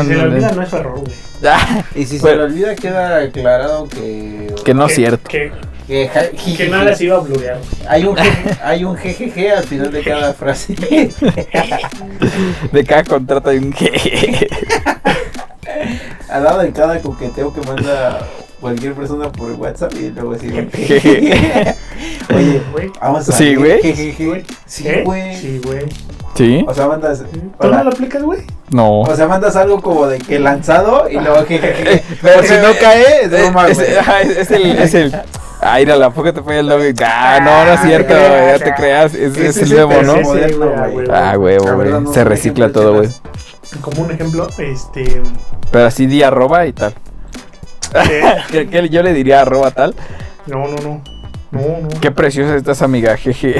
[SPEAKER 1] No,
[SPEAKER 3] olvidar.
[SPEAKER 2] Y si se le
[SPEAKER 1] no,
[SPEAKER 2] olvida,
[SPEAKER 1] no.
[SPEAKER 2] no es su error, güey.
[SPEAKER 1] Ah,
[SPEAKER 3] Y si se
[SPEAKER 1] Bueno.
[SPEAKER 3] le olvida, queda aclarado que.
[SPEAKER 1] que no es
[SPEAKER 2] Que-
[SPEAKER 1] cierto.
[SPEAKER 2] Que,
[SPEAKER 3] Que, ja-
[SPEAKER 2] que nada se iba a blurear.
[SPEAKER 3] Hay un, jeje- hay un GGG al final de cada frase.
[SPEAKER 1] De cada contrato hay un
[SPEAKER 3] al lado de cada coqueteo que manda cualquier persona por WhatsApp y luego así. güey.
[SPEAKER 1] Jeje.
[SPEAKER 3] Oye,
[SPEAKER 2] Güey.
[SPEAKER 3] vamos a
[SPEAKER 1] Sí,
[SPEAKER 3] ver,
[SPEAKER 1] güey.
[SPEAKER 3] GGG. Sí,
[SPEAKER 2] ¿Eh?
[SPEAKER 3] güey.
[SPEAKER 2] Sí, güey.
[SPEAKER 1] ¿Sí?
[SPEAKER 3] O sea, mandas.
[SPEAKER 2] ¿Tú
[SPEAKER 3] hola.
[SPEAKER 2] no lo aplicas, güey?
[SPEAKER 1] No.
[SPEAKER 3] O sea, mandas algo como de que lanzado y luego
[SPEAKER 2] Eh,
[SPEAKER 3] jejeje.
[SPEAKER 1] Pero si no cae,
[SPEAKER 3] es
[SPEAKER 1] es,
[SPEAKER 3] broma,
[SPEAKER 1] eh, es-
[SPEAKER 3] güey.
[SPEAKER 1] ajá, es- es el, es el. Ay, mira, la poca te fue el novio. Ah, no, no es
[SPEAKER 3] Ah,
[SPEAKER 1] cierto,
[SPEAKER 3] ya,
[SPEAKER 1] güey, ya
[SPEAKER 3] ya.
[SPEAKER 1] te creas. Es,
[SPEAKER 3] Ese
[SPEAKER 1] es el
[SPEAKER 3] el
[SPEAKER 1] nuevo,
[SPEAKER 3] perfil
[SPEAKER 1] ¿no?
[SPEAKER 2] Sí,
[SPEAKER 3] moderno,
[SPEAKER 2] güey, a
[SPEAKER 3] güey.
[SPEAKER 2] huevo.
[SPEAKER 1] Ah, güey,
[SPEAKER 3] La verdad,
[SPEAKER 1] güey.
[SPEAKER 3] no,
[SPEAKER 1] Se
[SPEAKER 3] por
[SPEAKER 1] recicla
[SPEAKER 3] ejemplo,
[SPEAKER 1] todo, güey.
[SPEAKER 3] chelas.
[SPEAKER 2] Como un ejemplo, este.
[SPEAKER 1] Pero así di arroba y tal.
[SPEAKER 2] eh,
[SPEAKER 1] ¿Qué, qué yo le diría arroba tal?
[SPEAKER 2] no, no, no. No, no.
[SPEAKER 1] Qué preciosa estás, amiga, jeje.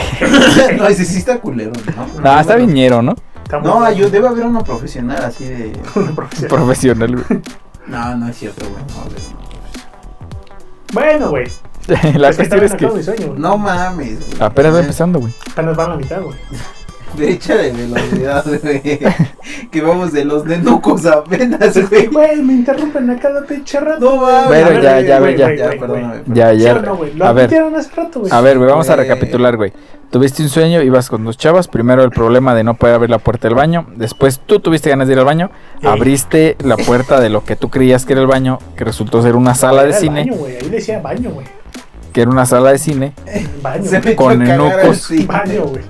[SPEAKER 3] no, ese sí está culero, ¿no?
[SPEAKER 1] No, está viñero, ¿no?
[SPEAKER 2] Está muy
[SPEAKER 3] No,
[SPEAKER 2] bueno.
[SPEAKER 3] yo debe haber una profesional así de.
[SPEAKER 2] Una profesión.
[SPEAKER 1] Profesional, güey.
[SPEAKER 3] No, no es cierto, güey. No, güey.
[SPEAKER 2] Bueno, güey.
[SPEAKER 1] La
[SPEAKER 2] es que está
[SPEAKER 1] cuestión
[SPEAKER 2] bien
[SPEAKER 1] es que.
[SPEAKER 2] acabado mi sueño, güey.
[SPEAKER 3] No mames. güey.
[SPEAKER 1] Apenas va empezando, güey.
[SPEAKER 2] Apenas van a la mitad, güey.
[SPEAKER 3] Brecha de velocidad, güey. que vamos de los nenucos apenas, güey.
[SPEAKER 2] Güey, me interrumpen a cada pinche rato.
[SPEAKER 3] No mames.
[SPEAKER 1] Bueno,
[SPEAKER 3] A ver,
[SPEAKER 1] ya,
[SPEAKER 3] güey,
[SPEAKER 1] ya,
[SPEAKER 3] güey,
[SPEAKER 1] ya.
[SPEAKER 3] Ya,
[SPEAKER 2] güey,
[SPEAKER 3] perdóname.
[SPEAKER 1] Ya,
[SPEAKER 2] ¿Sí
[SPEAKER 1] ya.
[SPEAKER 2] o no, güey? Lo
[SPEAKER 1] a ver,
[SPEAKER 2] admitieron hace rato, güey.
[SPEAKER 1] a ver, güey, vamos a
[SPEAKER 3] Güey.
[SPEAKER 1] recapitular, güey. Tuviste un sueño, ibas con dos chavas. Primero el problema de no poder abrir la puerta del baño. Después tú tuviste ganas de ir al baño.
[SPEAKER 2] Ey.
[SPEAKER 1] Abriste la puerta de lo que tú creías que era el baño, que resultó ser una sala de
[SPEAKER 2] Era el
[SPEAKER 1] cine.
[SPEAKER 2] Baño, güey. Ahí decía baño, güey.
[SPEAKER 1] Que era una sala de cine
[SPEAKER 2] Baño.
[SPEAKER 3] Se me
[SPEAKER 2] güey.
[SPEAKER 3] echó
[SPEAKER 1] Con
[SPEAKER 3] a cagar
[SPEAKER 1] nenucos.
[SPEAKER 3] así.
[SPEAKER 2] Baño, güey.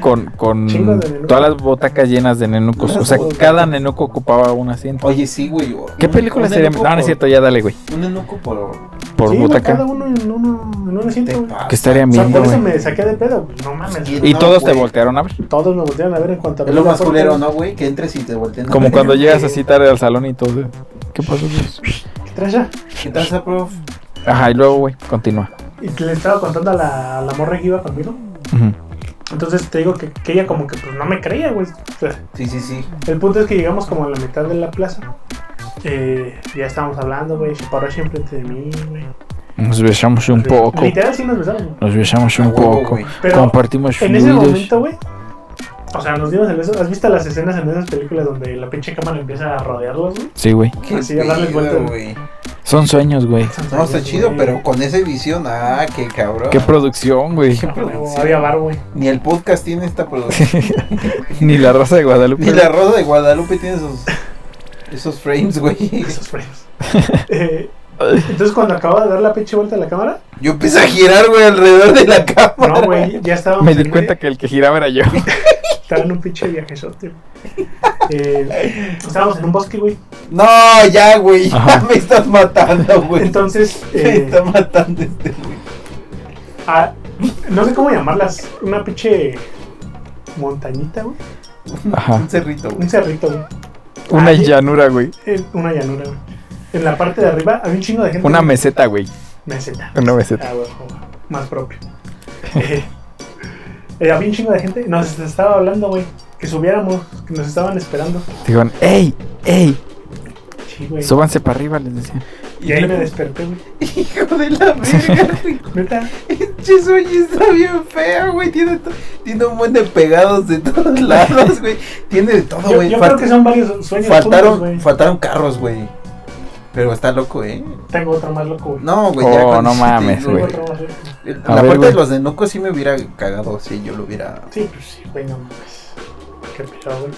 [SPEAKER 1] con, con
[SPEAKER 2] Chingo de nenucos.
[SPEAKER 1] todas las botacas llenas de nenucos. O sea, cada nenuco ocupaba un asiento.
[SPEAKER 3] Oye, sí, güey. o-
[SPEAKER 1] ¿Qué
[SPEAKER 3] un-
[SPEAKER 1] película
[SPEAKER 3] un
[SPEAKER 1] sería? No,
[SPEAKER 3] nenuco
[SPEAKER 1] no es
[SPEAKER 3] por-
[SPEAKER 1] cierto, ya dale, güey.
[SPEAKER 3] Un enuco por.
[SPEAKER 1] Por
[SPEAKER 2] Sí, güey,
[SPEAKER 1] butaca.
[SPEAKER 2] Cada uno en uno, en un asiento,
[SPEAKER 3] Te
[SPEAKER 2] güey.
[SPEAKER 3] pasa.
[SPEAKER 1] Que estaría
[SPEAKER 2] O sea,
[SPEAKER 1] viendo,
[SPEAKER 2] por eso
[SPEAKER 1] güey.
[SPEAKER 2] me saqué de pedo. güey. No mames.
[SPEAKER 3] Sí.
[SPEAKER 1] Y
[SPEAKER 3] No,
[SPEAKER 1] todos te
[SPEAKER 3] güey.
[SPEAKER 1] voltearon a ver.
[SPEAKER 2] Todos me voltearon a ver en cuanto
[SPEAKER 3] Es
[SPEAKER 2] abrí
[SPEAKER 3] lo
[SPEAKER 2] la
[SPEAKER 3] más
[SPEAKER 2] puerta.
[SPEAKER 3] culero, ¿no, güey? Que entres y te volteen. a
[SPEAKER 1] Como
[SPEAKER 3] ver.
[SPEAKER 1] cuando llegas así tarde al salón y todo. ¿Qué pasó? güey?
[SPEAKER 2] ¿Qué traes ya?
[SPEAKER 3] ¿Qué tal, prof?
[SPEAKER 1] Ajá, y luego, güey, continúa.
[SPEAKER 2] Y te- le estaba contando a la, a la morra que iba conmigo.
[SPEAKER 1] Ujú.
[SPEAKER 2] Entonces te digo que, que ella como que pues no me creía, güey. O sea,
[SPEAKER 3] Sí, sí, sí.
[SPEAKER 2] El punto es que llegamos como a la mitad de la plaza. Eh, ya estábamos hablando, güey. Se paró así enfrente de mí, güey.
[SPEAKER 1] Nos besamos un poco.
[SPEAKER 2] Literal sí nos besamos. güey.
[SPEAKER 1] Nos besamos
[SPEAKER 3] A
[SPEAKER 1] un
[SPEAKER 3] huevo,
[SPEAKER 1] poco.
[SPEAKER 3] güey.
[SPEAKER 2] Pero
[SPEAKER 1] Compartimos
[SPEAKER 2] en ese
[SPEAKER 1] fluidos.
[SPEAKER 2] momento, güey. O sea, nos dimos el beso. ¿Has visto las escenas en esas películas donde la pinche cámara empieza a rodearlos, güey?
[SPEAKER 1] Sí, güey.
[SPEAKER 3] Qué
[SPEAKER 2] Así, a darle
[SPEAKER 3] pedo,
[SPEAKER 2] vuelta,
[SPEAKER 3] güey.
[SPEAKER 1] Son sueños, güey.
[SPEAKER 3] No, está
[SPEAKER 2] Güey.
[SPEAKER 3] chido, pero con esa visión, ah, qué cabrón.
[SPEAKER 1] Qué producción, güey.
[SPEAKER 2] Ah, güey, Había bar, güey.
[SPEAKER 3] Ni el podcast tiene esta producción.
[SPEAKER 1] Ni la raza de Guadalupe.
[SPEAKER 3] Ni la Rosa de Guadalupe tiene esos, esos frames, güey.
[SPEAKER 2] Esos frames. Eh, entonces, cuando acababa de dar la pinche vuelta a la cámara,
[SPEAKER 3] Yo empecé a girar, güey, alrededor de la cama.
[SPEAKER 2] no, güey, ya estábamos.
[SPEAKER 1] Me di
[SPEAKER 2] en
[SPEAKER 1] cuenta que el que giraba era yo.
[SPEAKER 2] Estaba en un pinche viajezote. güey. Eh, estábamos en un bosque, güey.
[SPEAKER 3] No, ya, güey, ya
[SPEAKER 1] Ajá.
[SPEAKER 3] me estás matando,
[SPEAKER 1] Pues,
[SPEAKER 3] güey.
[SPEAKER 2] Entonces,
[SPEAKER 3] me
[SPEAKER 2] eh,
[SPEAKER 3] está matando este güey.
[SPEAKER 2] a- no sé cómo llamarlas. Una pinche montañita, güey.
[SPEAKER 1] Ajá.
[SPEAKER 3] Un cerrito, güey.
[SPEAKER 2] Un cerrito, güey.
[SPEAKER 1] Una
[SPEAKER 2] Ah, ya-
[SPEAKER 1] llanura, güey.
[SPEAKER 2] en una llanura, güey. En la parte de arriba había un chingo de gente.
[SPEAKER 1] Una
[SPEAKER 2] güey.
[SPEAKER 1] meseta, güey.
[SPEAKER 2] meseta.
[SPEAKER 1] Una meseta.
[SPEAKER 2] Ah, güey, güey, más propio. Eh, eh, había un chingo de gente. Nos estaba hablando, güey. Que subiéramos, que nos estaban esperando.
[SPEAKER 1] Dijeron, ¡ey! ¡ey!
[SPEAKER 2] Sí, güey.
[SPEAKER 1] Súbanse para arriba, les decían.
[SPEAKER 2] Y ahí me desperté, güey.
[SPEAKER 3] Hijo de la verga, güey.
[SPEAKER 2] Neta.
[SPEAKER 3] Pinche sueño está bien fea, güey. Tiene, to- tiene un buen de pegados de todos lados, güey. Tiene de todo,
[SPEAKER 2] Yo,
[SPEAKER 3] güey.
[SPEAKER 2] yo
[SPEAKER 3] Fal-
[SPEAKER 2] creo que son varios sueños.
[SPEAKER 3] faltaron,
[SPEAKER 2] juntos, güey.
[SPEAKER 3] faltaron carros, güey. Pero está loco, eh.
[SPEAKER 2] Tengo otro más loco, güey.
[SPEAKER 3] No, güey,
[SPEAKER 1] Oh,
[SPEAKER 3] con
[SPEAKER 1] no
[SPEAKER 3] eso te
[SPEAKER 1] mames,
[SPEAKER 3] digo,
[SPEAKER 2] Tengo
[SPEAKER 1] güey.
[SPEAKER 2] otro más loco.
[SPEAKER 3] La
[SPEAKER 1] A ver,
[SPEAKER 3] parte
[SPEAKER 1] güey.
[SPEAKER 3] de los de Noco sí me hubiera cagado si yo lo hubiera.
[SPEAKER 2] Sí, pues sí, güey, no mames. Qué pedo, güey.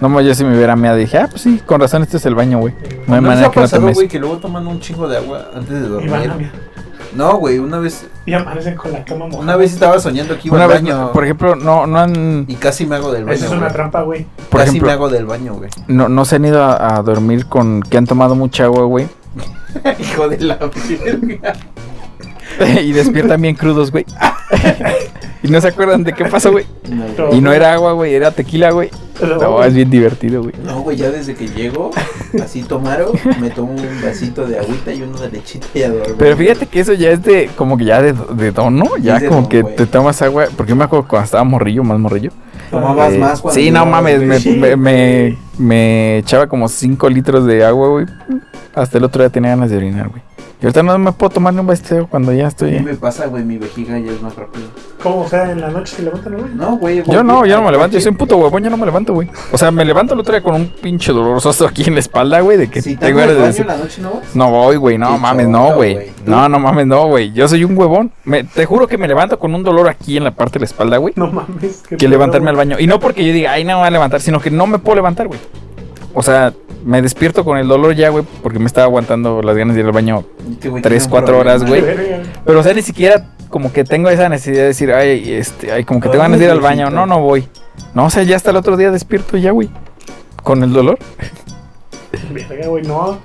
[SPEAKER 1] No, mo, yo si me hubiera meado, dije, ah, pues sí, con razón, este es el baño, güey. No hay
[SPEAKER 3] ¿No les
[SPEAKER 1] manera
[SPEAKER 3] ha
[SPEAKER 1] que no
[SPEAKER 3] pasado,
[SPEAKER 1] tomes.
[SPEAKER 3] güey, que luego toman un chingo de agua antes de
[SPEAKER 2] Y van a
[SPEAKER 3] dormir?
[SPEAKER 2] mí.
[SPEAKER 3] No, güey, una vez,
[SPEAKER 2] Y amanecen con la cama mojada.
[SPEAKER 3] una vez estaba soñando aquí
[SPEAKER 1] Una
[SPEAKER 3] un
[SPEAKER 1] vez,
[SPEAKER 3] baño
[SPEAKER 1] por ejemplo, no, no han.
[SPEAKER 3] y casi me hago del baño.
[SPEAKER 2] Esa es una
[SPEAKER 3] güey.
[SPEAKER 2] trampa, güey.
[SPEAKER 1] Por
[SPEAKER 3] casi me
[SPEAKER 1] ejemplo,
[SPEAKER 3] hago del baño, güey.
[SPEAKER 1] no, no se han ido a, a dormir con que han tomado mucha agua, güey.
[SPEAKER 3] Hijo de la verga.
[SPEAKER 1] y despiertan bien crudos, güey. y no se acuerdan de qué pasó, güey.
[SPEAKER 2] Pero-
[SPEAKER 1] Y no era agua, güey, era tequila, güey.
[SPEAKER 2] pero,
[SPEAKER 1] No,
[SPEAKER 2] güey,
[SPEAKER 1] es bien divertido, güey.
[SPEAKER 3] No, güey, ya desde que llego, así tomaron, me tomo un vasito de agüita y uno de lechita y a dormir.
[SPEAKER 1] Pero fíjate que eso ya es de, como que ya de, de don, ¿no? Ya
[SPEAKER 3] Es de
[SPEAKER 1] como
[SPEAKER 3] don,
[SPEAKER 1] que
[SPEAKER 3] güey.
[SPEAKER 1] te tomas agua. Porque yo me acuerdo cuando estaba morrillo, más morrillo.
[SPEAKER 3] Tomabas
[SPEAKER 1] Eh,
[SPEAKER 3] más cuando
[SPEAKER 1] Sí, no
[SPEAKER 3] llegabas,
[SPEAKER 1] mames,
[SPEAKER 3] güey.
[SPEAKER 1] me,
[SPEAKER 2] Sí,
[SPEAKER 1] me,
[SPEAKER 2] güey.
[SPEAKER 1] me, me echaba como 5 litros de agua, güey. Hasta el otro día tenía ganas de orinar, güey. Y ahorita no me puedo tomar ni un vestido cuando ya
[SPEAKER 3] A mí
[SPEAKER 1] estoy.
[SPEAKER 3] me pasa, güey, mi vejiga ya es más rápida.
[SPEAKER 2] ¿Cómo? O sea, en la noche se levanta la güey.
[SPEAKER 3] No, güey.
[SPEAKER 1] Yo no,
[SPEAKER 3] porque-
[SPEAKER 1] yo no me levanto, yo soy un puto huevón, yo no me levanto, güey. O sea, me levanto el otro día con un pinche doloroso aquí en la espalda, güey, de que
[SPEAKER 3] Si te
[SPEAKER 1] tengo ganas
[SPEAKER 3] vas al
[SPEAKER 1] de
[SPEAKER 3] baño
[SPEAKER 1] decir,
[SPEAKER 3] en la noche, ¿no vas?
[SPEAKER 1] No voy, güey, no
[SPEAKER 3] Qué
[SPEAKER 1] mames, no,
[SPEAKER 3] chota,
[SPEAKER 1] güey.
[SPEAKER 3] güey.
[SPEAKER 1] No, no mames, no, güey. Yo soy un huevón. Me- te juro que me levanto con un dolor aquí en la parte de la espalda, güey.
[SPEAKER 2] No mames.
[SPEAKER 1] Que
[SPEAKER 2] qué pedo,
[SPEAKER 1] levantarme al
[SPEAKER 2] güey.
[SPEAKER 1] baño. Y no porque yo diga, ay, no me voy a levantar, sino que no me puedo levantar, güey. O sea, me despierto con el dolor ya, güey, porque me estaba aguantando las ganas de ir al baño.
[SPEAKER 3] Este güey
[SPEAKER 1] Tres,
[SPEAKER 3] tiene un
[SPEAKER 1] cuatro
[SPEAKER 3] problema.
[SPEAKER 1] horas, güey.
[SPEAKER 2] Verga.
[SPEAKER 1] Pero, o sea, ni siquiera como que tengo esa necesidad de decir, ay, este, ay, como que tengo
[SPEAKER 3] Ay,
[SPEAKER 1] ganas de ir al baño.
[SPEAKER 3] viejito.
[SPEAKER 1] No, no voy. No, o sea, ya hasta el otro día despierto ya, güey. Con el dolor.
[SPEAKER 2] Verga, güey, no.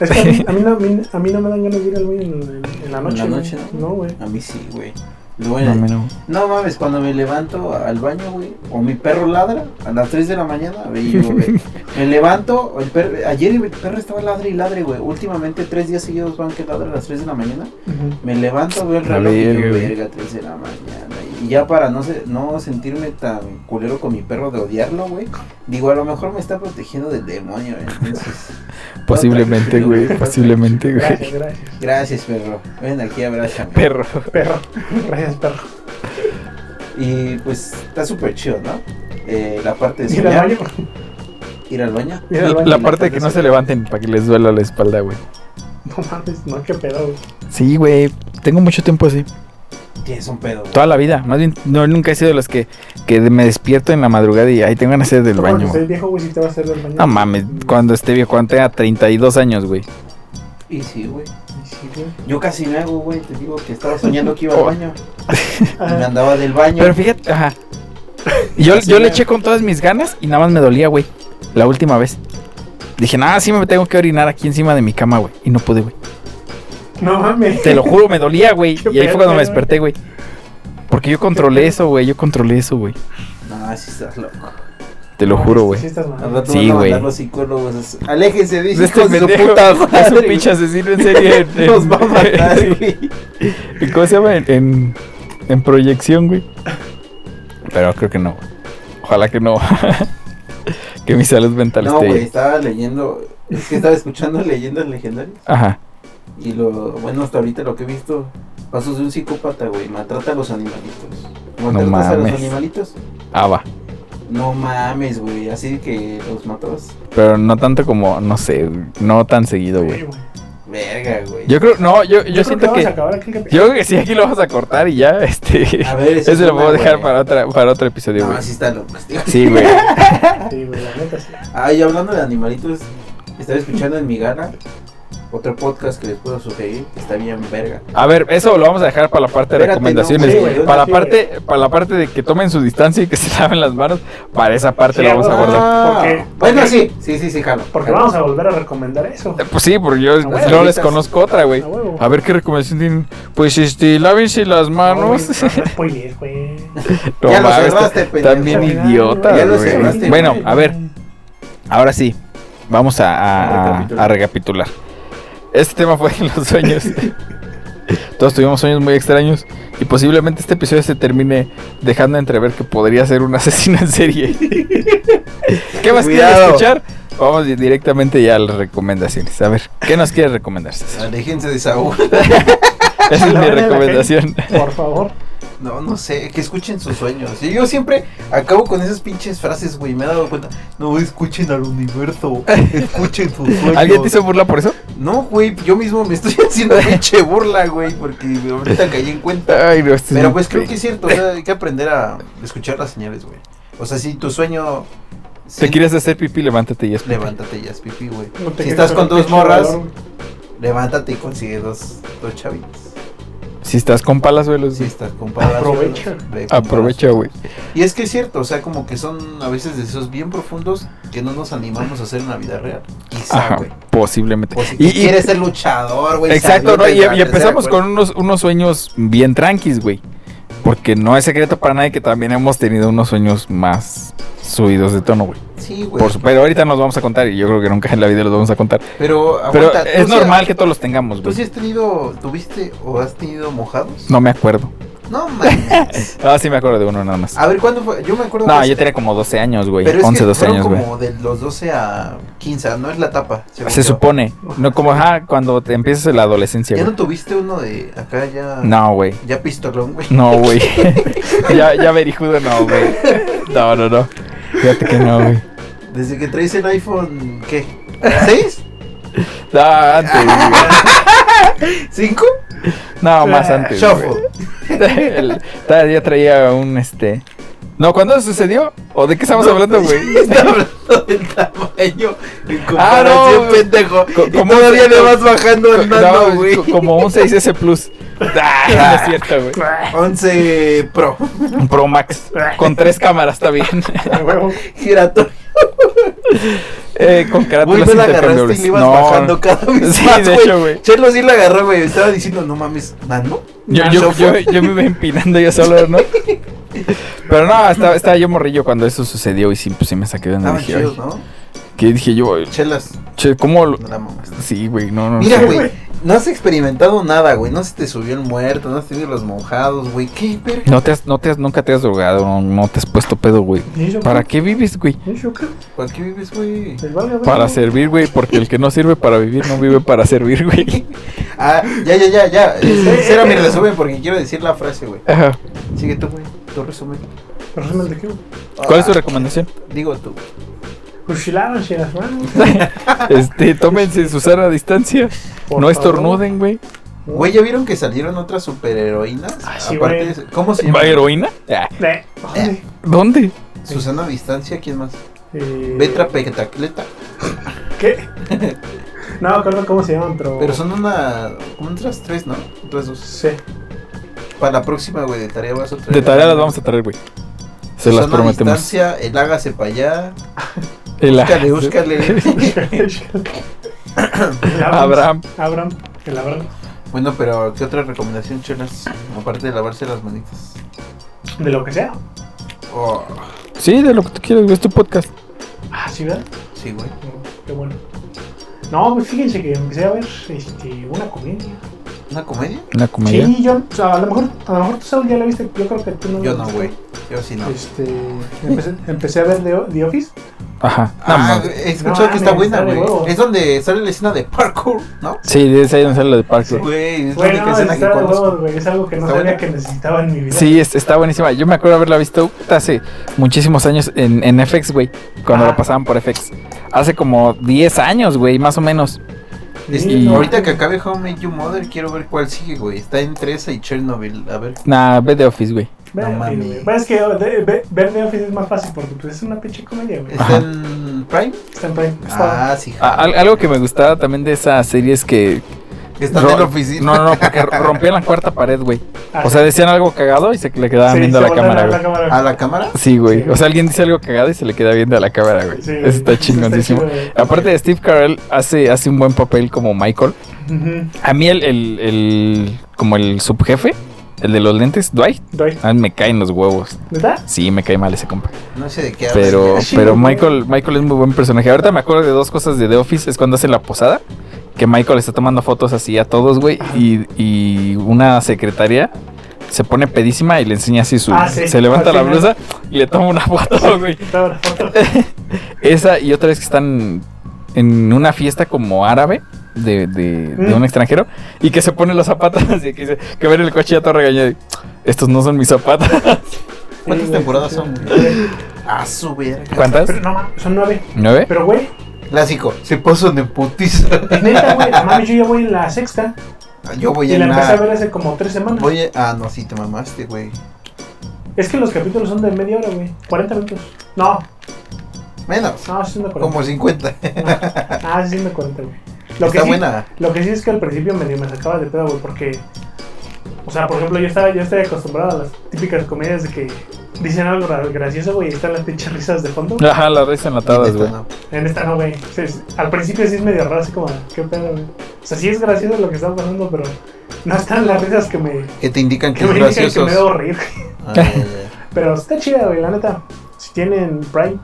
[SPEAKER 2] Es que a mí, a mí no, a mí- a mí no me dan ganas de ir al güey en, en- en la noche.
[SPEAKER 3] En la
[SPEAKER 2] güey.
[SPEAKER 3] noche, ¿no? Ah.
[SPEAKER 2] No, güey.
[SPEAKER 3] A mí sí, güey. Luego en
[SPEAKER 1] No,
[SPEAKER 3] el-
[SPEAKER 1] me no.
[SPEAKER 3] No mames, cuando me levanto al baño, güey, o mi perro ladra a las 3 de la mañana, güey, yo, güey, me levanto, el perro, ayer el perro estaba ladre y ladre, güey, últimamente tres días seguidos van que ladra a las 3 de la mañana, me levanto, veo el
[SPEAKER 1] La
[SPEAKER 3] reloj y yo,
[SPEAKER 1] verga, güey.
[SPEAKER 3] verga, 3 de la mañana, y ya para no, se- no sentirme tan culero con mi perro de odiarlo, güey, digo, a lo mejor me está protegiendo del demonio, güey, entonces,
[SPEAKER 1] Posiblemente, güey. Posiblemente, güey.
[SPEAKER 2] Gracias, gracias.
[SPEAKER 3] gracias, perro, ven aquí, abrázame.
[SPEAKER 1] Perro.
[SPEAKER 2] Perro. Gracias, perro.
[SPEAKER 3] Y pues, está súper chido, ¿no? Eh, la parte de
[SPEAKER 2] Ir al
[SPEAKER 3] soñar,
[SPEAKER 2] baño.
[SPEAKER 3] ir al baño.
[SPEAKER 2] Ir al baño.
[SPEAKER 1] La parte de que no se levanten para que les duela la espalda, güey.
[SPEAKER 2] No mames, no, qué pedo, güey.
[SPEAKER 1] Sí, güey. Tengo mucho tiempo así.
[SPEAKER 3] Tienes un pedo, güey.
[SPEAKER 1] Toda la vida. Más bien, no, nunca he sido de los que, que me despierto en la madrugada y ahí tengo ganas de ir del
[SPEAKER 2] No,
[SPEAKER 1] baño.
[SPEAKER 2] porque
[SPEAKER 1] güey.
[SPEAKER 2] soy pues, viejo, güey, si te vas a hacer del baño. Mm,
[SPEAKER 1] No mames, cuando esté viejo, cuando tenga 32 años, güey.
[SPEAKER 3] Y sí, güey.
[SPEAKER 2] Sí, güey.
[SPEAKER 3] Yo casi me hago, güey. Te digo que estaba soñando que iba al
[SPEAKER 1] Oh.
[SPEAKER 3] baño. Y me
[SPEAKER 2] Ah,
[SPEAKER 3] andaba del baño.
[SPEAKER 1] Pero fíjate, ajá. Y Yo,
[SPEAKER 3] Así
[SPEAKER 1] yo le
[SPEAKER 3] me-
[SPEAKER 1] eché con todas mis ganas y nada más me dolía, güey. La última vez. Dije, nada, sí me tengo que orinar aquí encima de mi cama, güey. Y no pude, güey.
[SPEAKER 2] no mames.
[SPEAKER 1] Te lo juro, me dolía, güey.
[SPEAKER 2] Qué
[SPEAKER 1] Y ahí fue cuando
[SPEAKER 2] verga,
[SPEAKER 1] me desperté, güey. Porque yo controlé eso, güey. Yo controlé eso, güey.
[SPEAKER 3] No, si estás loco.
[SPEAKER 1] Te lo juro,
[SPEAKER 2] Sí,
[SPEAKER 1] güey.
[SPEAKER 2] estás
[SPEAKER 3] Al
[SPEAKER 2] mal.
[SPEAKER 3] rato
[SPEAKER 1] Sí,
[SPEAKER 3] van a
[SPEAKER 1] güey.
[SPEAKER 3] mandar los psicólogos. así, Aléjense de
[SPEAKER 1] De este
[SPEAKER 3] hijos de su
[SPEAKER 1] pendejo,
[SPEAKER 3] puta
[SPEAKER 1] es un
[SPEAKER 3] madre,
[SPEAKER 1] pinche asesino en serie. en-
[SPEAKER 3] güey. Nos va a matar,
[SPEAKER 1] en-
[SPEAKER 3] güey.
[SPEAKER 1] ¿Y ¿Cómo se llama? En, en, en proyección, güey. Pero creo que no. güey. Ojalá que no. que mi salud mental
[SPEAKER 3] No,
[SPEAKER 1] esté.
[SPEAKER 3] güey. Estaba leyendo. Es que estaba escuchando leyendas legendarias.
[SPEAKER 1] Ajá.
[SPEAKER 3] Y lo. Bueno, hasta ahorita lo que he visto. Pasos de un psicópata, güey. Maltrata a los animalitos. Maltratas a los
[SPEAKER 1] mames.
[SPEAKER 3] animalitos.
[SPEAKER 1] Ah, va.
[SPEAKER 3] No mames, güey. Así que los matas.
[SPEAKER 1] Pero no tanto como, no sé, no tan seguido,
[SPEAKER 2] Sí,
[SPEAKER 1] güey.
[SPEAKER 2] güey.
[SPEAKER 3] Verga, güey.
[SPEAKER 1] Yo creo, no, yo, yo,
[SPEAKER 2] creo
[SPEAKER 1] siento
[SPEAKER 2] vamos
[SPEAKER 1] que.
[SPEAKER 2] a acabar aquí el
[SPEAKER 1] Yo creo que sí, aquí lo vamos a cortar y ya, este.
[SPEAKER 3] A ver,
[SPEAKER 1] Eso
[SPEAKER 3] esa es
[SPEAKER 1] lo
[SPEAKER 3] una,
[SPEAKER 1] puedo dejar
[SPEAKER 3] güey.
[SPEAKER 1] para, otra, para otro episodio, güey.
[SPEAKER 3] No, sí está loco. este güey.
[SPEAKER 1] Sí, güey.
[SPEAKER 2] Sí, güey, la neta sí.
[SPEAKER 3] Ah, y hablando de animalitos, estaba escuchando en mi gala otro podcast que les puedo sugerir, que está bien verga.
[SPEAKER 1] A ver, eso lo vamos a dejar para la parte de
[SPEAKER 3] Espérate,
[SPEAKER 1] recomendaciones.
[SPEAKER 2] no, sí, güey,
[SPEAKER 1] para, la
[SPEAKER 2] sí,
[SPEAKER 1] parte, para la parte de que tomen su distancia y que se laven las manos, para esa parte
[SPEAKER 2] Sí,
[SPEAKER 1] lo vamos a
[SPEAKER 2] ah.
[SPEAKER 1] guardar.
[SPEAKER 2] Porque-
[SPEAKER 3] Bueno,
[SPEAKER 2] porque-
[SPEAKER 3] sí, sí, sí, sí, jalo.
[SPEAKER 2] Porque
[SPEAKER 3] jalo.
[SPEAKER 2] vamos a volver a recomendar eso.
[SPEAKER 1] Eh, Pues sí, porque yo
[SPEAKER 2] huevo.
[SPEAKER 1] no les conozco otra, güey.
[SPEAKER 2] A huevo.
[SPEAKER 1] A ver qué recomendación tienen. Pues este, lávense las manos.
[SPEAKER 2] No, güey, no spoilees, güey.
[SPEAKER 1] No
[SPEAKER 3] Ya lo
[SPEAKER 1] mames,
[SPEAKER 3] cerraste,
[SPEAKER 1] está-
[SPEAKER 3] pendejo.
[SPEAKER 1] También
[SPEAKER 2] Ya lo
[SPEAKER 1] idiota,
[SPEAKER 3] cerraste,
[SPEAKER 1] güey.
[SPEAKER 3] güey.
[SPEAKER 1] Bueno, a ver, ahora sí. Vamos a,
[SPEAKER 3] A
[SPEAKER 1] a-
[SPEAKER 3] recapitular.
[SPEAKER 1] a recapitular. Este tema fue en los sueños. Todos tuvimos sueños muy extraños y posiblemente este episodio se termine dejando entrever que podría ser un asesino en serie. ¿Qué más quieres
[SPEAKER 3] Cuidado.
[SPEAKER 1] escuchar? Vamos di- directamente ya a las recomendaciones. A ver, ¿qué nos quieres recomendar? César?
[SPEAKER 3] Aléjense de Saúl.
[SPEAKER 1] Esa es
[SPEAKER 2] La
[SPEAKER 1] mi
[SPEAKER 2] buena de la
[SPEAKER 1] recomendación.
[SPEAKER 2] Por favor.
[SPEAKER 3] No, no sé, que escuchen sus sueños. Y yo siempre acabo con esas pinches frases, güey, me he dado cuenta. No escuchen al universo, escuchen sus sueños.
[SPEAKER 1] ¿Alguien te hizo burla por eso?
[SPEAKER 3] No, güey, yo mismo me estoy haciendo pinche burla, güey, porque ahorita caí en cuenta.
[SPEAKER 1] Ay, no, este es
[SPEAKER 3] Pero
[SPEAKER 1] un-
[SPEAKER 3] pues creo que es cierto, o sea, hay que aprender a escuchar las señales, güey. O sea, si tu sueño...
[SPEAKER 1] Te
[SPEAKER 3] si-
[SPEAKER 1] quieres hacer pipí, levántate y es pipí.
[SPEAKER 3] Levántate ya, es pipí, güey.
[SPEAKER 2] No te
[SPEAKER 3] si
[SPEAKER 2] creas
[SPEAKER 3] estás con
[SPEAKER 2] un
[SPEAKER 3] dos
[SPEAKER 2] pinche
[SPEAKER 3] morras,
[SPEAKER 2] valor, güey.
[SPEAKER 3] levántate y consigue dos, dos chavitas.
[SPEAKER 1] Si estás con palazuelos,
[SPEAKER 3] Si
[SPEAKER 1] güey.
[SPEAKER 3] estás con palazuelos,
[SPEAKER 2] Aprovecha.
[SPEAKER 3] ve con
[SPEAKER 1] Pues aprovecha, güey.
[SPEAKER 3] palazuelos. Y es que es cierto, o sea, como que son a veces deseos bien profundos que no nos animamos a hacer en la vida real. Quizá,
[SPEAKER 1] Ajá,
[SPEAKER 3] güey.
[SPEAKER 1] posiblemente.
[SPEAKER 3] O si
[SPEAKER 1] Y-
[SPEAKER 3] tú
[SPEAKER 1] y-
[SPEAKER 3] Pues, quieres ser luchador, güey.
[SPEAKER 1] exacto,
[SPEAKER 3] salir
[SPEAKER 1] ¿no?
[SPEAKER 3] de
[SPEAKER 1] Y,
[SPEAKER 3] la
[SPEAKER 1] y
[SPEAKER 3] tercera
[SPEAKER 1] empezamos
[SPEAKER 3] cuerda.
[SPEAKER 1] con unos, unos sueños bien tranquis, güey. Porque no es secreto para nadie que también hemos tenido unos sueños más subidos de tono, güey.
[SPEAKER 3] Sí, güey.
[SPEAKER 1] Por su- Pero ahorita nos vamos a contar y yo creo que nunca en la vida los vamos a contar.
[SPEAKER 3] Pero,
[SPEAKER 1] Pero
[SPEAKER 3] aguanta,
[SPEAKER 1] es
[SPEAKER 3] ¿tú sí- ah,
[SPEAKER 1] normal que todos los tengamos,
[SPEAKER 3] ¿Tú sí
[SPEAKER 1] güey.
[SPEAKER 3] has tenido, tuviste o has tenido mojados?
[SPEAKER 1] No me acuerdo.
[SPEAKER 3] No mames.
[SPEAKER 1] Ah, sí me acuerdo de uno nada más.
[SPEAKER 3] A ver, ¿cuándo fue? Yo me acuerdo.
[SPEAKER 1] No,
[SPEAKER 3] que-
[SPEAKER 1] yo tenía como 12 años, güey.
[SPEAKER 3] Pero es
[SPEAKER 1] 11,
[SPEAKER 3] que
[SPEAKER 1] 12
[SPEAKER 3] fueron
[SPEAKER 1] años, güey.
[SPEAKER 3] como de los 12 a 15, no es la etapa. según
[SPEAKER 1] Se
[SPEAKER 3] yo.
[SPEAKER 1] supone. No, como ajá, cuando te empiezas la adolescencia,
[SPEAKER 3] ¿Ya
[SPEAKER 1] güey.
[SPEAKER 3] no tuviste uno de acá ya?
[SPEAKER 1] No, güey.
[SPEAKER 3] Ya pistolón, güey.
[SPEAKER 1] No, güey. ya, ya verijudo, no, güey. No, no, no. Fíjate que no, güey.
[SPEAKER 3] Desde que traes el iPhone, ¿qué? ¿Seis?
[SPEAKER 1] No, antes, güey.
[SPEAKER 3] ¿Cinco?
[SPEAKER 1] No, más antes. güey.
[SPEAKER 3] Shuffle.
[SPEAKER 1] El- todavía traía un este. No, ¿cuándo sucedió? ¿O de qué estamos
[SPEAKER 3] No,
[SPEAKER 1] hablando,
[SPEAKER 3] pues,
[SPEAKER 1] güey?
[SPEAKER 3] Está hablando del tamaño. En
[SPEAKER 1] Ah,
[SPEAKER 3] comparación,
[SPEAKER 1] no.
[SPEAKER 3] pendejo.
[SPEAKER 1] Co-
[SPEAKER 3] Y
[SPEAKER 1] como
[SPEAKER 3] todavía
[SPEAKER 1] un-
[SPEAKER 3] le vas bajando el
[SPEAKER 1] No,
[SPEAKER 3] mando, güey.
[SPEAKER 1] co- como un 6S Plus. Ah, no es cierto, güey.
[SPEAKER 3] 11 Pro.
[SPEAKER 1] Un Pro Max. Con tres cámaras, está bien.
[SPEAKER 2] A huevo.
[SPEAKER 3] Giratorio.
[SPEAKER 1] Eh, con
[SPEAKER 3] Güey,
[SPEAKER 1] carátulas
[SPEAKER 3] no la agarraste y le ibas bajando cada vez
[SPEAKER 1] Sí,
[SPEAKER 3] más,
[SPEAKER 1] de
[SPEAKER 3] güey.
[SPEAKER 1] hecho, güey.
[SPEAKER 3] Chelo sí la agarró, güey. Estaba diciendo, no mames, ¿nano?
[SPEAKER 1] Yo,
[SPEAKER 3] Ah,
[SPEAKER 1] yo,
[SPEAKER 3] ¿no
[SPEAKER 1] yo,
[SPEAKER 3] fue?
[SPEAKER 1] yo me iba empinando yo solo, ¿no? Pero no, estaba, estaba yo morrillo cuando eso sucedió y sí, pues sí me saqué de donde
[SPEAKER 3] Estaban
[SPEAKER 1] dije,
[SPEAKER 3] chidos,
[SPEAKER 1] "Ay".
[SPEAKER 3] ¿no?
[SPEAKER 1] que dije yo,
[SPEAKER 3] Chelas,
[SPEAKER 1] che, ¿cómo? lo-
[SPEAKER 3] no la mamas.
[SPEAKER 1] Sí, güey, no, no.
[SPEAKER 3] Mira,
[SPEAKER 1] sé.
[SPEAKER 3] güey, no has experimentado nada, güey. No se te subió el muerto, no has tenido los mojados, güey. ¿Qué verga?
[SPEAKER 1] No te has, no te has, nunca te has drogado, no, no te has puesto pedo, güey.
[SPEAKER 2] Ni yo
[SPEAKER 1] ¿Para
[SPEAKER 2] creo.
[SPEAKER 1] qué vives, güey?
[SPEAKER 2] Ni yo creo.
[SPEAKER 3] ¿Para qué vives, güey?
[SPEAKER 2] El valga, güey.
[SPEAKER 1] Para servir, güey, porque el que no sirve para vivir no vive para servir, güey.
[SPEAKER 3] Ah, ya, ya, ya, ya. Será mi resumen porque quiero decir la frase, güey.
[SPEAKER 1] Ajá.
[SPEAKER 3] Sigue tú, güey. Tu resumen.
[SPEAKER 2] Pero resumen de qué, güey.
[SPEAKER 1] ¿Cuál es tu
[SPEAKER 3] Ah,
[SPEAKER 1] recomendación?
[SPEAKER 3] Digo tú. güey.
[SPEAKER 2] Fusilaron, si las manos.
[SPEAKER 1] Este, tómense su sana distancia.
[SPEAKER 2] Por
[SPEAKER 1] no
[SPEAKER 2] favor.
[SPEAKER 1] estornuden, güey.
[SPEAKER 3] Güey, ¿ya vieron que salieron otras superheroínas?
[SPEAKER 2] Ah, sí,
[SPEAKER 3] Aparte
[SPEAKER 2] güey.
[SPEAKER 3] de- ¿Cómo se llama?
[SPEAKER 1] ¿Va heroína? Ah,
[SPEAKER 2] Eh, ay,
[SPEAKER 1] ¿Dónde?
[SPEAKER 3] Susana Distancia, ¿quién más?
[SPEAKER 2] eh,
[SPEAKER 3] Betra Petacleta.
[SPEAKER 2] ¿Qué? No, me acuerdo cómo se llaman, pero.
[SPEAKER 3] Pero son una. como otras tres, ¿no? Otras dos.
[SPEAKER 2] Sí.
[SPEAKER 3] Para la próxima, güey, de tarea vas a traer.
[SPEAKER 1] De tarea las vamos a traer, güey. Se las
[SPEAKER 3] Susana
[SPEAKER 1] prometemos.
[SPEAKER 3] Distancia, el hágase para allá.
[SPEAKER 1] El
[SPEAKER 3] Búscale, búscale.
[SPEAKER 2] El
[SPEAKER 1] Abraham.
[SPEAKER 2] Abraham. El Abraham.
[SPEAKER 3] bueno, pero ¿qué otra recomendación, chelas? Aparte de lavarse las manitas.
[SPEAKER 2] De lo que sea.
[SPEAKER 3] Oh,
[SPEAKER 1] Sí, de lo que tú quieras, güey, es tu podcast.
[SPEAKER 2] Ah, sí, ¿verdad?
[SPEAKER 3] sí, güey.
[SPEAKER 2] Qué bueno. No, pues fíjense que empecé a ver este, una comedia.
[SPEAKER 3] ¿Una comedia?
[SPEAKER 1] Una comedia.
[SPEAKER 2] Sí, yo, o sea, a lo mejor, a lo mejor tú sabes, ya la viste, yo creo que tú no la
[SPEAKER 3] Yo no,
[SPEAKER 2] viste.
[SPEAKER 3] güey. Yo sí no.
[SPEAKER 2] Este, empecé, empecé a ver The, The Office.
[SPEAKER 1] Ajá. No,
[SPEAKER 3] Ah,
[SPEAKER 1] mames.
[SPEAKER 3] he escuchado
[SPEAKER 2] No,
[SPEAKER 3] que está
[SPEAKER 2] mames,
[SPEAKER 3] buena,
[SPEAKER 2] está de huevo.
[SPEAKER 3] güey. Es donde sale la escena de parkour, ¿no?
[SPEAKER 1] sí, de esa ahí donde sale lo de Parque.
[SPEAKER 3] Güey, es la
[SPEAKER 2] Bueno,
[SPEAKER 3] única
[SPEAKER 2] no,
[SPEAKER 3] escena que
[SPEAKER 2] está de
[SPEAKER 3] conozco.
[SPEAKER 2] huevos, güey, es algo que no
[SPEAKER 3] Está
[SPEAKER 2] sabía
[SPEAKER 3] buena.
[SPEAKER 2] que necesitaba en mi vida.
[SPEAKER 1] Sí, es- está buenísima. Yo me acuerdo haberla visto hace muchísimos años en, en FX, güey. Cuando
[SPEAKER 2] Ah.
[SPEAKER 1] la pasaban por FX. Hace como 10 años, güey, más o menos.
[SPEAKER 3] Este,
[SPEAKER 1] Y-
[SPEAKER 3] Ahorita que acabe Home Made You Mother, quiero ver cuál sigue, güey. Está entre esa y Chernobyl. A ver.
[SPEAKER 1] Nah, ve de Office, güey.
[SPEAKER 2] Ve,
[SPEAKER 3] No mames.
[SPEAKER 2] güey. Bueno, es que oh, de- ve- ver The Office es más fácil porque pues, es una pinche comedia, güey.
[SPEAKER 3] ¿Está
[SPEAKER 1] Ajá.
[SPEAKER 3] en Prime?
[SPEAKER 2] Está en Prime. Está-
[SPEAKER 3] Ah, sí.
[SPEAKER 1] A- al- algo que me gustaba también de esa serie es que.
[SPEAKER 3] Está
[SPEAKER 1] ro-
[SPEAKER 3] en la oficina.
[SPEAKER 1] No, no, no, porque rompían la cuarta pared, güey.
[SPEAKER 2] ah,
[SPEAKER 1] O sea, decían algo cagado y se le quedaban
[SPEAKER 2] sí,
[SPEAKER 1] viendo a
[SPEAKER 2] se
[SPEAKER 1] la
[SPEAKER 2] voltean
[SPEAKER 1] cámara,
[SPEAKER 2] a
[SPEAKER 1] güey.
[SPEAKER 2] la cámara.
[SPEAKER 3] ¿A la cámara?
[SPEAKER 1] Sí, güey.
[SPEAKER 2] Sí.
[SPEAKER 1] O sea, alguien dice algo cagado y se le queda viendo a la cámara, güey.
[SPEAKER 2] Sí,
[SPEAKER 1] Eso está
[SPEAKER 2] güey.
[SPEAKER 1] chingonísimo.
[SPEAKER 2] Está chido, güey.
[SPEAKER 1] Aparte de Steve Carell hace, hace un buen papel como Michael.
[SPEAKER 2] Ujú.
[SPEAKER 1] A mí el, el, el- como el subjefe, el de los lentes, Dwight,
[SPEAKER 2] Doy.
[SPEAKER 1] a mí me caen los huevos.
[SPEAKER 2] ¿Verdad?
[SPEAKER 1] Sí, me cae mal ese compa.
[SPEAKER 3] No sé de qué hablas.
[SPEAKER 1] Pero,
[SPEAKER 2] sí,
[SPEAKER 1] pero
[SPEAKER 2] güey.
[SPEAKER 1] Michael, Michael es muy buen personaje. Ahorita me acuerdo de dos cosas de The Office. Es cuando hacen la posada. Que Michael está tomando fotos así a todos, güey. Y, y una secretaria se pone pedísima y le enseña así su...
[SPEAKER 2] Ah, sí,
[SPEAKER 1] se levanta
[SPEAKER 2] al
[SPEAKER 1] la
[SPEAKER 2] final.
[SPEAKER 1] blusa y le toma una foto, güey.
[SPEAKER 2] Está ahora.
[SPEAKER 1] Esa y otra vez que están en una fiesta como árabe de, de- de
[SPEAKER 2] Mm.
[SPEAKER 1] un extranjero y que se pone los zapatos y que, dice, que ven el coche ya todo regañado. y, Estos no son mis zapatos.
[SPEAKER 3] ¿Cuántas
[SPEAKER 2] Sí,
[SPEAKER 3] temporadas
[SPEAKER 2] sí,
[SPEAKER 3] son?
[SPEAKER 2] sí.
[SPEAKER 3] A su verga.
[SPEAKER 1] ¿Cuántas?
[SPEAKER 2] Pero no, mames, son nueve.
[SPEAKER 1] ¿Nueve?
[SPEAKER 2] Pero, güey,
[SPEAKER 3] Clásico. Se puso de putiza.
[SPEAKER 2] neta, güey, no mames, yo ya voy en la sexta.
[SPEAKER 3] Yo voy
[SPEAKER 2] Y
[SPEAKER 3] en
[SPEAKER 2] la empecé a ver
[SPEAKER 3] la...
[SPEAKER 2] hace como tres semanas.
[SPEAKER 3] Voy a- Ah, no, sí, te mamaste, güey.
[SPEAKER 2] Es que los capítulos son de media hora, güey. 40 minutos. No,
[SPEAKER 3] Menos.
[SPEAKER 2] no, sí son de 40.
[SPEAKER 3] Como 50.
[SPEAKER 2] Ah, sí son de 40, güey. Lo que
[SPEAKER 3] Está
[SPEAKER 2] sí,
[SPEAKER 3] buena.
[SPEAKER 2] Lo que sí es que al principio medio me sacaba de pedo, güey, porque. O sea, por ejemplo, yo estaba, yo estoy acostumbrado a las típicas comedias de que dicen algo raro- gracioso, güey, y están las pinches risas de fondo.
[SPEAKER 1] Ajá, las redes enlatadas,
[SPEAKER 3] Neta,
[SPEAKER 1] güey.
[SPEAKER 3] no.
[SPEAKER 2] En esta no, güey. Sí, es- al principio sí es medio raro, así como, qué pedo, güey. O sea, sí es gracioso lo que está pasando, pero no están las risas que me,
[SPEAKER 3] Que te indican que
[SPEAKER 2] que
[SPEAKER 3] es
[SPEAKER 2] me indican que
[SPEAKER 3] gracioso.
[SPEAKER 2] me debo reír. güey.
[SPEAKER 3] Ah, ya, ya.
[SPEAKER 2] Pero está chida, güey, la neta. Si tienen Prime,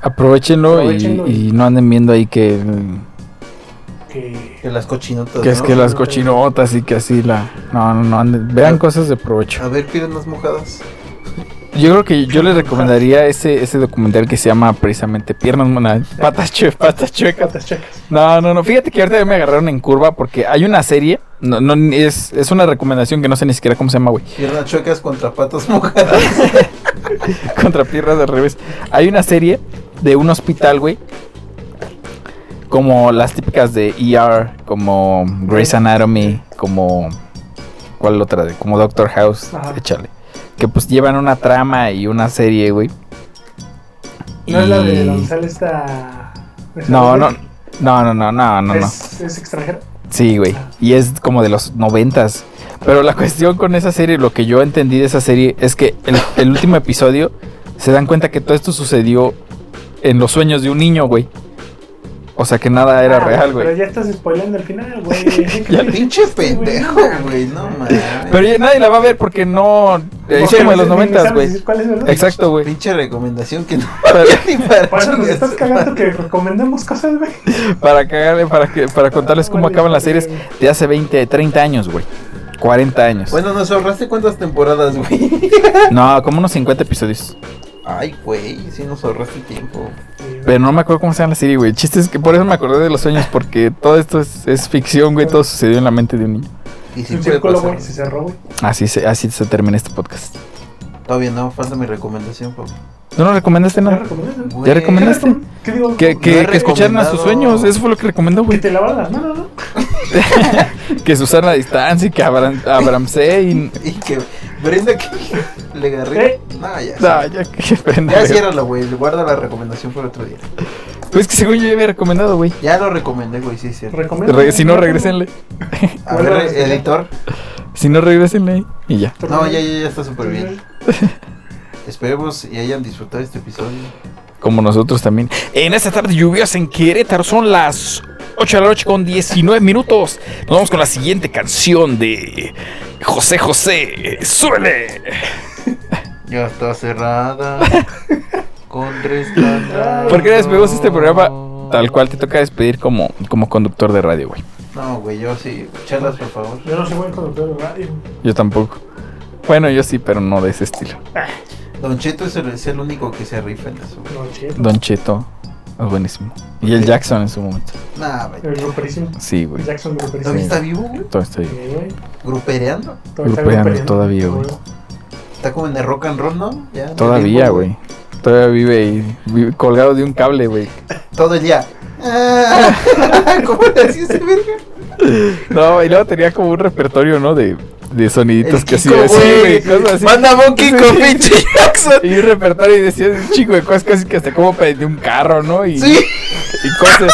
[SPEAKER 1] Aprovechenlo, y-
[SPEAKER 2] Aprovechenlo
[SPEAKER 1] y,
[SPEAKER 2] y-
[SPEAKER 1] no anden viendo ahí que el-
[SPEAKER 2] que.
[SPEAKER 3] Que las cochinotas.
[SPEAKER 1] Que es
[SPEAKER 3] Pues ¿no?
[SPEAKER 1] que las cochinotas y que así la. No, no, no. anden- Vean cosas de
[SPEAKER 3] A
[SPEAKER 1] provecho.
[SPEAKER 3] ver, piden unas mojadas.
[SPEAKER 1] Yo creo que yo les recomendaría ese, ese documental que se llama precisamente Piernas Monadas. Patas, chue, patas chuecas.
[SPEAKER 2] Patas checas.
[SPEAKER 1] No, no, no. Fíjate que ahorita me agarraron en curva porque hay una serie. No, no, es, es una recomendación que no sé ni siquiera cómo se llama, güey.
[SPEAKER 3] Piernas chuecas contra patas mojadas.
[SPEAKER 1] Contra piernas de revés. Hay una serie de un hospital, güey. Como las típicas de ER, como Grey's Anatomy, como. ¿Cuál otra? Como Doctor House,
[SPEAKER 2] Ajá.
[SPEAKER 1] échale. Que pues llevan una trama y una serie, güey.
[SPEAKER 2] No es la de
[SPEAKER 1] Y-
[SPEAKER 2] donde sale esta. esa
[SPEAKER 1] No, no,
[SPEAKER 2] mujer?
[SPEAKER 1] no, no, no, no, no. no.
[SPEAKER 2] Es, es extranjera.
[SPEAKER 1] Sí, güey. Y es como de los noventas. Pero la cuestión con esa serie, lo que yo entendí de esa serie es que el, el último episodio se dan cuenta que todo esto sucedió en los sueños de un niño, güey. O sea que nada era
[SPEAKER 2] Ah,
[SPEAKER 1] real, güey.
[SPEAKER 2] Pero ya estás spoileando el final, güey.
[SPEAKER 1] Ya,
[SPEAKER 3] Pinche pendejo, güey. No mames.
[SPEAKER 1] Pero ya nadie la va a ver porque no. Es
[SPEAKER 2] Porque
[SPEAKER 1] como de los
[SPEAKER 2] ni- ni
[SPEAKER 1] noventas,
[SPEAKER 2] sabes
[SPEAKER 1] güey.
[SPEAKER 2] ¿Cuál es verdad?
[SPEAKER 1] Exacto, güey.
[SPEAKER 3] Pinche recomendación que no
[SPEAKER 1] Para,
[SPEAKER 3] ni para
[SPEAKER 2] Por eso nos estás
[SPEAKER 3] chingas.
[SPEAKER 2] cagando que recomendemos cosas, güey.
[SPEAKER 1] para cagarle, para, que,
[SPEAKER 2] Ah,
[SPEAKER 1] para contarles cómo acaban las series de hace 20, 30 años, güey. 40 años.
[SPEAKER 3] Bueno, nos ahorraste cuántas temporadas, güey.
[SPEAKER 1] No, como unos 50 episodios.
[SPEAKER 3] Ay, güey, sí nos ahorraste tiempo.
[SPEAKER 1] Pero no me acuerdo cómo se llama la serie, güey. El chiste es que por eso me acordé de los sueños, porque todo esto es, es ficción, güey. Todo sucedió en la mente de un niño.
[SPEAKER 3] Y si
[SPEAKER 2] El
[SPEAKER 3] puede
[SPEAKER 2] círculo,
[SPEAKER 3] pasar.
[SPEAKER 2] güey, se cerró, güey.
[SPEAKER 1] Así se, así se termina este podcast.
[SPEAKER 3] Todavía no, falta mi recomendación, papá.
[SPEAKER 1] ¿No nos recomendaste
[SPEAKER 2] No
[SPEAKER 1] nada?
[SPEAKER 2] recomiendas, güey.
[SPEAKER 1] ¿Ya recomendaste?
[SPEAKER 2] ¿Qué recom- ¿Qué digo?
[SPEAKER 1] Que, que,
[SPEAKER 3] No he
[SPEAKER 1] que escucharan a sus
[SPEAKER 3] recomendado.
[SPEAKER 1] sueños. Eso fue lo que recomendó,
[SPEAKER 2] Que
[SPEAKER 1] güey.
[SPEAKER 2] te lavas las manos, ¿no?
[SPEAKER 1] Que se usara la distancia y que abran, abramse y...
[SPEAKER 3] Y que Brenda que le agarré.
[SPEAKER 2] ¿Eh?
[SPEAKER 3] No, ya.
[SPEAKER 1] No, Ah, ya que prenda,
[SPEAKER 3] Ya
[SPEAKER 1] güey.
[SPEAKER 3] ciérrala, güey. Guarda la recomendación para otro día.
[SPEAKER 1] Pues que según yo ya había recomendado, güey.
[SPEAKER 3] Ya lo recomendé, güey, sí, sí.
[SPEAKER 2] Recomienda.
[SPEAKER 1] Re- si no, regresenle.
[SPEAKER 3] A
[SPEAKER 2] Vuelvo a
[SPEAKER 3] ver,
[SPEAKER 2] recomendar.
[SPEAKER 3] editor.
[SPEAKER 1] Si no, regresenle y ya.
[SPEAKER 3] No, ya, ya, ya está súper bien. Esperemos y hayan disfrutado este episodio.
[SPEAKER 1] Como nosotros también. En esta tarde lluviosa en Querétaro son las 8 de la noche con 19 minutos. Nos vamos con la siguiente canción de José José. ¡Súbele!
[SPEAKER 3] Ya está cerrada. con resplandor.
[SPEAKER 1] ¿Por qué despedimos este programa? Tal cual te toca despedir como, como conductor de radio, güey.
[SPEAKER 3] No, güey, yo sí. Charlas, por favor.
[SPEAKER 2] Yo no soy buen conductor de radio.
[SPEAKER 1] Yo tampoco. Bueno, yo sí, pero no de ese estilo.
[SPEAKER 3] Don Cheto es el, es el único que se rifa en eso.
[SPEAKER 2] No, chido.
[SPEAKER 1] Don Cheto es buenísimo. Y el Jackson en su momento.
[SPEAKER 3] Nah, güey.
[SPEAKER 2] El gruperísimo.
[SPEAKER 1] Sí, güey.
[SPEAKER 2] Jackson gruperísimo.
[SPEAKER 3] ¿Todavía está vivo, güey?
[SPEAKER 1] Todo está bien.
[SPEAKER 2] Sí, güey.
[SPEAKER 3] ¿Grupereando?
[SPEAKER 2] Todavía está
[SPEAKER 1] Grupeando
[SPEAKER 2] grupeando.
[SPEAKER 1] todavía, güey.
[SPEAKER 3] Está como en el rock and roll, ¿no? Ya, no
[SPEAKER 1] Todavía,
[SPEAKER 3] tiempo,
[SPEAKER 1] güey. Todavía vive ahí, vive colgado de un cable, güey.
[SPEAKER 3] Todo el día. Ah, ¿Cómo le hacía ese verga?
[SPEAKER 1] No, y luego tenía como un repertorio, ¿no? De, de soniditos
[SPEAKER 3] El
[SPEAKER 1] que
[SPEAKER 3] Kiko,
[SPEAKER 1] hacía así,
[SPEAKER 3] güey.
[SPEAKER 1] güey, cosas así.
[SPEAKER 3] Manda Monkey con pinche Jackson.
[SPEAKER 1] Y un repertorio y decía un chico de cosas casi que hasta como de un carro, ¿no? Y,
[SPEAKER 3] Sí.
[SPEAKER 1] y cosas.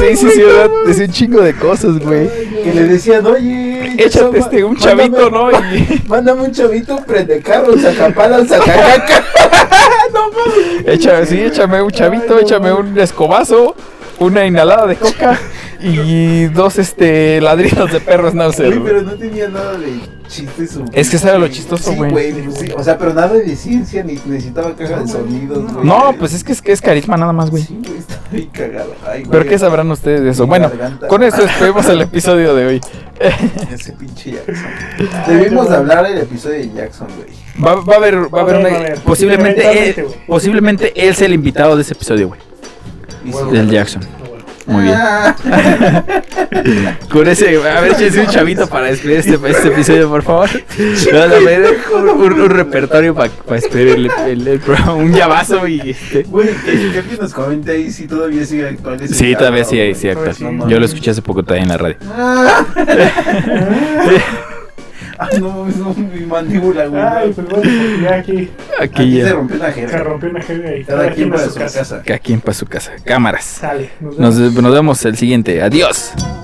[SPEAKER 1] sí, sí, sí, ¿verdad? decía un chingo de cosas, güey.
[SPEAKER 3] Que le decían, oye.
[SPEAKER 1] Échate
[SPEAKER 3] chama,
[SPEAKER 1] este, un
[SPEAKER 3] mándame-
[SPEAKER 1] chavito, ¿no? Y
[SPEAKER 3] Mándame un chavito, prende carro, sacapalas, sacacaca.
[SPEAKER 1] échame, sí, échame un chavito, échame un escobazo, una inhalada de coca y dos, este, ladridos de perros náuseas,
[SPEAKER 3] Oye,
[SPEAKER 1] güey.
[SPEAKER 3] pero no tenía nada de chiste su.
[SPEAKER 1] Es que eso era lo chistoso,
[SPEAKER 3] Sí,
[SPEAKER 1] güey.
[SPEAKER 3] pues sí. O sea, pero nada de ciencia, ni necesitaba caja de sonidos, güey.
[SPEAKER 1] No, pues es que es, que es carisma nada más, güey.
[SPEAKER 3] Sí, güey, estaba bien cagado. Ay, güey.
[SPEAKER 1] Pero ¿qué sabrán ustedes de eso?
[SPEAKER 3] Mi
[SPEAKER 1] Bueno,
[SPEAKER 3] garganta.
[SPEAKER 1] con eso despedimos el episodio de hoy.
[SPEAKER 3] Ese pinche Jackson. Debimos de hablar el episodio de Jackson, güey.
[SPEAKER 1] Va, va a haber, va a haber
[SPEAKER 2] Va a
[SPEAKER 1] una,
[SPEAKER 2] haber,
[SPEAKER 1] posiblemente,
[SPEAKER 2] eventualmente,
[SPEAKER 1] él,
[SPEAKER 2] güey.
[SPEAKER 5] Posiblemente él sea el invitado de ese episodio, güey.
[SPEAKER 3] Y
[SPEAKER 2] Bueno,
[SPEAKER 3] sí.
[SPEAKER 5] Del Jackson.
[SPEAKER 2] No, bueno.
[SPEAKER 5] Muy bien.
[SPEAKER 3] Ah,
[SPEAKER 5] Con ese, a ver, échense un chavito para despedir este, este episodio, por favor. Le Vamos a pedir un, un- un repertorio para despedir el, el- el programa, un llavazo y este.
[SPEAKER 3] Güey, que que alguien nos comente ahí si todavía sigue actual. ese
[SPEAKER 5] Sí, todavía
[SPEAKER 3] cabrón,
[SPEAKER 5] sí,
[SPEAKER 3] güey.
[SPEAKER 5] sí, actual.
[SPEAKER 2] No mames.
[SPEAKER 5] Yo lo escuché hace poco todavía en la radio.
[SPEAKER 3] Ah. Ay, no mames, no, mi mandíbula, güey.
[SPEAKER 2] Ay, pues bueno, porque ya aquí
[SPEAKER 3] Aquí
[SPEAKER 5] Aquí
[SPEAKER 3] se
[SPEAKER 5] ya,
[SPEAKER 3] rompió la
[SPEAKER 2] se
[SPEAKER 3] jerga.
[SPEAKER 2] rompió una jerga y
[SPEAKER 3] Cada quien
[SPEAKER 2] va
[SPEAKER 3] para su casa.
[SPEAKER 5] cada quien para su casa. Cámaras.
[SPEAKER 2] Sale. Nos vemos.
[SPEAKER 5] Nos, nos vemos el siguiente. Adiós.
[SPEAKER 6] Thank